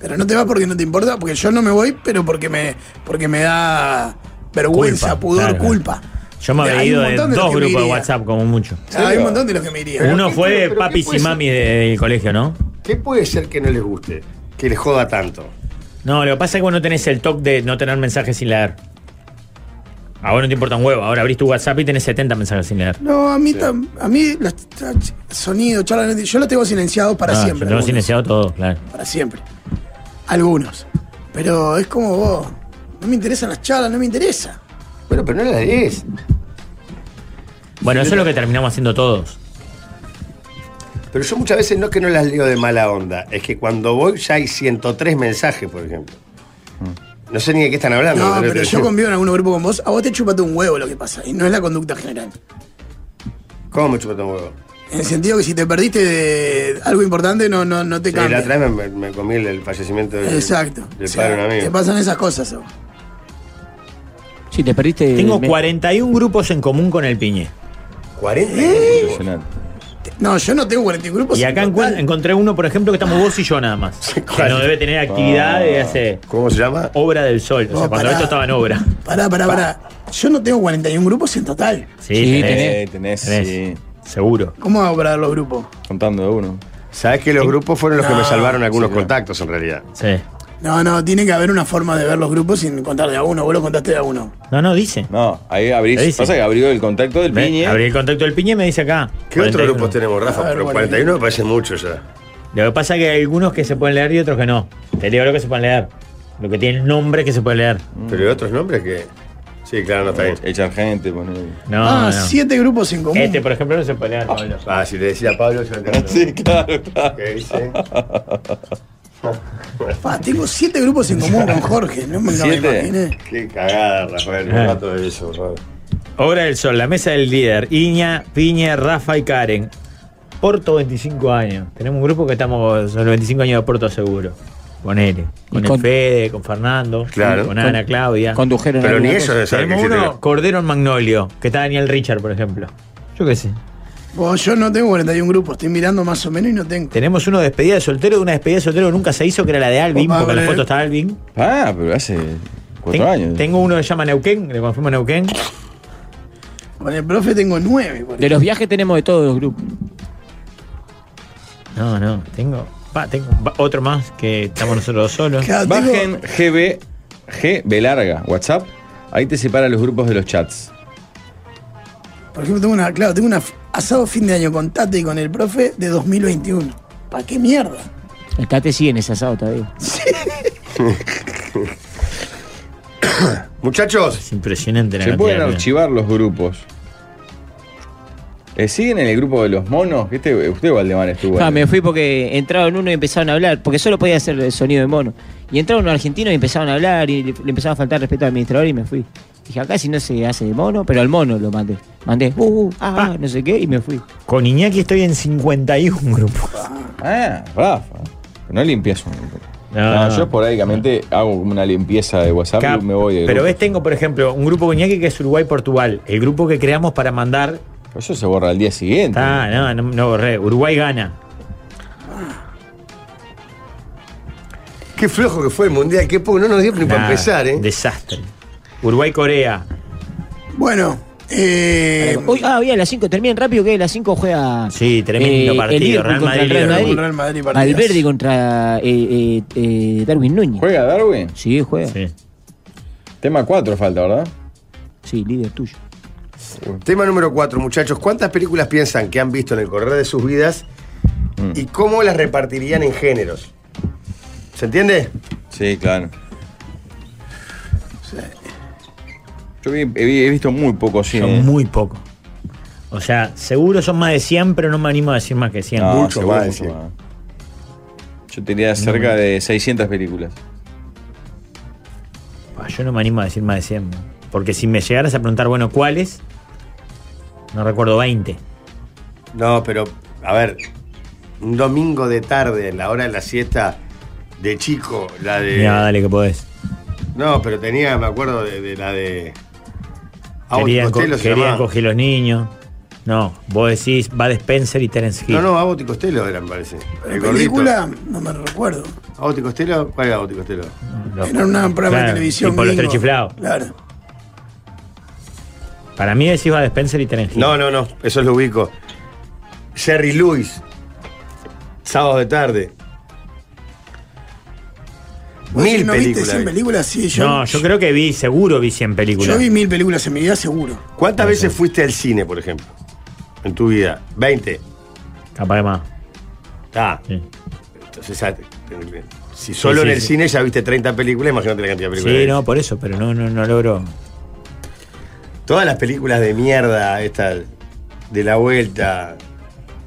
Pero no te vas porque no te importa, porque yo no me voy, pero porque me, porque me da vergüenza,
Culpa,
pudor,
claro.
culpa.
Yo me
Hay
había
un
ido de dos
montón de los que
grupos
me
de
iría.
WhatsApp, como mucho.
Ah, hay un montón de los que me irían.
Uno fue de
pero ¿qué
papis
puede
y
ser?
mami de- del colegio, ¿no?
¿Qué puede ser que no les guste? Que les joda tanto.
No, lo que pasa es que vos no tenés el toque de no tener mensajes sin leer. Ahora no te importa un huevo, ahora abrís tu WhatsApp y tenés 70 mensajes sin leer.
No, a mí, tam- a mí los ch- sonido, charla, yo los tengo silenciados para
Ah,
siempre.
yo Tengo
algunos,
silenciado todo, claro.
Para siempre. Algunos. Pero es como vos. No me interesan las charlas, no me interesa.
Bueno, pero no las lees.
Bueno, eso es lo que terminamos haciendo todos.
Pero yo muchas veces no es que no las leo de mala onda, es que cuando voy ya hay 103 mensajes, por ejemplo.
Mm.
No sé ni de qué están hablando.
No, pero yo convivo en algún grupo con vos. A vos te chupate un huevo lo que pasa. Y no es la conducta general.
¿Cómo me chupa tu huevo?
En el sentido que si te perdiste de algo importante, no, no, no te
Sí, la
cambia.
otra vez me, me comí el, el fallecimiento del,
Exacto.
del
O sea,
padre de un amigo.
Te pasan esas cosas. Evo.
Sí, te perdiste.
Tengo
me-
41 grupos en común con el Piñe. ¿Eh?
¿40?
No, yo no tengo 41 grupos.
Y acá encuent- encontré uno, por ejemplo, que estamos vos y yo nada
[LAUGHS]
más. Que no debe tener actividad de hace.
Ah. ¿Cómo se llama?
Obra del Sol. O sea,
No,
cuando
Oh, pará.
esto estaba en obra.
Pará, pará, pará. Yo no tengo 41 grupos en total.
Sí,
tenés, tenés, sí.
Seguro.
¿Cómo hago para ver los grupos?
Contando de uno.
Sabes que los grupos fueron los que me
No.
salvaron algunos contactos en realidad.
Sí.
No, no, tiene que haber una forma de ver los grupos sin contar de a uno. Vos lo contaste de a uno.
No, no, dice.
No, ahí abrís.
Ahí dice.
Pasa que abrió el contacto del
Ve,
piñe.
Abrí el contacto del Piñe y me dice acá.
¿Qué otros
41.
grupos tenemos, Rafa? Pero 41 me parece mucho ya.
Lo que pasa es que hay algunos que se pueden leer y otros que no. Te leo lo que se pueden leer. Lo que tiene nombre que se puede leer.
Pero hay otros nombres que. Sí, claro, no está bien.
Echar Eh, gente, poner.
No,
ah,
no.
siete grupos en común.
Este, por ejemplo, no se puede leer, Pablo.
Ah, si le decía a Pablo, yo no
Sí, claro, claro. [LAUGHS]
¿Qué dice?
Pa, tengo siete grupos en común con Jorge. No me lo
¿Siete?
imaginé.
Qué cagada, Rafael. Un
Ah.
rato de eso, Rafa.
Obra del Sol, la mesa del líder. Iña, Piña, Rafa y Karen. Porto 25 años. Tenemos un grupo que estamos son los 25 años de Porto Seguro. Con él, con, el Fede, con Fernando,
Claro.
con Ana,
Con-
Claudia.
condujeron
Pero alguna ni cosa. ellos deben saber que
Tenemos
existe
uno, Cordero en Magnolio, que está Daniel Richard, por ejemplo. Yo qué sé.
Vos, yo no tengo 41 grupos. Estoy mirando más o menos y no tengo.
Tenemos uno de despedida de soltero, de una despedida de soltero que nunca se hizo, que era la de Alvin,
Opa,
porque en la
vale.
foto está Alvin.
Ah, pero hace cuatro
Ten-
años.
Tengo uno que se llama Neuquén, le confirmo Neuquén.
Con el profe tengo nueve. por
De los viajes tenemos de todos los grupos.
No, no, tengo. pa, tengo va- otro más que estamos nosotros solos.
Bajen GB, GB larga, WhatsApp. Ahí te separa los grupos de los chats.
Por ejemplo, tengo una, claro, tengo una f- asado fin de año con Tate y con el profe de 2021. ¿Para qué mierda?
El Tate sigue en ese asado todavía.
[COUGHS] Muchachos.
Es impresionante
[LAUGHS]
la
Se
cantidad
pueden
de-
archivar los grupos. Eh, ¿Siguen en el grupo de los monos? Este, usted, Valdemar, estuvo.
Ah,
ahí.
me fui porque entraron uno y empezaron a hablar, porque solo podía hacer el sonido de mono. Y entraron unos argentinos y empezaron a hablar y le, le empezaba a faltar respeto al administrador y me fui. Dije, acá si no se hace de mono, pero al mono lo mandé. Mandé, uh, uh, ah, ah, no sé qué, y me fui.
Con Iñaki estoy en 51 grupos.
Ah, Rafa. No limpias un grupo. No,
no.
yo esporádicamente hago como una limpieza de WhatsApp
Cap,
y me voy. de
Pero
grupo.
ves, tengo, por ejemplo, un grupo con Iñaki que es Uruguay-Portugal. El grupo que creamos para mandar.
Eso se borra al día siguiente.
Ah, no, no, no borré. Uruguay gana.
Qué flojo que fue el mundial, qué poco. No nos dio ni para
Nah,
empezar, ¿eh?
Desastre. Uruguay-Corea.
Bueno, eh,
Hoy, ah, hoy a las 5, terminan rápido que a las 5 juega.
Sí, tremendo
Eh, el
partido,
Liverpool
Real
contra
Madrid,
el Real
Liverpool.
Madrid.
Real Madrid partidazo.
Valverde contra eh, eh, eh, Darwin Núñez.
¿Juega Darwin?
Sí, juega.
Tema 4 falta, ¿verdad?
Sí, líder tuyo.
Tema número 4, muchachos. ¿Cuántas películas piensan que han visto en el correr de sus vidas y cómo las repartirían en géneros? ¿Se entiende?
Sí, claro. Yo vi- he, vi- he visto muy poco cine.
Son muy pocos. O sea, seguro son más de 100, pero no me animo a decir más que 100.
No, Ah, seguro mucho más. Yo tenía cerca de 600 películas.
Ah, Yo no me animo a decir más de 100. ¿no? Porque si me llegaras a preguntar, bueno, ¿cuáles? No recuerdo 20.
No, pero, a ver, un domingo de tarde, en la hora de la siesta, de chico, la de.
Mirá, dale que podés.
No, pero tenía, me acuerdo, de, de la de. Ah,
querían co-
Costello se
querían
llamaba.
coger los niños. No, vos decís Bud Spencer y Terence Hill.
No, no, Abbott y Costello era, me parece. El
la
gordito.
película, Ah, no me recuerdo.
¿Abbott y Costello? ¿Cuál era Abbott y Costello?
Era una- un programa de
Claro,
televisión.
y por los
gringo.
tres chiflados.
Claro.
Para mí decís Bud Spencer y Terence Hill.
No, no, no, eso lo ubico. Jerry Lewis. Sábado de tarde.
¿Vos
Mil
no
películas.
viste 100 películas? Sí, yo,
No, yo creo que vi, seguro vi 100 películas.
yo vi mil películas en mi vida, seguro.
¿Cuántas veces fuiste al cine, por ejemplo? En tu vida. 20.
Capaz que más.
Ah.
Sí.
Entonces, ah, si
Sí, sí,
solo en el
sí.
cine ya viste 30 películas, imagínate la cantidad de películas.
Sí,
que
no, por eso, pero no, no, no logro.
Todas las películas de mierda, esta, de la vuelta,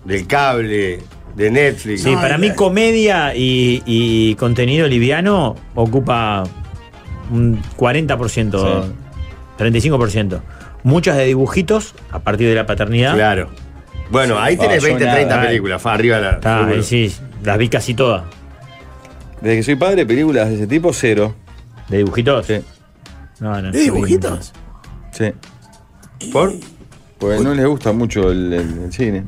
del cable, de Netflix.
Sí, para mí comedia y, y contenido liviano ocupa un 40%, 35%. Muchas de dibujitos a partir de la paternidad.
Claro. Bueno, ahí
Ah,
tenés 20, 30 películas, fa, arriba la-
Está, ahí
seguro.
sí, las vi casi todas.
Desde que soy padre, películas de ese tipo, cero.
¿De dibujitos?
Sí.
No, no, yo
¿De
vi
dibujitos?
Sí.
¿Por?
Pues no les gusta mucho el, el- el cine.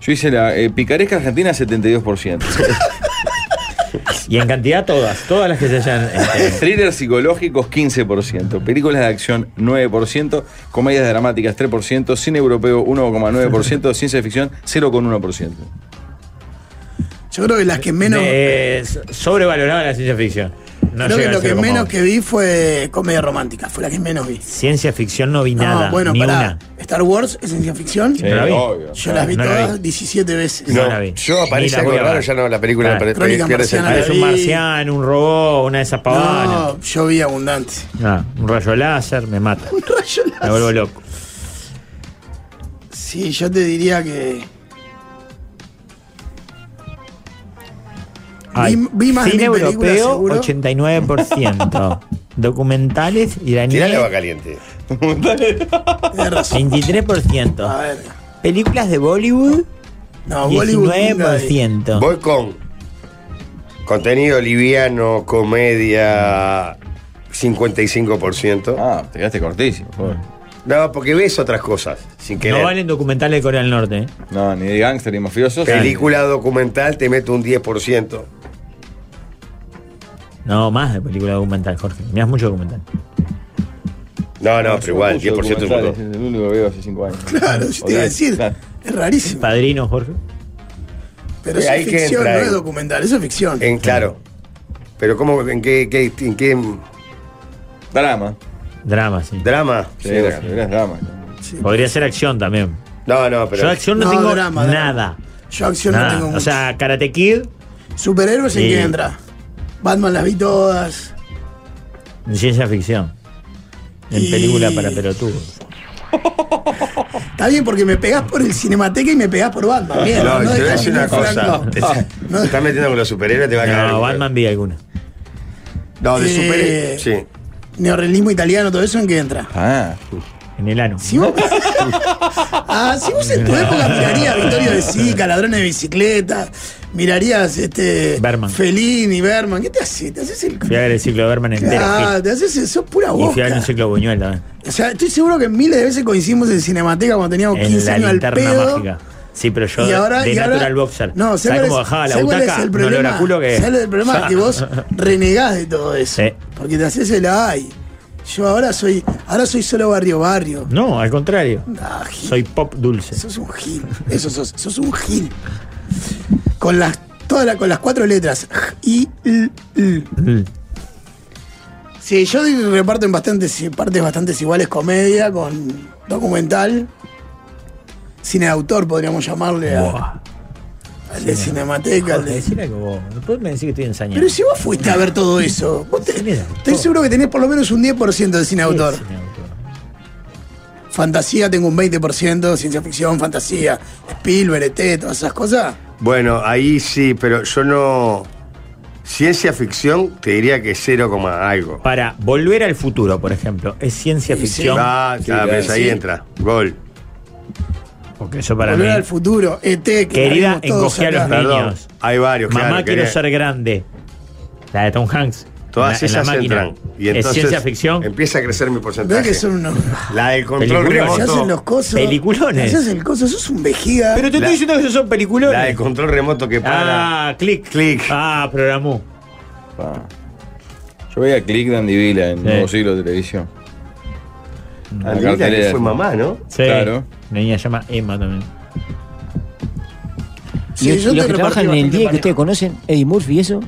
Yo hice la eh, picaresca argentina 72%.
[LAUGHS] Y en cantidad todas, todas las que se hayan. este,
Thrillers psicológicos 15%, películas de acción 9%, comedias dramáticas 3%, cine europeo 1,9%, ciencia ficción 0,1%.
Yo creo que las que menos.
de- eh, sobrevalorada la ciencia ficción. No
creo que
llega al
lo que
0,1.
menos que vi fue comedia romántica, fue la que menos vi.
Ciencia ficción no vi
No,
nada,
bueno,
ni
pará.
una.
Star Wars es ciencia ficción.
Sí, No la vi. obvio.
Yo las vi
No la
todas
vi.
17 veces.
No, la vi.
Yo
Ni
aparece
la
algo
voy a
raro,
ver.
ya no, la película
Claro.
me parece-
Crónica
pierde sentido.
marciana.
Aparece un
la vi.
marciano, un robot, una de esas pavanas.
No, yo vi abundante.
Ah, un rayo láser me mata.
Un rayo láser.
Me vuelvo loco.
Sí, yo te diría que.
Ay,
Vi- vi más de
cine
mil películas,
europeo,
seguro. [LAUGHS]
89%. Documentales
Tirale agua
iraníes,
caliente.
Tenés razón.
23%.
A ver.
Películas de Bollywood,
No, Bollywood. nunca vi.
19%.
Voy con contenido liviano, comedia, 55%.
Ah, te quedaste cortísimo. joder.
No, porque ves otras cosas, sin querer.
No valen documentales de Corea del Norte. ¿eh?
No, ni de gángster ni mafiosos.
Película documental te meto un 10%.
No, más de película documental, Jorge. Mirás mucho documental.
No, no, pero igual,
Mucho
10% es un
documentales,
montón.
Es el único que veo hace 5 años.
Claro, yo te iba a decir.
Claro.
Es rarísimo.
Padrino, Jorge.
Pero eso
Ahí
es
Eh, que
ficción,
entra
no
en-
es documental, eso es ficción.
En, claro. Pero ¿cómo, en qué, qué- en qué
Drama.
Drama, sí.
drama?
Sí, era, era drama.
Podría ser acción también.
No, no, pero...
Yo acción no,
No,
tengo
drama, drama.
nada.
Yo acción
Nada.
no tengo mucho.
o sea, Karate Kid,
Superhéroes en
Sí.
qué entra. Batman las vi todas.
En ciencia ficción. En
Y-
película para pelotudos.
Está bien porque me pegás por el Cinemateca y me pegás por Batman. Bien,
no, te voy a
dejas
decir una
ningún
cosa.
flanco.
Te, Ah. te estás metiendo con los superhéroes, te va a
No,
cagar.
Batman vi alguna.
No, de
Eh,
superhéroes. Sí.
Neorrealismo italiano, todo eso en qué entra.
Ah.
En el ano.
Si vos, Ah, si
[LAUGHS]
vos en tu época mirarías Victorio de Sica, ladrones de bicicleta, mirarías este.
Berman.
Fellini, Berman. ¿Qué te haces? Te haces el.
Fui a ver el ciclo de Berman entero.
Ah,
fui.
te haces eso, pura
y fui a ver
boca.
un ciclo de Buñuel también.
O sea, estoy seguro que miles de veces coincidimos en Cinemateca cuando teníamos
En
15
la
Oh, años al
linterna
pedo.
mágica. Sí, pero yo
Y ahora-
de
y ahora-
natural boxer.
No, ¿sabes
¿Sabes
cuál
cómo
es-
bajaba la
¿sabes cuál es
butaca?
el
No
problema?
lo culo que.
¿Sabes el problema?
[LAUGHS]
Que vos renegás de todo eso.
Sí.
Porque te haces el ay. Yo ahora soy, ahora soy solo barrio barrio.
No, al contrario.
Ah,
Soy pop dulce.
Sos un gil. Eso sos, sos un gil. Con las, toda la- con las cuatro letras. J, I, L, L. Sí, yo di- reparto en bastantes, partes bastante iguales comedia, con documental, cine de autor, podríamos llamarle a- al de Cinemateca, al
Jorge,
de...
decir algo vos. Después me decís que estoy ensañando.
Pero si vos fuiste a ver todo eso, vos te- estoy seguro que tenés por lo menos un 10% de cine de autor. Fantasía tengo un 20%, ciencia ficción, fantasía, Spielberg, ET, todas esas cosas.
Bueno, ahí sí, pero yo no. Ciencia ficción te diría que 0, algo.
Para volver al futuro, por ejemplo, es ciencia
Sí,
ficción.
sí. Ah, claro, pero ahí entra. Gol.
Porque eso para
Volver
mí.
al futuro, ET, que la
Querida,
vimos todos
encogí a los
acá.
niños.
hay varios,
Mamá
claro,
quiero
querida.
ser grande. La de Tom Hanks.
Todas
En la- en
esas
la máquina.
entran. Y
Es
entonces
ciencia ficción.
Empieza a crecer mi porcentaje.
¿Verdad que son unos...
La del control
Peliculones.
remoto.
Se hacen los cosos.
Peliculones.
Se hacen el coso, sos un vejiga.
Pero te estoy diciendo que esos son peliculones.
La del control remoto que para.
Ah, clic.
Clic.
Ah, programó.
Pa. Yo veía Click de Andy Vila en Nuevo Siglo de Televisión. La
Andy Vila, que
cartelera.
fue mamá, ¿no?
Sí.
Claro.
Una niña se llama Emma también.
Y los- los que trabajan en el día que ustedes conocen, Eddie Murphy y eso.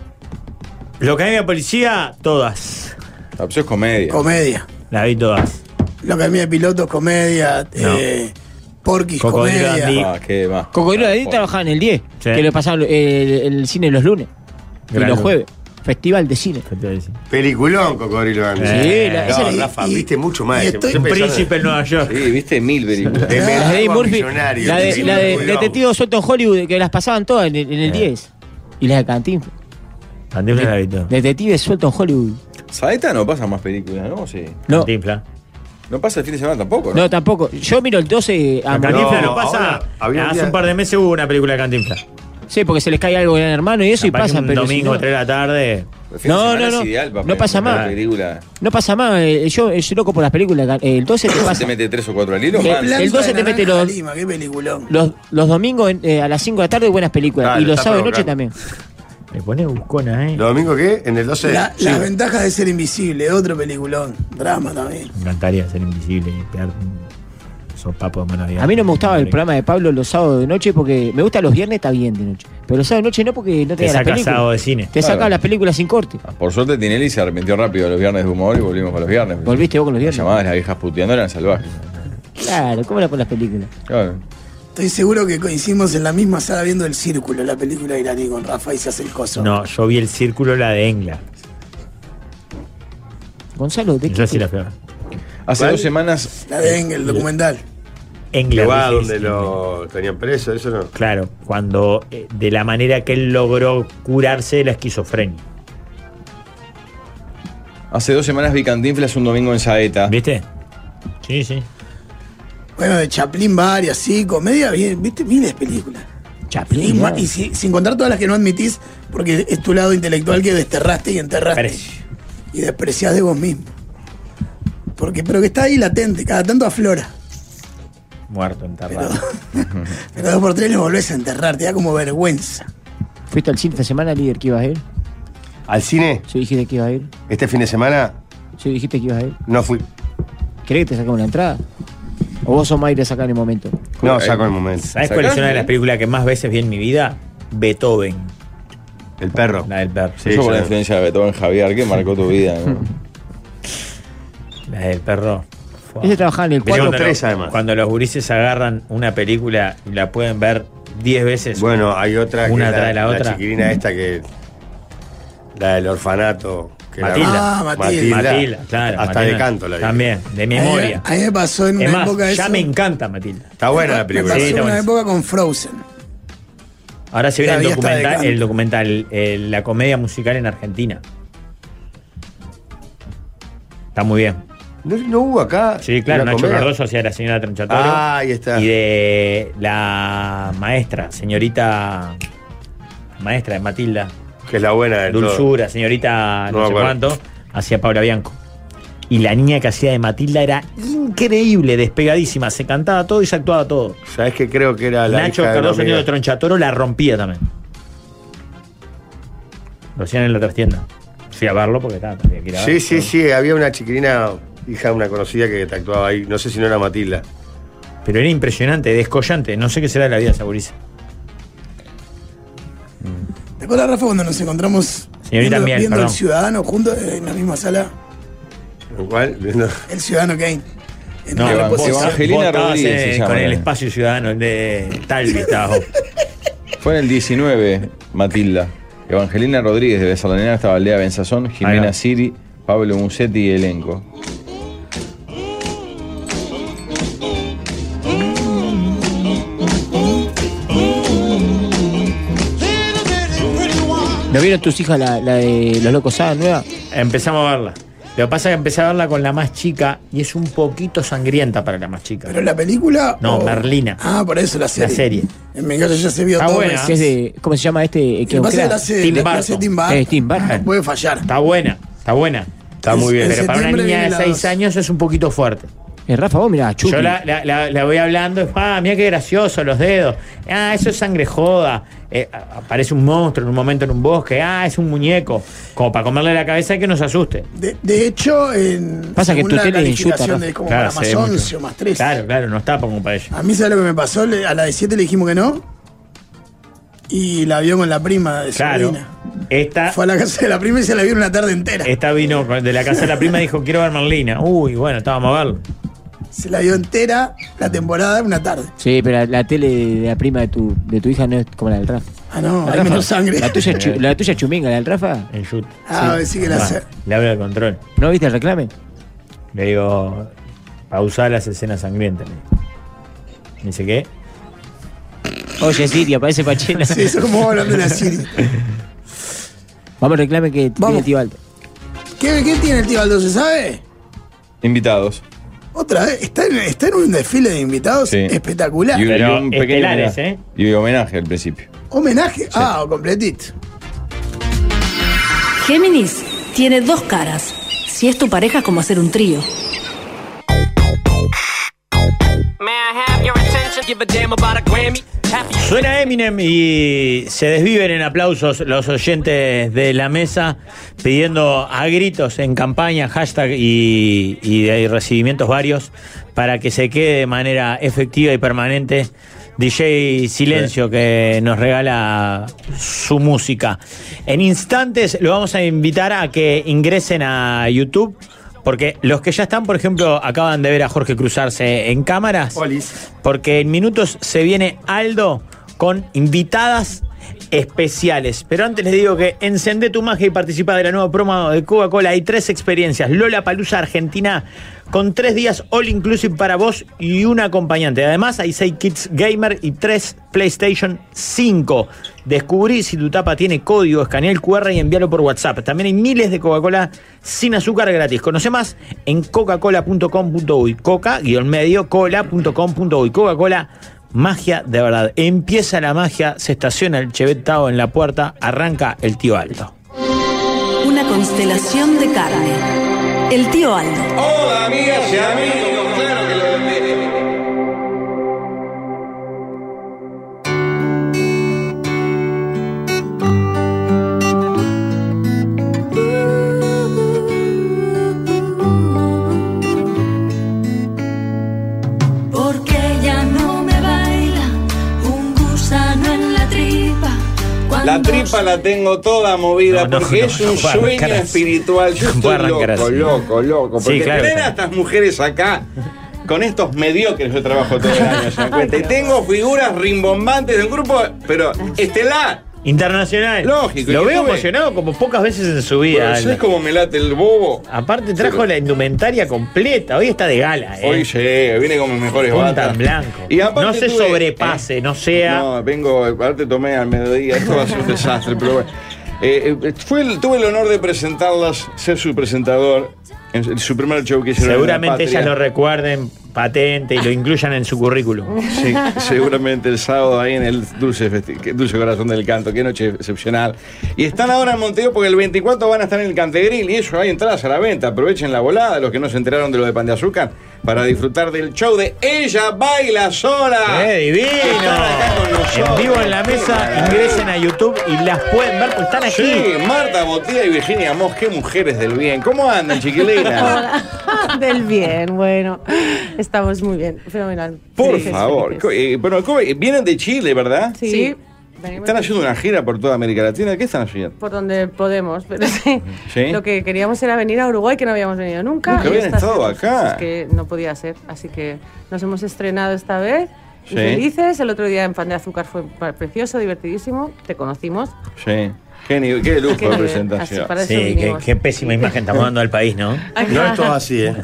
Lo que hay en la policía, todas.
La opción es comedia.
Comedia.
La vi todas.
Lo que a mí de pilotos, comedia. Eh, Porky,
Cocodrilo
comedia.
Dundee.
Ah, qué va.
Cocodrilo de
Ah,
Dundee trabajaba en el 10,
Sí.
que le pasaba el, el cine los lunes
Gran
y los
lunes.
jueves. Festival de cine.
Peliculón, Cocodrilo Dandy.
Sí, la-
no,
esa la-
Rafa,
Eh. y-
viste mucho más.
y
Estoy
estoy-
Un
pensando-
príncipe en Nueva York.
Sí, viste mil películas.
De
La de Eddie
Mendigo a
Murphy,
Millonario,
la de,
sí,
la de
peliculón.
Detectivo Suelto en Hollywood, que las pasaban todas en, el- en el 10. Y las de Cantinflas.
Cantinflas la vi todas.
Detectives Suelto en Hollywood.
Saeta no pasa más películas, ¿no? Sí.
No,
Cantinflas.
No pasa el fin de semana tampoco, ¿no?
no, tampoco. Yo miro el ah, 12 a
A Cantinflas
Manuel.
No,
no pasa.
ahora, Ah, había un
Ah, Hace
día-
un par de meses hubo una película de Cantinflas.
Sí, porque se les cae algo gran hermano y eso
Capaz que
y pasan.
un
pero si
domingo,
no-
3 de la tarde.
El fin de
No,
semana
no,
es
no.
ideal para
No pasa
para
más.
Eh, película.
No pasa más, eh, yo eh, soy loco por las películas. Car- eh, El 12
[COUGHS]
te
Se
pasa.
mete tres o cuatro al hilo,
Eh,
man.
la-
Planta
El 12
de
te mete
Naranja
los-
Lima, qué peliculón.
Los, los domingos en- eh, a las 5 de la tarde buenas películas.
Dale,
y los
está
sábados de noche también.
provocando.
Me pone buscona, ¿eh?
¿Lo domingo qué? En el 12.
La-
sí.
Las ventajas de ser invisible, otro peliculón. Drama también.
Me encantaría ser invisible y pegar un sopapo de mano abierta.
A mí no me gustaba el programa de Pablo los sábados de noche porque me gusta los viernes, está bien de noche. Pero los sábados de noche no porque no
Te
tenía las
saca sábado de
películas.
cine.
Te saca
Claro.
las películas sin corte.
Por suerte Tinelli se arrepintió rápido los viernes de humor y volvimos para los viernes.
Volviste vos con los
Las
viernes.
llamadas de las viejas puteando eran salvajes.
Claro, ¿cómo era por las películas?
Claro.
Estoy seguro que coincidimos en la misma sala viendo El Círculo, la película iraní con Rafa y se hace el coso.
No, yo vi el círculo, la de Engla.
Gonzalo, ¿de
Yo
qué?
sí la fui a ver.
Hace
¿Cuál?
dos semanas eh,
La de Engel, el documental.
Engla.
Que va
dije,
donde
sí.
lo tenían preso, eso no.
Claro, cuando eh, de la manera que él logró curarse de la esquizofrenia.
Hace dos semanas vi Cantinflas un domingo en Saeta.
¿Viste? Sí, sí.
Bueno, de Chaplin varias, sí, comedia, bien, viste, miles de películas. Y,
Chaplin.
ma-
¿no?
y si- sin contar todas las que no admitís, porque es tu lado intelectual que desterraste y enterraste.
Precio.
Y despreciás de vos mismo. Porque, pero que está ahí latente, cada tanto aflora.
Muerto, enterrado.
Pero dos por tres lo volvés a enterrar, te da como vergüenza.
¿Fuiste al cine esta semana, líder, que ibas a ir?
¿Al cine?
Yo dijiste que ibas a ir.
Este fin de semana
Yo dijiste que ibas a ir.
no fui.
¿Querés que te saquemos la entrada? ¿O vos sos más ir a sacar en el momento?
No, saco el momento.
eh, ¿Sabes cuál es una de las películas que más veces vi en mi vida? Beethoven,
El perro.
la del perro.
Sí,
Yo
ya
por la
no.
influencia de Beethoven Javier, que marcó tu
[LAUGHS]
vida. ¿no?
La del perro. Fua.
Ese trabajaba en el
¿Viste
4.
cuando
tres,
lo-
además.
Cuando los gurises agarran una película y la pueden ver 10 veces.
Bueno, hay otra
Una
que
atrás de la otra.
chiquilina esta que. La del orfanato. Que la-
Matilda.
Ah, Matilda.
Matilda, claro.
Hasta de canto la vi.
También, de memoria.
A mí, a mí me pasó en una
Es más,
época
ya
eso.
me encanta Matilda.
Está buena la
Me
película.
pasó
Sí, está
en una
buenísimo.
época con Frozen.
Ahora se viene el
Todavía está de
documental,
canto.
el documental eh, la comedia musical en Argentina. Está muy bien.
Eh, ¿No, no hubo acá?
Sí, claro,
una
Nacho
comedia?
Cardoso hacía la señora Tronchatoro.
Ah, ahí está.
Y de la maestra, señorita. Maestra de Matilda.
Que es la buena de
Dulzura, señorita no,
No me
sé
acuerdo.
cuánto. Hacía Paula Bianco. Y la niña que hacía de Matilda era increíble, despegadísima. Se cantaba todo y se actuaba todo.
¿Sabes que creo que era la
Nacho
hija de una
Cardoso, niño
amiga?
de Tronchatoro, la rompía también. Lo hacían en la trastienda. Fui a verlo porque estaba. tenía que ir a
Sí,
verlo.
sí, sí, había una chiquilina, hija de una conocida que te actuaba ahí. No sé si no era Matilda.
Pero era impresionante, descollante. No sé qué será de la vida de esa gurisa.
¿Te acuerdas, Rafa, cuando nos encontramos
Señorita
viendo,
Miel,
viendo el
perdón.
ciudadano juntos eh, en la misma sala?
¿Lo cual? Viendo-
El ciudadano Kane. En
No,
una
vos-
reposición.
vos- vos estabas, eh, con el espacio ciudadano de Talvi estabas vos.
Fue en el 19, Matilda. Evangelina Rodríguez de Besalanera estaba Lea Benzazón,
Ahí
Jimena
va.
Siri, Pablo Musetti y elenco.
[LAUGHS] ¿No vieron tus hijas la, la de Los Locos Sada nueva?
Empezamos a verla. Lo que pasa es que empecé a verla con la más chica y es un poquito sangrienta para la más chica.
¿Pero la película?
No,
o-
Merlina.
Ah, por eso la serie.
La serie.
En mi casa ya se vio
Está
todo.
buena.
pero-
Que es de- ¿Cómo se llama este? eh, que
Lo que pasa es que la
busca?
hace- Tim la- la Burton. hace Tim Burton.
Eh, Tim Burton.
Puede fallar.
Está buena, está buena. Está
muy bien.
Pero
En
para una
septiembre
niña de
viene la
6
dos.
años es un poquito fuerte.
Eh, Rafa, vos mirá, Chucky.
Yo la, la- la- la voy hablando, ah, mira qué gracioso, los dedos. Ah, eso es sangre joda. Eh, a- aparece un monstruo en un momento en un bosque. Ah, es un muñeco. Como para comerle la cabeza y que nos asuste.
De, de hecho, en.
Pasa que
según
tu
la
tele es
calificación
enxuta, ¿no?
de como
Claro,
para más
sí,
11
mucho.
o más 13.
Claro, claro, no está como para ella.
A mí, ¿sabes lo que me pasó? Le- A la de 7 le dijimos que no. Y la vio con la prima de
Claro.
Sabrina.
Esta,
Fue a la casa de la prima y se la vio una tarde entera.
esta vino con- de la casa de la prima y dijo, quiero ver Merlina. Uy, bueno, estábamos a verlo.
Se la vio entera la temporada, una tarde.
Sí, pero la, la tele de la prima de tu, de tu hija no es como la del Rafa.
Ah, no,
La
hay
Rafa-
menos sangre.
La tuya,
[LAUGHS]
es chu- la tuya es chuminga, la del Rafa.
En shoot.
Ah, sí que la
Ah,
sé.
Le hablo al control.
¿No viste el reclame?
Le digo, pausá las escenas sangrientas. le digo. Me dice, ¿qué?
Oye, Siri, aparece Pachena.
Sí, eso es como hablando de la Siri.
Vamos, reclame que tiene tío alto.
¿Qué, qué tiene el tío Aldo? ¿Se sabe?
Invitados.
Otra vez. Está en, está en un desfile de invitados
Sí.
espectacular.
Y un- y un pequeño
estelares,
homenaje.
¿eh?
Y homenaje al principio.
Homenaje. Ah, completito.
Géminis tiene dos caras. Si es tu pareja, es como hacer un trío.
[LAUGHS]
Suena Eminem y se desviven en aplausos los oyentes de la mesa pidiendo a gritos en campaña, hashtag y, y de ahí recibimientos varios para que se quede de manera efectiva y permanente DJ Silencio que nos regala su música. En instantes lo vamos a invitar a que ingresen a YouTube. Porque los que ya están, por ejemplo, acaban de ver a Jorge cruzarse en cámaras. Porque en minutos se viene Aldo con invitadas especiales. Pero antes les digo que encendé tu magia y participa de la nueva promo de Coca-Cola. Hay tres experiencias. Lola Palusa Argentina con tres días all inclusive para vos y un acompañante. Además hay seis kits gamer y tres PlayStation 5. Descubrí si tu tapa tiene código, escanea el QR y envíalo por WhatsApp. También hay miles de Coca-Cola sin azúcar gratis. Conoce más en coca-cola.com.uy. Coca-medio cola.com.uy. Coca-Cola, magia de verdad. Empieza la magia, se estaciona el chevetado en la puerta, arranca el tío Aldo.
Una constelación de carne. El tío Aldo.
Hola, amigas y amigos, claro que lo define.
Porque ella no me baila un gusano en la tripa.
La
Cuando
tripa la tengo toda movida porque es un
puedo
sueño
arrancar así.
espiritual. Yo
No
estoy
puedo arrancar
loco,
así.
loco, loco.
Sí,
Porque
claro.
tener a estas mujeres acá con estos mediocres yo trabajo todo el año, ¿se dan cuenta? Y tengo figuras rimbombantes de un grupo, pero estelar.
Internacional.
Lógico,
Lo
yo
veo
tuve-
emocionado como pocas veces en su vida.
¿Sabes cómo me late el bobo?
Aparte trajo la indumentaria completa. Hoy está de gala, ¿eh?
Hoy llega, viene con mis mejores
Punta
batas.
en blanco.
Y aparte
No se
tuve- ¿eh?
sobrepase, no sea-
No, vengo, aparte tomé al mediodía, esto va a ser un desastre, pero bueno. Eh, eh, fue el- tuve el honor de presentarlas, ser su presentador en su- su primer show que hicieron. en la
Seguramente
patria.
ellas lo recuerden patente y lo incluyan en su currículum.
Sí, seguramente el sábado ahí en el Dulce, Festi- que- Dulce Corazón del Canto. Qué noche excepcional. Y están ahora en Montevideo porque el 24 van a estar en el Cantegril y eso, hay entradas a la venta. Aprovechen la volada, los que no se enteraron de lo de Pan de Azúcar, para disfrutar del show de Ella Baila Sola.
¡Qué divino!
Están acá con nosotros.
En vivo en la mesa, ingresen a YouTube y las pueden ver, porque están aquí.
Sí, Marta Botía y Virginia Moss, qué mujeres del bien. ¿Cómo
[LAUGHS]
andan, chiquilinas?
Hola. Del bien, bueno. Estamos muy bien, fenomenal.
Por
Felices,
favor.
felices.
Co- eh, bueno, ¿cómo- eh, vienen de Chile, ¿verdad?
Sí.
Están haciendo una gira por toda América Latina. ¿Qué están haciendo?
Por donde podemos, pero sí.
¿Sí?
Lo que queríamos era venir a Uruguay, que no habíamos venido nunca.
Nunca
y
habían
estas
estado acá.
Es que no podía ser, así que nos hemos estrenado esta vez. y
Sí.
felices, el otro día en Pan de Azúcar fue pa- precioso, divertidísimo, te conocimos.
Sí. Qué, ni- qué lujo de
Así
presentación.
para eso
Sí, qué,
vinimos.
qué pésima imagen estamos dando al país,
[LAUGHS]
¿no?
No es todo
así, ¿eh?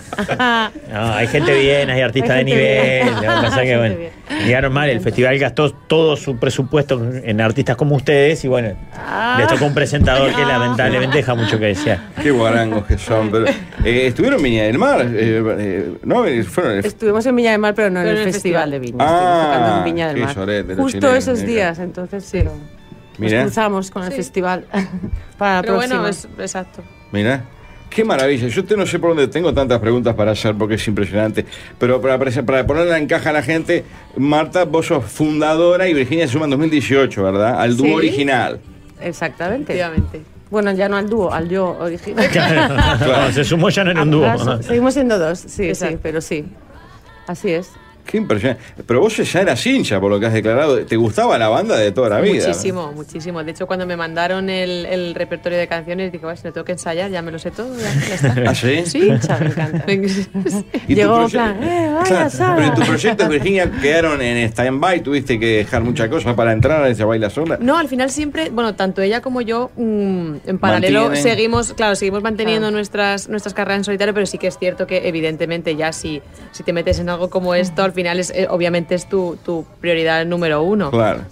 No, hay gente bien, hay artistas
Hay
de
gente bien.
nivel. Lo que pasa
Hay
que, bueno,
gente
llegaron mal, el festival gastó todo su presupuesto en artistas como ustedes y bueno, les
Ah.
tocó un presentador que lamentablemente deja Ah, mucho que desear.
[LAUGHS] Qué guarangos que son. Pero, eh, estuvieron en Viña del Mar. eh, eh, no, eh, fueron.
Estuvimos en Viña del Mar, pero no en el, Festival de Viña. estuvimos tocando en Viña del
Ah, qué
Mar.
sorete, los
Justo
chilenos,
esos
mira.
días, entonces sí.
Mira.
Nos cruzamos con el festival [LAUGHS] para la
Pero bueno,
próxima.
es- exacto.
Mirá, qué maravilla. Yo te no sé por dónde tengo tantas preguntas para hacer porque es impresionante. Pero para, prese- para ponerla en caja a la gente, Marta, vos sos fundadora y Virginia se suma en 2018, ¿verdad? Al dúo
Sí.
[LAUGHS]
original.
Exactamente. Bueno, ya no al dúo, al yo
[LAUGHS]
original.
No, se sumó ya no en un
Ahora
dúo.
so- Seguimos siendo dos, sí, sí,
Exacto.
pero sí. Así es.
Qué impresionante. Pero vos ya eras hincha, por lo que has declarado. ¿Te gustaba la banda de toda la vida?
Muchísimo, muchísimo. De hecho, cuando me mandaron el, el repertorio de canciones, dije, "Bueno, si no tengo que ensayar, ya me lo sé todo. ya, ya está".
[LAUGHS] ¿Ah, sí?
Sí, me encanta.
[LAUGHS] ¿Y tu
Llegó en
proye-
plan, eh, vaya,
Claro,
Sara".
pero en tus proyectos, Virginia, quedaron en stand-by. Tuviste que dejar muchas cosas para entrar a esa baila sola.
No, al final siempre, bueno, tanto ella como yo, mm, en paralelo,
Mantienen.
seguimos, claro, seguimos manteniendo nuestras, nuestras carreras en solitario, pero sí que es cierto que evidentemente ya si, si te metes en algo como esto, al final es, eh, obviamente es tu, tu prioridad número uno.
Claro.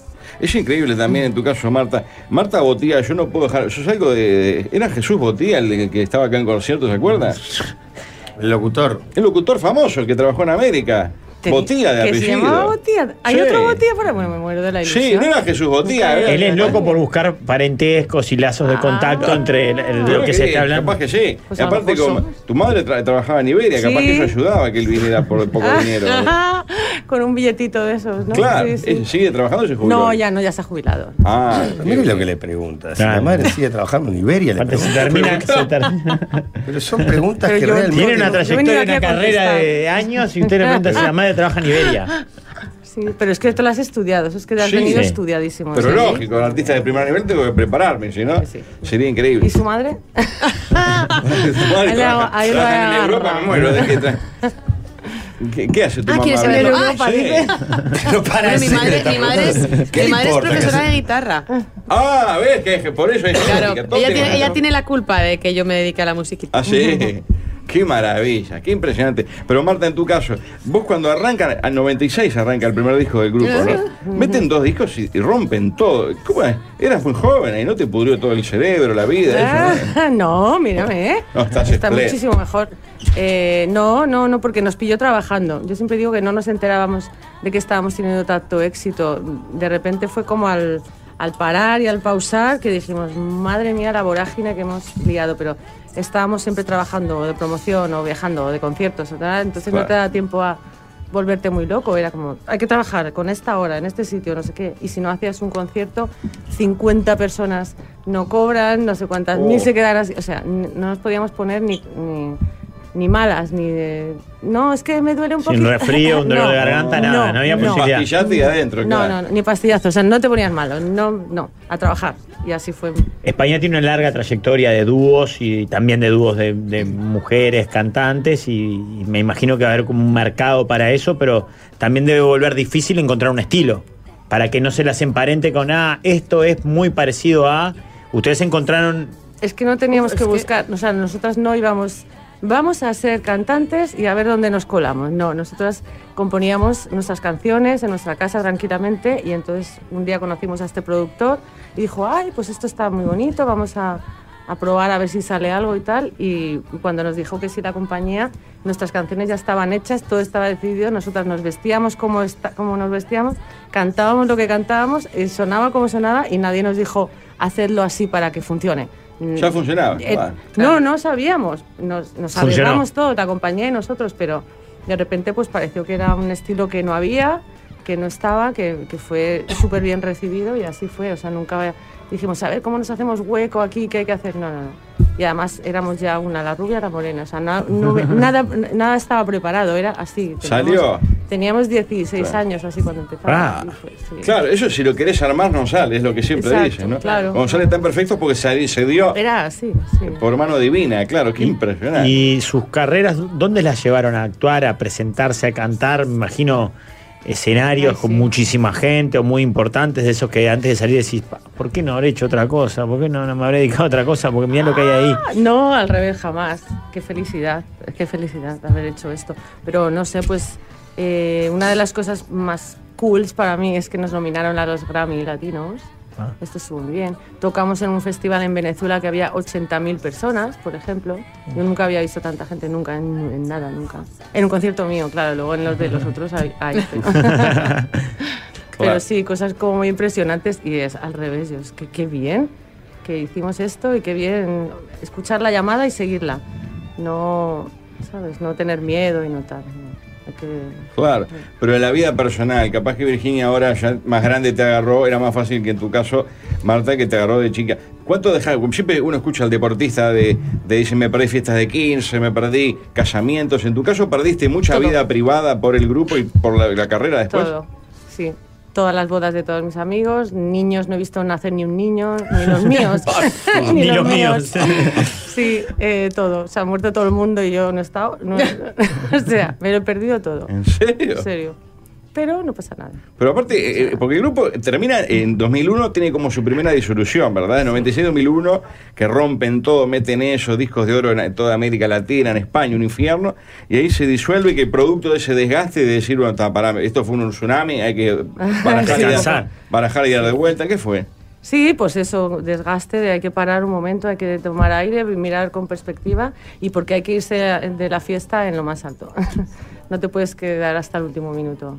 Es increíble también en tu caso, Marta. Marta Botía, yo no puedo dejar. Sos algo de. Era Jesús Botía el de- que estaba acá en concierto, ¿se acuerda? El locutor. El locutor famoso, el que trabajó en América. Botía de
que se llamaba
apellido.
Botía. ¿Hay
Sí.
otro Botía? Por ahí? Bueno, me muero de la ilusión. Nunca- Ah.
Él es loco por buscar parentescos y lazos de contacto entre el- el- lo que se está hablando.
Capaz que sí.
Pues
Y
a lo
aparte,
mejor
como tu madre tra- trabajaba en Iberia, capaz
Sí.
que eso ayudaba a que él viniera por poco dinero.
[LAUGHS] Con un billetito de esos, ¿no?
[LAUGHS] Claro,
Sí, sí.
¿eh? sigue trabajando y se jubiló.
No, ya no, ya se ha jubilado.
Ah,
mira lo que le preguntas. La madre sigue trabajando en Iberia. Le
se
pregunta.
termina, se termina.
Pero son preguntas que realmente.
Tiene una trayectoria,
aquí
una
a
carrera
contestar.
de años y usted le pregunta si la madre trabaja en Iberia.
[LAUGHS] Sí, pero es que tú lo has estudiado, eso es que lo has
Sí.
tenido
Sí.
estudiadísimo.
Pero
¿sí?
lógico, el artista de primer nivel tengo que prepararme, si no, sería increíble.
¿Y
[LAUGHS]
su madre?
Madre,
Ahí
trabaja-
la- ahí
trabaja
la
en Europa,
agarra.
me muero de que
[LAUGHS]
tra- ¿Qué, qué hace tu
Ah,
mamá?
¿quieres saber
Belén?
de Europa,
Ah, sí. [LAUGHS]
dice?
[LAUGHS]
Pero para
Bueno, mi
decirle
madre,
esta
mi madre es,
pregunta.
mi madre es
importa?
profesora
[LAUGHS]
de guitarra.
Ah, ves que es- por eso es
Claro,
música, todo
ella
te
tiene,
manda.
ella tiene la culpa de que yo me dedique a la musiquita.
Ah,
[LAUGHS]
[LAUGHS]
sí. Qué maravilla, qué impresionante. Pero Marta, en tu caso, vos cuando arrancan, al 96 arranca el primer disco del grupo, ¿no? Meten dos discos y, y rompen todo. ¿Cómo es? Eras muy joven y no te pudrió todo el cerebro, la vida. eso,
Ah, [LAUGHS] no, mírame, ¿eh?
no, estás
Está
espléndido.
muchísimo mejor. Eh, no, no, no, porque nos pilló trabajando. Yo siempre digo que no nos enterábamos de que estábamos teniendo tanto éxito. De repente fue como al, al parar y al pausar que dijimos, madre mía, la vorágine que hemos liado, pero estábamos siempre trabajando o de promoción o viajando o de conciertos, o tal, entonces no
Claro.
te da tiempo a volverte muy loco, era como, hay que trabajar con esta hora, en este sitio, no sé qué, y si no hacías un concierto, 50 personas no cobran, no sé cuántas,
Oh.
mil se quedan así, o sea, n- no nos podíamos poner ni, ni, ni malas, ni de, no, es que me duele un
Sin
poquito. [LAUGHS]
resfrío, un dolor
No,
de garganta, nada, no había posibilidad.
Pastillate y adentro,
No, no, no, ni pastillazo, o sea, no te ponías malo, no, no, a trabajar, y así fue.
España tiene una larga trayectoria de dúos y también de dúos de, de mujeres cantantes y, y me imagino que va a haber como un mercado para eso, pero también debe volver difícil encontrar un estilo. para que no se las emparente con, ah, esto es muy parecido a... Ustedes encontraron...
Es que no teníamos que buscar, o sea, nosotras no íbamos, vamos a ser cantantes y a ver dónde nos colamos. No, nosotras componíamos nuestras canciones en nuestra casa tranquilamente y entonces un día conocimos a este productor y dijo, ay, pues esto está muy bonito, vamos a, a probar a ver si sale algo y tal. Y cuando nos dijo que sí la compañía, nuestras canciones ya estaban hechas, todo estaba decidido, nosotras nos vestíamos como, esta- como nos vestíamos, cantábamos lo que cantábamos, eh, sonaba como sonaba y nadie nos dijo, hacedlo así para que funcione. Mm,
Ya funcionaba.
eh,
va.
no, no sabíamos. Nos, nos
Funcionó.
arriesgamos todo, la compañía y nosotros, pero de repente pues pareció que era un estilo que no había, que no estaba, que, que fue súper bien recibido y así fue. O sea, nunca dijimos, a ver, ¿cómo nos hacemos hueco aquí? ¿Qué hay que hacer? No, no, no. Y además éramos ya una, la rubia, la morena. O sea, na- no
[LAUGHS]
ve- nada, nada estaba preparado, era así. Teníamos-
¿Salió?
Teníamos 16
Claro.
años o así cuando empezamos.
Ah.
Y fue- sí.
Claro, eso si lo querés armar no sale, es lo que siempre
Exacto,
dicen, ¿no?
claro.
Cuando sale tan perfecto porque se, se dio
Era así, sí.
por mano divina, claro, qué impresionante.
Y sus carreras, ¿dónde las llevaron a actuar, a presentarse, a cantar? Me imagino escenarios con muchísima gente o muy importantes, de esos que antes de salir decís, "Pa, ¿por qué no habré hecho otra cosa? ¿Por qué no, no me habré dedicado a otra cosa? Porque mirá lo que hay ahí.
No, al revés, jamás. Qué felicidad, qué felicidad de haber hecho esto. Pero no sé, pues eh, una de las cosas más cools para mí es que nos nominaron a los Grammy Latinos.
Ah.
Esto estuvo muy bien. Tocamos en un festival en Venezuela que había 80.000 personas, por ejemplo. Yo nunca había visto tanta gente, nunca, en, en nada, nunca. En un concierto mío, claro, luego en los de los otros hay. hay, pero- [LAUGHS]
Claro.
pero sí, cosas como muy impresionantes y es al revés, yo es que qué bien que hicimos esto y qué bien escuchar la llamada y seguirla. No, ¿sabes? No tener miedo y notar. Hay que-
Claro, pero en la vida personal, capaz que Virginia ahora ya más grande te agarró, era más fácil que en tu caso, Marta, que te agarró de chica. ¿Cuánto dejas? Siempre uno escucha al deportista de, de dice, me perdí fiestas de 15, me perdí casamientos. En tu caso perdiste mucha vida privada por el grupo y por la, la carrera
Pues
después.
Todo, sí. Todas las bodas de todos mis amigos, niños, no he visto nacer ni un niño,
[LAUGHS]
ni los míos. [LAUGHS]
Ni los míos.
Sí, eh, todo. Se ha muerto todo el mundo y yo no he estado.
[LAUGHS]
no- [LAUGHS] o sea, me lo he perdido todo.
¿En serio?
En serio. Pero no pasa nada.
Pero aparte, eh, porque el grupo termina en 2001, tiene como su primera disolución, ¿verdad? En 96-2001, que rompen todo, meten ellos, discos de oro en toda América Latina, en España, un infierno, y ahí se disuelve que producto de ese desgaste de decir, bueno, está, pará, esto fue un tsunami,
[LAUGHS]
hay que barajar, y
Descansar.
dar, barajar y dar de vuelta, ¿qué fue?
Sí, pues eso, desgaste, de hay que parar un momento, hay que tomar aire, mirar con perspectiva y porque hay que irse de la fiesta en lo más alto. [LAUGHS] no te puedes quedar hasta el último minuto.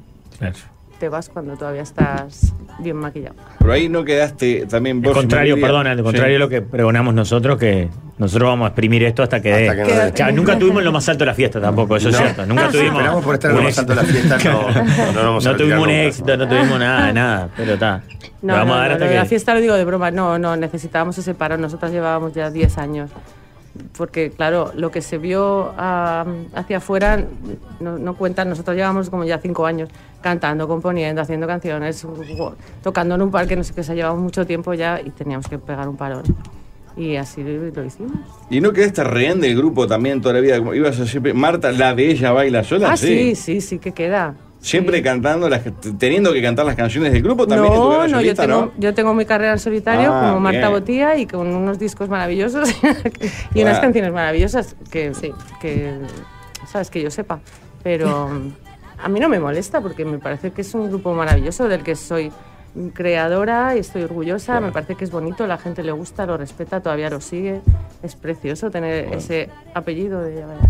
Te vas cuando todavía estás bien maquillado.
Pero ahí no quedaste también vos.
Al contrario,
Marilia.
perdón, al
Sí.
contrario de lo que pregonamos nosotros, que nosotros vamos a exprimir esto hasta que, dé.
Hasta que no dé.
Claro, Nunca tuvimos lo más alto de la fiesta tampoco, eso es
No.
cierto. Nunca
Si
tuvimos.
esperamos por estar en
un
lo más alto de la
éxito.
fiesta, no- no nos vamos
[LAUGHS]
a
No tuvimos un
retirar nunca.
éxito, no tuvimos
[LAUGHS]
nada, nada, pero está. Lo
No,
vamos
no,
a dar
no,
hasta
lo de
que-
la fiesta lo digo de broma, no, no, necesitábamos ese paro, nosotras llevábamos ya 10 años. Porque, claro, lo que se vio ah, hacia afuera no, no cuentan, nosotros llevamos como ya 5 años cantando, componiendo, haciendo canciones, gu- tocando en un parque, no sé qué, se llevamos mucho tiempo ya y teníamos que pegar un parón. Y así lo, lo hicimos.
Y no quedaste rehén del grupo también toda la vida. como Ibas a siempre, Marta, la de ella baila sola,
ah, sí, sí, sí, que queda.
Siempre cantando, las, teniendo que cantar las canciones del grupo también en tu
no,
carrera
no, yo
solista,
tengo,
¿no?
yo tengo mi carrera en solitario
Ah,
como Marta
bien.
Botía y con unos discos maravillosos [LAUGHS] y unas
Claro.
canciones maravillosas que, que, sabes, que yo sepa. Pero a mí no me molesta porque me parece que es un grupo maravilloso del que soy creadora y estoy orgullosa. Me parece que es bonito, la gente le gusta, lo respeta, todavía lo sigue. Es precioso tener ese apellido de Mm.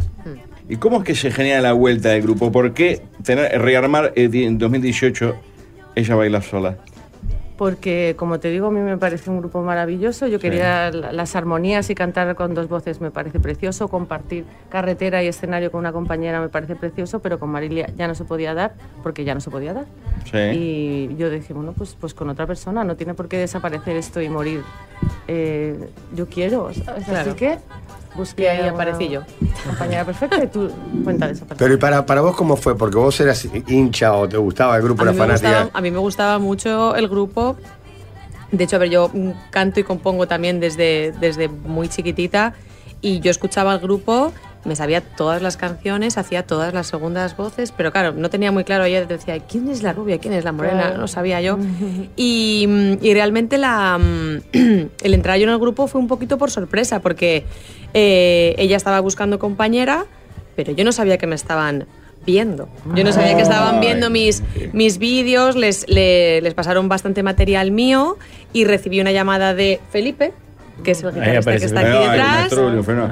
¿Y cómo es que se genera la vuelta del grupo? ¿Por qué tener, rearmar eh, di- en 2018 Ella Baila Sola?
porque como te digo, a mí me parece un grupo maravilloso. Yo quería la- las armonías y cantar con dos voces me parece precioso, compartir carretera y escenario con una compañera me parece precioso, pero con Marilia ya no se podía dar porque ya no se podía dar. Y yo dije, bueno, pues, pues con otra persona, no tiene por qué desaparecer esto y morir. Eh, yo quiero, ¿sabes?
Claro.
Así que busqué
ahí
a una
aparecí yo.
Compañera perfecta y tú cuenta de esa persona.
Pero ¿y para, para vos cómo fue? Porque vos eras hincha o te gustaba el grupo,
a
la
mí, me gustaba,
fanática.
a mí me gustaba mucho el grupo. De hecho, a ver, yo mm, canto y compongo también desde, desde muy chiquitita y yo escuchaba al grupo me sabía todas las canciones, hacía todas las segundas voces, pero claro, no tenía muy claro. Ella decía, ¿quién es la rubia? ¿Quién es la morena?
Claro.
No sabía yo. Y, mm, y realmente la, [CLEARS THROAT] mm, el entrar yo en el grupo fue un poquito por sorpresa, porque eh, ella estaba buscando compañera, pero yo no sabía que me estaban viendo. Yo no sabía que estaban viendo mis, mis vídeos, les, le- les pasaron bastante material mío y recibí una llamada de Felipe, que es el guitarrista que está
Frenó,
aquí
hay un
detrás.
astrolio, frenó.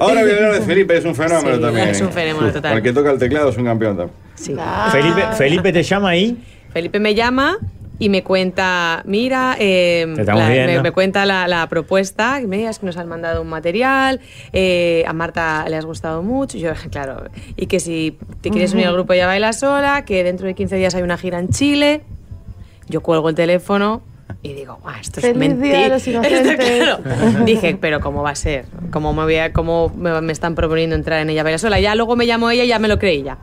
Ahora voy a hablar de Felipe, es un fenómeno
Sí,
también.
es un
¿eh?
fenómeno total.
Al que toca el teclado es un campeón también.
Sí.
Felipe, Felipe te llama ahí.
Felipe me llama y me cuenta, mira, eh,
Te estamos
la- me,
viendo.
me cuenta la, la propuesta, y me digas que nos han mandado un material, eh, a Marta le has gustado mucho, y yo, [LAUGHS] claro, y que si te quieres unir al grupo ya baila sola, que dentro de 15 días hay una gira en Chile, yo cuelgo el teléfono y digo, ah, esto es
Feliz Día
mentira.
de los
[LAUGHS]
Inocentes.
Dije, pero ¿cómo va a ser? ¿Cómo me, voy a- cómo me, me están proponiendo entrar en ella baila sola? Ya luego me llamó ella y ya me lo creí ya.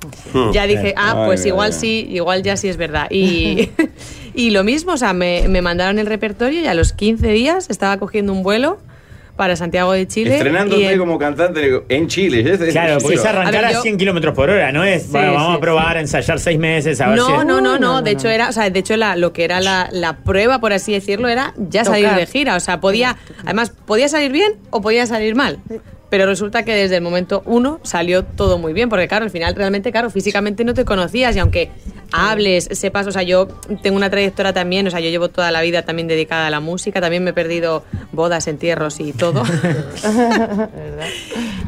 Ya dije, ah,
Ay,
pues
mira,
igual
mira.
sí, igual ya sí es verdad. Y, [LAUGHS] y lo mismo, o sea, me, me mandaron el repertorio y a los 15 días estaba cogiendo un vuelo para Santiago de Chile. y
Estrenándote
en-
como cantante en Chile. es- es-
Claro,
es-
porque
es-
es arrancar
A
a,
ver, yo-
100 kilómetros por hora, ¿no es?
Sí,
bueno, vamos
sí,
a probar, a ensayar seis meses, a ver si.
No, no, no, no. De hecho, era, o sea, de hecho la, lo que era la, la prueba, por así decirlo, era ya salir
Tocar.
de gira. O sea, podía, además, podía salir bien o podía salir mal. Pero resulta que desde el momento uno salió todo muy bien, porque claro, al final realmente, claro, físicamente no te conocías y aunque hables, sepas, o sea, yo tengo una trayectoria también, o sea, yo llevo toda la vida también dedicada a la música, también me he perdido bodas, entierros y todo. [LAUGHS]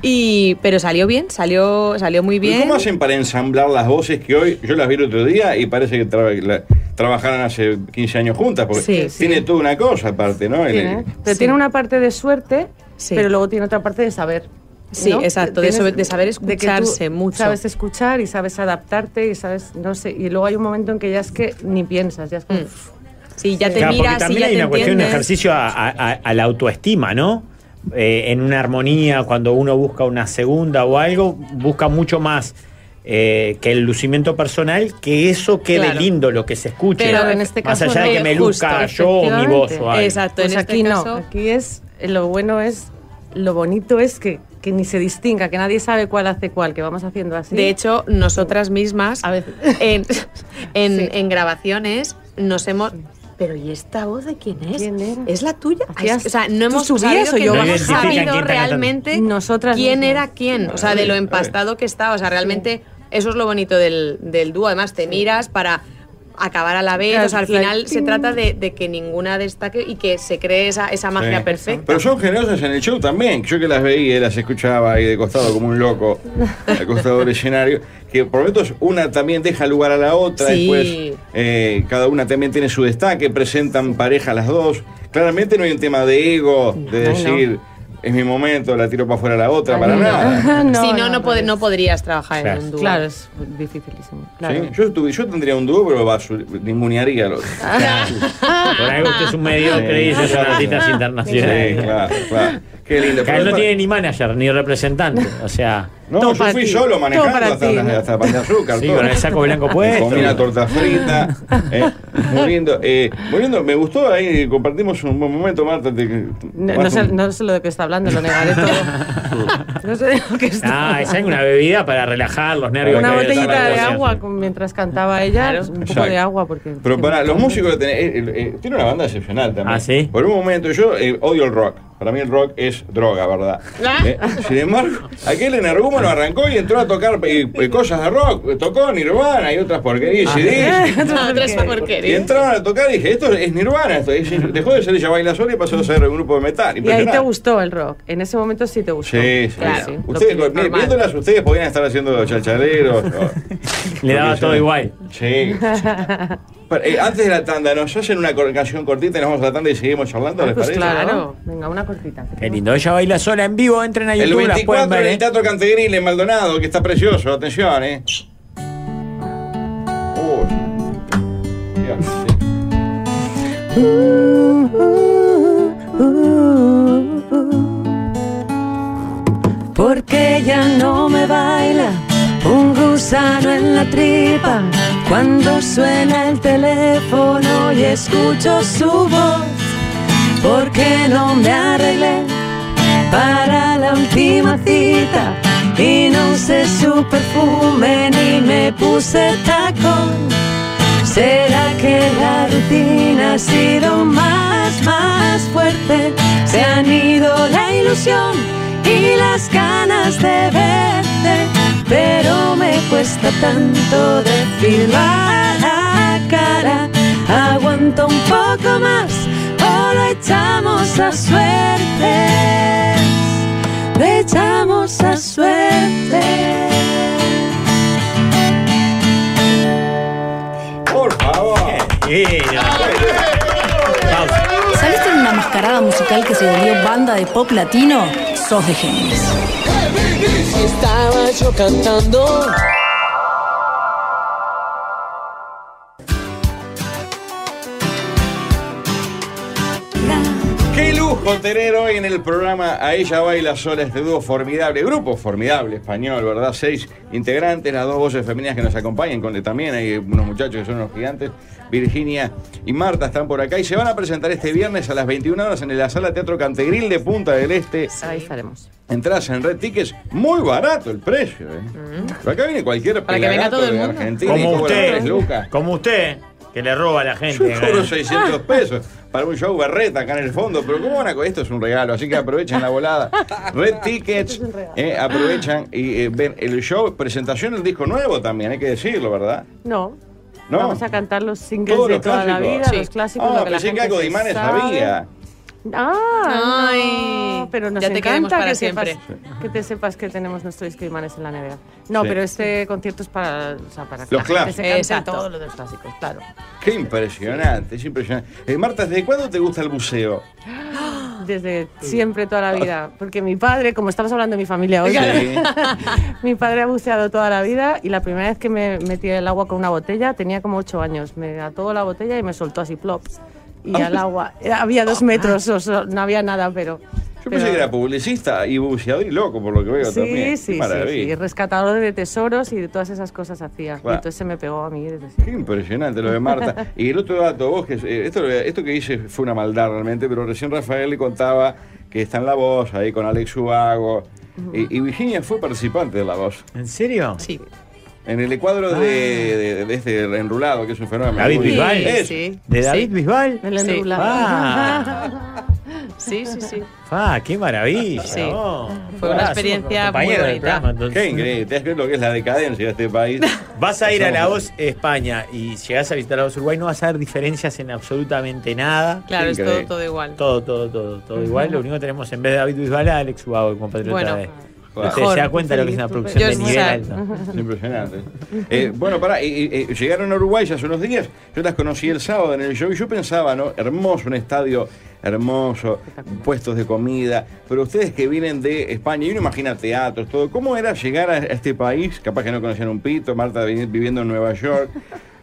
y, pero salió bien, salió, salió muy
¿Y
bien.
¿Cómo hacen para ensamblar las voces que hoy yo las vi el otro día y parece que tra- la- trabajaron hace 15 años juntas? Porque
Sí, sí.
tiene toda una cosa aparte, ¿no? El-
¿eh?
Tiene, pero tiene una parte de suerte, pero luego tiene otra parte de saber.
Sí,
¿no?
exacto, de
Tienes-
sobre- de saber
que tú
escucharse mucho.
Sabes escuchar y sabes adaptarte y sabes, no sé, y luego hay un momento en que ya es que ni piensas, ya es como...
Mm. Sí, ya
Claro, porque también hay una cuestión, un ejercicio a, a- a- a la autoestima, ¿no? Eh, en una armonía, cuando uno busca una segunda o algo, busca mucho más eh, que el lucimiento personal, que eso quede
Claro.
lindo, lo que se escuche.
Pero en este
más
caso
allá de
no,
que me
justo,
luzca yo o mi voz o algo.
efectivamente.
Exacto,
Pues
en este
aquí
caso-
no, aquí es, lo bueno es, lo bonito es que, que ni se distinga, que nadie sabe cuál hace cuál, que vamos haciendo así.
De hecho, nosotras mismas
[LAUGHS]
en, en- en grabaciones nos hemos... Pero ¿y esta voz de quién es? ¿Es la tuya? Ay,
Hacías-
o sea, no
¿tú
hemos
subías
sabido,
o
que
yo
no
No
hemos
identifican
sabido
quién está cantando.
realmente
Nosotras
quién
mismas.
era quién. O sea, de lo empastado que está. O sea, realmente eso es lo bonito del, del dúo. Además, te miras para acabar a la vez. O sea, al final se trata de, de que ninguna destaque y que se cree esa, esa magia
Sí.
perfecta.
Pero son generosas en el show también. Yo que las veía, las escuchaba ahí de costado como un loco, al costado del escenario. Que por momentos una también deja lugar a la otra,
Sí.
después eh, cada una también tiene su destaque, presentan pareja las dos. Claramente no hay un tema de ego, de
no.
decir, es mi momento, la tiro para afuera a la otra,
Ay,
para
no.
nada.
[LAUGHS] si no, no, pod- no podrías trabajar
Claro.
en un dúo.
pues Claro, es dificilísimo. [LAUGHS]
Sí, Yo, tuve- yo tendría un dúo, pero basur-
[LAUGHS]
ningunearía al otro.
[LAUGHS]
Por algo usted es un mediocre y esas son artistas internacionales.
Sí, claro, claro. Qué lindo.
Que él no tiene ni manager ni representante. O sea.
No, yo fui solo manejando hasta, la- hasta la pan de azúcar.
Sí,
todo.
con el saco blanco
Me
puesto.
Comí una torta
[LAUGHS]
frita. eh, muy lindo. eh, muy lindo. Me gustó ahí. Compartimos un buen momento, Marta. te-
No, no
Marta,
sé,
un-
no sé lo de qué está hablando, lo negaré todo.
[LAUGHS]
no sé de lo que está
Ah, esa es una bebida para relajar los nervios.
Una
que hay detrás
botellita
la
de
canción.
agua con- mientras cantaba ella, un poco
Exacto.
de agua porque...
Pero para los músicos que tenés, eh, eh, tiene una banda excepcional también. Ah, sí. Por un momento, yo eh, odio el rock. Para mí el rock es droga, ¿verdad?
Ah.
Eh, sin embargo, aquel energúmeno arrancó y entró a tocar eh, eh, cosas de rock. Tocó Nirvana y otras porquerías.
Ah. [LAUGHS]
y dice,
Otras
Y
porquerías.
entraron a tocar y dije, esto es Nirvana, esto es- dejó de ser ella baila sola y pasó a ser un grupo de metal.
Y ahí te
Impresionante.
gustó el rock, en ese momento sí te gustó.
Sí, sí.
Claro,
sí.
lo
Ustedes,
que es
mire,
normal.
viéndolas ustedes podían estar haciendo chachaleros.
[LAUGHS]
Le daba todo igual.
Sí. Pero, eh, antes de la tanda, nos hacen una cor- canción cortita y nos vamos a la tanda y seguimos charlando,
Ah,
¿les
pues
parece?
claro, venga, una cortita.
Qué lindo. Ella baila sola en vivo. Entren a
El
YouTube, las pueden
24
ver.
en
¿eh?
el Teatro Cantegril en Maldonado, que está precioso, atención, eh. Uy. Dios, sí.
Uh, Porque ya no me baila un gusano en la tripa cuando suena el teléfono y escucho su voz. Porque no me arreglé para la última cita y no usé su perfume ni me puse tacón. ¿Será que la rutina ha sido más, más fuerte? Se han ido la ilusión y las ganas de verte, pero me cuesta tanto desfilar la cara. Aguanta un poco más o lo echamos a suerte. Lo echamos a suerte.
Por favor.
¿Saliste en una mascarada musical que se volvió banda de pop latino? Sos de Géminis.
Y estaba yo cantando.
Qué lujo tener hoy en el programa A Ella Baila Sola este dúo formidable, grupo formidable español, ¿verdad? Seis integrantes, las dos voces femeninas que nos acompañan, con también hay unos muchachos que son unos gigantes, Virginia y Marta están por acá y se van a presentar este viernes a las 21 horas en la sala Teatro Cantegril de Punta del Este.
Ahí estaremos.
Entrás en Red Tickets, muy barato el precio, ¿eh? Pero acá viene cualquier
Para que venga
pelagato
todo el
de
mundo.
Argentina y
Como
cobra tres lucas.
usted, como usted, que le roba a la gente. eh.
Yo cobro 600 pesos para un show berreta acá en el fondo, pero ¿cómo van a co- Esto es un regalo, así que aprovechen
[LAUGHS]
la volada. Red Tickets, eh, aprovechan y eh, ven el show, presentación del disco nuevo también, hay que decirlo, ¿verdad?
No.
No.
Vamos a cantar los singles
Todos
de
los
toda la
clásicos.
vida,
Sí.
los clásicos.
Ah,
lo que la
pensé
gente
que algo de
se
Imanes
sabe.
sabía.
Ah,
Ay,
no, pero nos
ya te queremos
encanta
para
que,
siempre.
sepas, que te sepas que tenemos nuestro disco de Imanes en la nevera. No,
Sí.
pero este concierto es para, o sea, para que
Los
la gente
clásicos.
se cante
Exacto.
todos los clásicos,
[GASPS]
claro.
Qué impresionante, es impresionante. Eh, Marta, ¿desde cuándo te gusta el buceo?
Desde siempre, toda la vida. Porque mi padre, como estamos hablando de mi familia hoy,
Ah. Sí.
[LAUGHS] mi padre ha buceado toda la vida y la primera vez que me metí en el agua con una botella tenía como ocho años. Me ató la botella y me soltó así, plop. Y
Ah.
al agua. eh, Había dos metros, o sea, no había nada, pero.
Yo pensé
pero-
que era publicista y buceador y loco, por lo que veo también.
Sí,
Qué
sí, sí,
maravilla.
sí, rescatador de tesoros y de todas esas cosas hacía. Y
Guau.
entonces se me pegó a mí desde
Qué impresionante lo
[LAUGHS]
de Marta. Y el otro dato, vos, que eh, esto, esto que hice fue una maldad realmente, pero recién Rafael le contaba que está en La Voz, ahí con Alex Ubago. Y, y Virginia fue participante de La Voz.
¿En serio? Ah.
Sí.
En el cuadro de, de- de este enrulado, que es un fenómeno.
David
Muy-
Bisbal.
Es.
¿De David Bisbal?
El
Sí.
enrulado.
Ah.
[LAUGHS]
Sí, sí, sí.
¡Ah, qué maravilla!
Sí.
oh.
Fue una
Ah,
experiencia muy
compañero del
bonita.
programa, entonces.
Qué increíble, te das cuenta lo que es la decadencia de este país.
[LAUGHS] Vas a ir a la
Somos-
voz España y llegás a visitar la voz Uruguay, no vas a ver diferencias en absolutamente nada.
Claro, es todo, todo igual.
Todo, todo, todo, todo
Ujú.
igual. Lo único que tenemos en vez de David Bisbal, a Alex Ubago, el compatriota
Bueno,
de.
Claro.
Usted se da cuenta de lo que es una producción de nivel alto.
Impresionante. Eh, bueno, pará, y- y- y llegaron a Uruguay ya hace unos días. Yo las conocí el sábado en el show y yo pensaba, ¿no? Hermoso, un estadio hermoso, puestos de comida. Pero ustedes que vienen de España, y uno imagina teatros, todo. ¿Cómo era llegar a este país? Capaz que no conocían un pito, Marta vi- viviendo en Nueva York.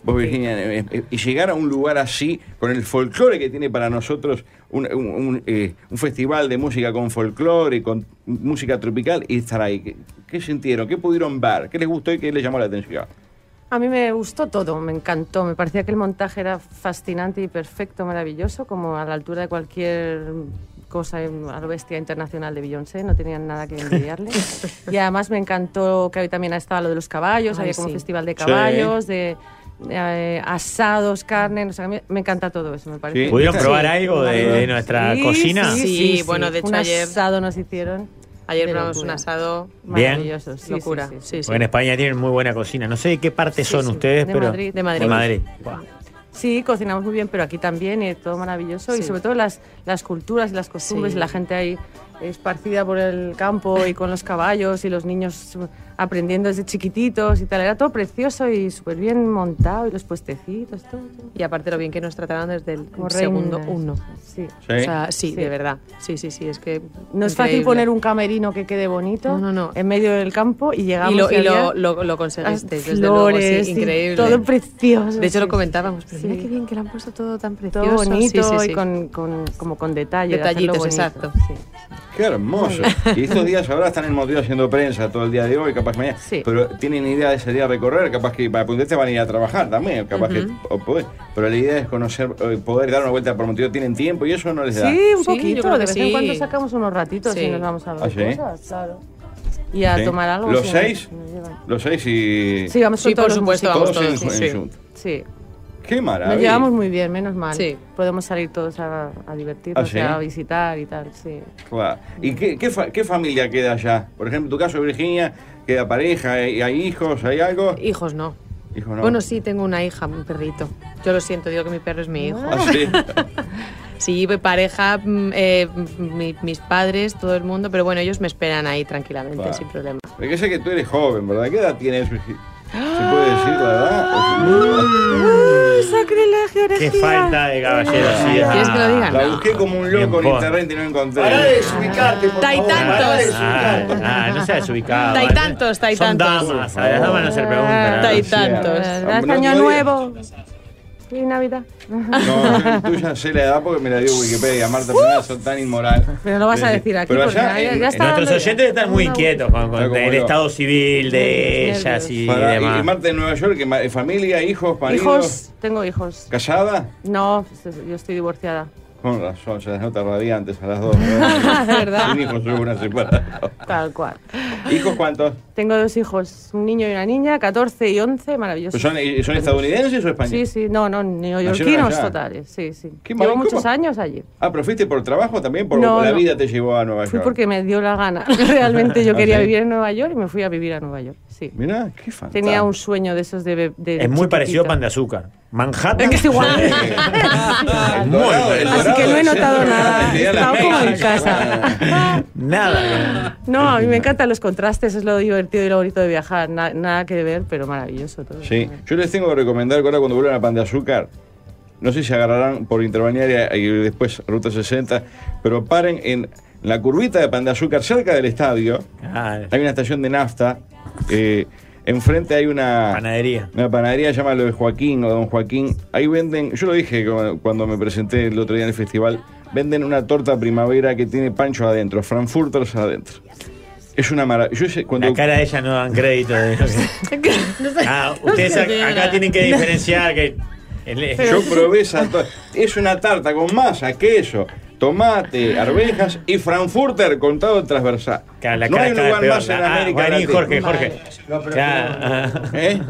Vos, Virginia, eh, eh, y llegar a un lugar así, con el folclore que tiene para nosotros un, un- un, eh, un festival de música con folclore, con música tropical, y estar ahí. ¿Qué, qué sintieron? ¿Qué pudieron ver? ¿Qué les gustó y qué les llamó la atención?
A mí me gustó todo, me encantó. Me parecía que el montaje era fascinante y perfecto, maravilloso, como a la altura de cualquier cosa en- a lo bestia internacional de Beyoncé, no tenían nada que envidiarle.
[LAUGHS]
y además me encantó que hoy también estaba lo de los caballos,
Ay,
había como un
sí.
festival de
Sí.
caballos, de, eh, asados, carne, no sé, a mí me encanta todo eso, me parece.
¿Pudieron probar algo de, de nuestra
Sí,
cocina?
Sí,
Sí, bueno, de hecho,
un
ayer-
asado nos hicieron.
Ayer
de
probamos un
locura.
asado.
Bien.
Maravilloso, sí,
Locura.
sí, sí,
Sí, sí.
Porque en España tienen muy buena cocina. No sé de qué parte son ustedes,
De
pero.
Madrid, de Madrid.
Buah.
Sí, cocinamos muy bien, pero aquí también, eh, todo maravilloso. Y
Sí.
sobre todo las, las culturas y las costumbres,
Sí.
y la gente ahí esparcida por el campo y con los caballos y los niños eh, aprendiendo desde chiquititos y tal. Era todo precioso y súper bien montado y los puestecitos, todo. todo.
Y aparte lo bien que nos trataron desde el
Como
segundo
reinas.
uno.
Sí.
O sea, sí,
Sí.
de verdad. Sí, sí, sí, es que...
No es fácil
increíble.
poner un camerino que quede bonito en medio del campo y llegamos
Y lo, y
había
lo, lo, lo conseguiste,
las
desde luego, sí,
flores y
increíble.
Todo precioso.
De hecho, lo
sí,
comentábamos, pero
sí.
mira qué bien que lo han puesto todo tan
Todo
precioso. Sí,
bonito
sí, sí.
y con, con- como con detalle. de hacerlo
Detallitos,
bonito.
exacto.
¡Qué hermoso! Y estos días ahora están en motivo haciendo prensa todo el día de hoy, capaz mañana.
Sí.
Pero tienen idea de ese día recorrer, capaz que para Puntete van a ir a trabajar también, capaz
Ujú.
que o podés. Pero la idea es conocer, eh, poder dar una vuelta por motivo, tienen tiempo y eso no les da.
Sí, un
Sí, yo
poquito.
creo
De
que
vez en
sí.
cuando sacamos unos ratitos
Sí.
y nos vamos a ver
¿Ah, sí?
cosas, claro. y a
Sí.
tomar algo.
¿Los
sí.
seis? Los seis y.
Sí, vamos
Sí,
todos
por
los
supuesto,
músicos.
vamos todos,
en-
sí,
en
sí.
junto.
Sí.
Qué maravilla.
Nos llevamos muy bien, menos mal.
Sí.
Podemos salir todos a, a divertirnos,
¿Ah, sí? Ah,
a visitar y tal, sí.
Guau. ¿Y qué, qué fa- qué familia queda allá? Por ejemplo, en tu caso, Virginia, queda pareja, hay, hay hijos, hay algo.
Hijos no.
Hijos no.
Bueno, sí, tengo una hija, un perrito. Yo lo siento, digo que mi perro es mi hijo.
Ah, sí.
[LAUGHS] Sí, mi pareja, mm, eh, mi- mis padres, todo el mundo, pero bueno, ellos me esperan ahí tranquilamente,
Claro.
sin problema.
Porque sé que tú eres joven, ¿verdad? ¿Qué edad tienes? Virgi-
Ah.
¿Se puede decir la
Mm.
edad?
¡Sacrilegio,
Qué falta de caballerosidad.
¿Quieres que lo diga? La
No.
busqué como un loco en
Bien,
internet y no encontré.
Pará de
desubicarte,
Taitantos.
Ah, ah, no seas
[LAUGHS]
ubicado.
Hay tantos, hay
Son
tantos.
damas, a las damas no se le preguntan.
Hay tantos.
Ah, es año nuevo. Y Navidad.
No, yo tú ya sé la edad porque me la dio Wikipedia. Marta, pero son tan inmoral.
[LAUGHS] Uh. Pero lo vas a decir aquí,
Pero
porque
allá,
ya-
en-
ya
en
está
nuestros
Los oyentes están muy inquietos con, con
como
el
yo.
estado civil de ellas y
Pará, y
demás.
Marta en Nueva York, que ma- familia, hijos, maridos,
Hijos, tengo hijos.
casada.
No, yo estoy [LAUGHS] divorciada.
Con razón, se las nota radiantes a las dos. ¿verdad?
Es [LAUGHS] Ah, verdad.
Sin hijos, soy una separada.
Tal cual.
¿Hijos cuántos?
Tengo dos hijos, un niño y una niña, 14 y 11, maravilloso.
¿Pero son- y- son estadounidenses o españoles?
Sí, sí, no, no, neoyorquinos
allá.
totales, sí, sí.
Qué
Llevo
maravilla,
muchos
¿cómo?
años allí.
Ah, pero fuiste por trabajo también, por
No,
la
no.
vida te llevó a Nueva
Fui
York.
porque me dio la gana. [LAUGHS] Realmente yo
Ah,
quería
sí.
vivir en Nueva York y me fui a vivir a Nueva York, sí.
Mira, qué fantástico.
Tenía un sueño de esos de... be- de
Es muy parecido a
chiquitita.
pan de azúcar. Manhattan.
Es igual.
[LAUGHS]
Es muy
Dorado, Ah, el
parecido.
Así que no he notado
El
nada.
día de la
Estaba como en
Macy's.
casa.
Nada.
[LAUGHS] No, a mí me encantan los contrastes, es lo divertido y lo bonito de viajar. Na- nada que ver, pero maravilloso todo.
Sí, yo les tengo que recomendar que ahora cuando vuelvan a Pan de Azúcar, no sé si agarrarán por Interbanearia y después Ruta 60, pero paren en la curvita de Pan de Azúcar, cerca del estadio.
Ah, eh.
Hay una estación de nafta. eh, enfrente hay una
panadería.
Una panadería se llama lo de Joaquín o Don Joaquín. Ahí venden, yo lo dije cu- cuando me presenté el otro día en el festival, venden una torta primavera que tiene pancho adentro, frankfurters adentro. Es una maravilla.
La cara de ella no dan crédito. de lo que-
Eh,
Ah,
[LAUGHS]
ustedes ac- acá tienen que diferenciar que. el-
Yo probé esa torta. Es una tarta con masa, queso, tomate, arvejas y frankfurter contado transversal.
la
no
cara
hay
cada vez
lugar
peor,
más en
la- ah,
América
vení,
Latina.
Jorge, Jorge.
No, pero-
¿Eh?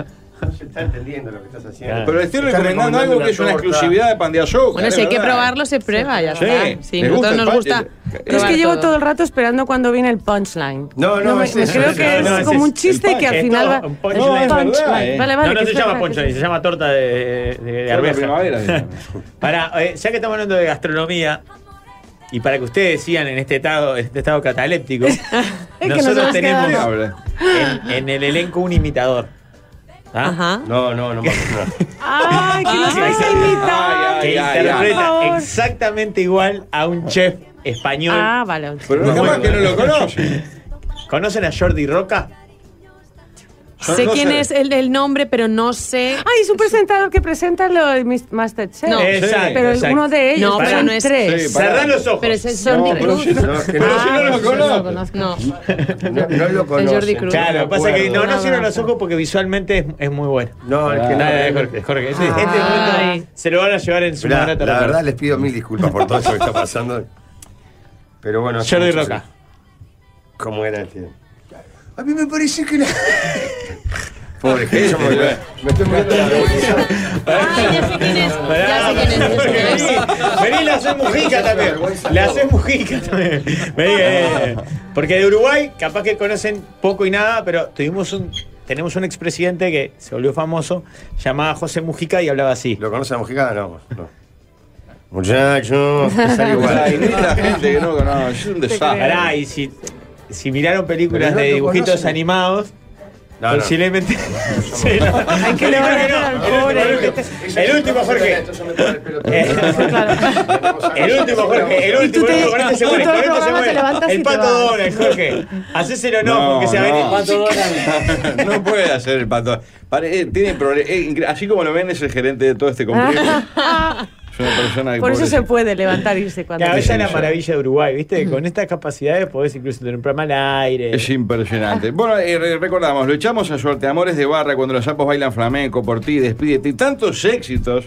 No se está entendiendo lo que estás haciendo.
Pero le estoy
Estás
recomendando algo que es una
torta.
exclusividad de pan de azúcar.
Bueno,
es
si hay que
verdad.
probarlo, se prueba, ya
Sí,
está. Sí,
¿les gusta
nosotros
el
nos
pan? Eh,
gusta.
Yo es
probar
que llevo
todo.
todo el rato esperando cuando viene el punchline.
No, no,
me-
es
me
eso,
creo
es
que
eso,
es
no, es
como
eso.
un chiste
El
que al
punch,
final va.
Un
es un
punchline.
eh.
punchline. Vale, vale.
eh. no, no
que
se
espera,
llama
que
poncho, se llama torta de, de, de
Torta
arveja.
primavera, digamos.
[LAUGHS] Pará, eh, ya que estamos hablando de gastronomía, y para que ustedes sigan en este estado, este estado
[LAUGHS]
cataléptico,
que
nosotros
nosotros
tenemos
quedamos.
en, en el elenco un imitador. ¿Ah?
No, no, no me acuerdo.
¡Ay, que nos vais a imitar!
que
ay, ay,
interpreta
por favor.
exactamente igual a un chef español.
Ah, vale.
Pero
Muy
capaz
bueno.
que no lo conocen.
¿Conocen a Jordi Roca?
Sé quién es el, el nombre, pero no sé.
Ay, es un presentador que presenta los mis- Masterchef.
No.
Exacto,
pero
exacto.
uno de ellos.
No, pero
son
no es-
tres.
Sí, pará. Cerrá los ojos.
Pero ese es
No,
Jordi
pero
Cruz.
si no- que no-
Ah,
si no lo
pues yo
conozco.
conozco. No.
No, no lo
Jordi
conozco.
Cruz.
Claro, lo que pasa es que no, no cierran los ojos porque visualmente es, es muy bueno.
No, es que no.
Nada, Jorge, Jorge, ese- este,
Ay.
momento se lo van a llevar en su
La,
mandato.
la verdad les pido mil disculpas por todo eso que está pasando. Pero bueno. hace
Jordi
mucho-
Roca.
¿Cómo era este? el tío? A mí me parece que la...
[LAUGHS]
Pobre que yo me, me estoy muriendo de la vergüenza.
Ay, ya sé quién es. Ya sé quién es. ya sé quién es.
Vení, [LAUGHS] vení, la haces mujica también. La haces mujica también. Vení, eh, Porque de Uruguay, capaz que conocen poco y nada, pero tuvimos un. Tenemos un expresidente que se volvió famoso, llamaba José Mujica y hablaba así.
¿Lo conoce a Mujica? No, no. Muchachos,
[LAUGHS]
que sale igual.
Ay, ni la gente que no conoce, es un desastre.
Pará, y si, si miraron películas
Pero no
de
lo
dibujitos
conocen.
animados,
No, no.
posiblemente. [LAUGHS] Sí, no.
Hay que
El último,
levantar
no,
al
el último, el
pobre.
último. El último, Jorge.
Entonces me pone el pelo todo.
Eh, El último, Jorge, el
Y
último,
tú
el
te-
último, con este se
tú
muere,
todo
con este se
el programa te levantas
muere. El
y te
pato
vas.
Donald, Jorge. Hacéselo no,
No,
porque se va a venir el
no.
pato Donald.
[LAUGHS] No puede hacer el pato. Pare- eh, tiene proble- eh, incre- así como lo ven, es el gerente de todo este complejo.
Ah.
Es una persona
[LAUGHS]
que.
Por eso
pobrecita.
se puede levantar e irse cuando
Claro,
quiera.
esa es la maravilla de Uruguay, ¿viste? Con estas capacidades podés incluso tener un programa al aire.
Es impresionante. Bueno, eh, re- recordamos, lo echamos a suerte. Amores de barra, cuando los sapos bailan flamenco, por ti, despídete. Y tantos éxitos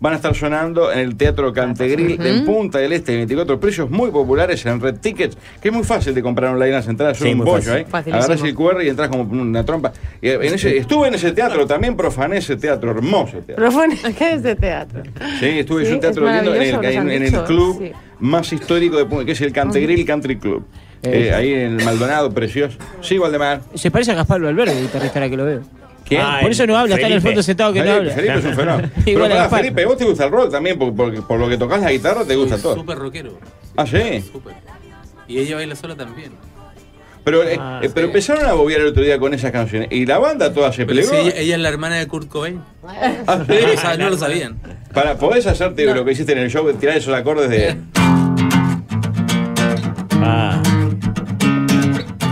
van a estar sonando en el Teatro Cantegril
Ujú.
en Punta del Este, 24 precios muy populares en Red Tickets, que es muy fácil de comprar online las entradas, son
Sí,
un
muy
bollo,
fácil.
¿eh?
Facilísimo.
Agarrás el QR y entras como una trompa. Y en ese- estuve en ese teatro, también profané ese teatro, hermoso teatro.
Profone, [LAUGHS] ¿qué es de teatro?
Sí, estuve
Sí,
en un teatro
es
viendo en el,
maravilloso,
en-
nos han
en el
dicho,
club
sí.
más histórico de Punta, que es el Cantegril Country Club. Eh,
Eh.
ahí en el Maldonado, precioso. Sí, Valdemar.
Se parece a Gaspar Valverde, el guitarrista ahora que lo veo.
¿Quién?
Ah,
Por eso no habla, está en el
Felipe.
fondo sentado que no
Felipe,
habla.
Felipe es
[LAUGHS]
un fenómeno. Pero
Igual a
pará,
Gaspar.
Felipe, vos te gusta el rock también, por, por- por lo que tocas la guitarra te gusta todo.
Súper rockero.
Ah, sí.
Y ella baila sola también.
Pero, eh,
Ah,
Ah.
eh, pero empezaron a bobear el otro día con esas canciones. Y la banda toda se
Pero
plegó.
sí, ella, ella es la hermana de Kurt Cobain.
Ah,
[LAUGHS]
sí.
No lo sab- no lo sabían.
Para, ¿podés hacerte lo que hiciste en el show? Tirar esos acordes de.
Ah.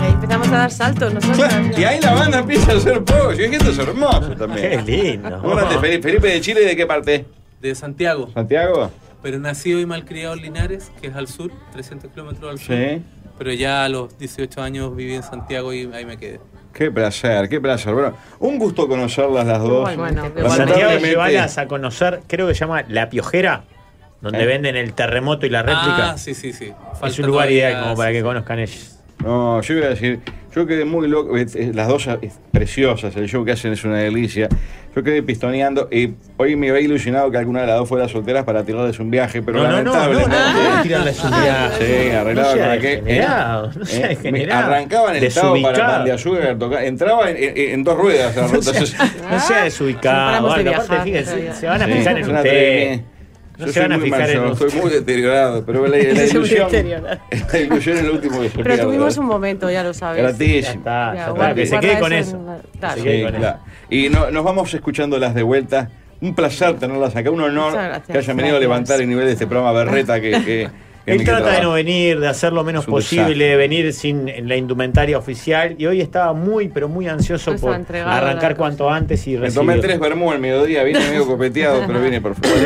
Ahí empezamos a dar saltos nosotros.
Y ahí la banda empieza a hacer poco. Yo dije, esto es hermoso también.
Qué lindo.
Acuérdate, Felipe, Felipe de Chile, ¿de qué parte?
De Santiago.
¿Santiago?
Pero nacido y malcriado en Linares, que es al sur, 300 kilómetros al sur.
Sí.
Pero ya a los 18 años viví en Santiago y ahí me quedé.
Qué placer, qué placer. Bueno, un gusto conocerlas las dos.
Santiago
Lamentablemente-
llevalas a conocer, creo que se llama La Piojera, donde
¿Eh?
venden el terremoto y la réplica.
Ah, sí, sí, sí.
es
Falta
un lugar
todavía,
ideal como para que conozcan ellos.
No, yo iba a decir, yo quedé muy loco, eh, eh, las dos eh, preciosas, el show que hacen es una delicia. Yo quedé pistoneando y hoy me había ilusionado que alguna de las dos fuera solteras para tirarles un viaje, pero
No, no, no,
lamentable.
no, no, no, tirarles un viaje.
Sí, arreglado
No sea
para que.
degenerado, no sea degenerado.
¿eh? arrancaban el estado para
Desubicado.
Pan de azúcar, toca- entraba en, en- en dos ruedas a la
[LAUGHS] No
ruta.
sea- no
Ah,
sea desubicado, No paramos de algo, aparte, viajar fíjense, todavía. se van a fijar en
es una
usted.
tremenda-
No
Yo
se
soy
van a
muy
fijar en
manso,
usted.
Estoy muy deteriorado,
[LAUGHS]
pero la, la
Es un
ilusión.
deteriorado.
La ilusión es lo último que se
Pero
pierde,
tuvimos
¿verdad?
un momento, ya lo sabes.
Gratísimo.
Ya
está,
Ya,
ya está,
guarda-
que se
guarda
quede con
en-
Sí,
claro.
claro. Y no- nos vamos escuchando las de vuelta. Un placer tenerlas acá, un honor
Muchas gracias.
que hayan venido a
Gracias.
levantar el nivel de este programa
[LAUGHS]
berreta que, que- en el
Él
que
trata de
trabaja.
no venir, de hacer lo menos
Es un
posible,
desastre.
de venir sin la indumentaria oficial. Y hoy estaba muy, pero muy ansioso
Estaba
por
entregado a la
arrancar cuanto antes y
Me tomé
recibir.
tres vermú al mediodía, vine medio copeteado, pero vine por favor.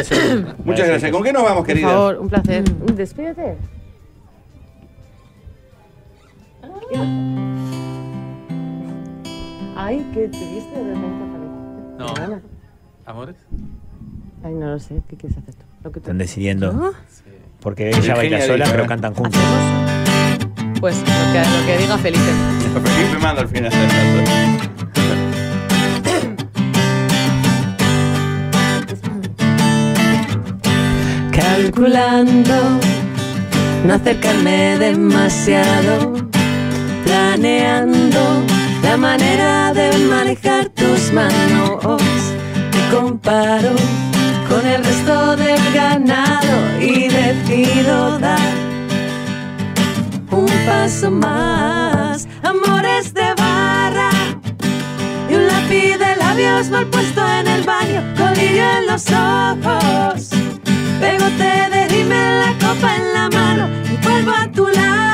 Muchas gracias. ¿Con qué nos vamos,
Por
querida? Mm.
favor, un placer. Despídete. Ay, qué triste de repente.
No.
Pamela.
¿Amores?
Ay, no lo sé. ¿Qué quieres hacer tú? Lo que tú
Están decidiendo.
¿No?
Porque
Sí,
ella baila
genial,
sola,
¿eh?
pero cantan juntos.
[LAUGHS]
Pues lo que, lo que diga Felipe.
Felipe manda al final.
calculando, no acercarme demasiado, planeando la manera de manejar tus manos. Me comparo con el resto del ganado y decido dar un paso más. Amores de barra y un lápiz de labios mal puesto en el baño, colirio en los ojos. Pegote de rímel, la copa en la mano y vuelvo a tu lado.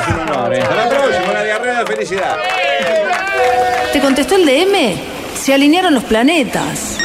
Es un honor, ¿eh? Hasta la próxima, la diarrea de felicidad.
¿Te contestó el DM? Se alinearon los planetas.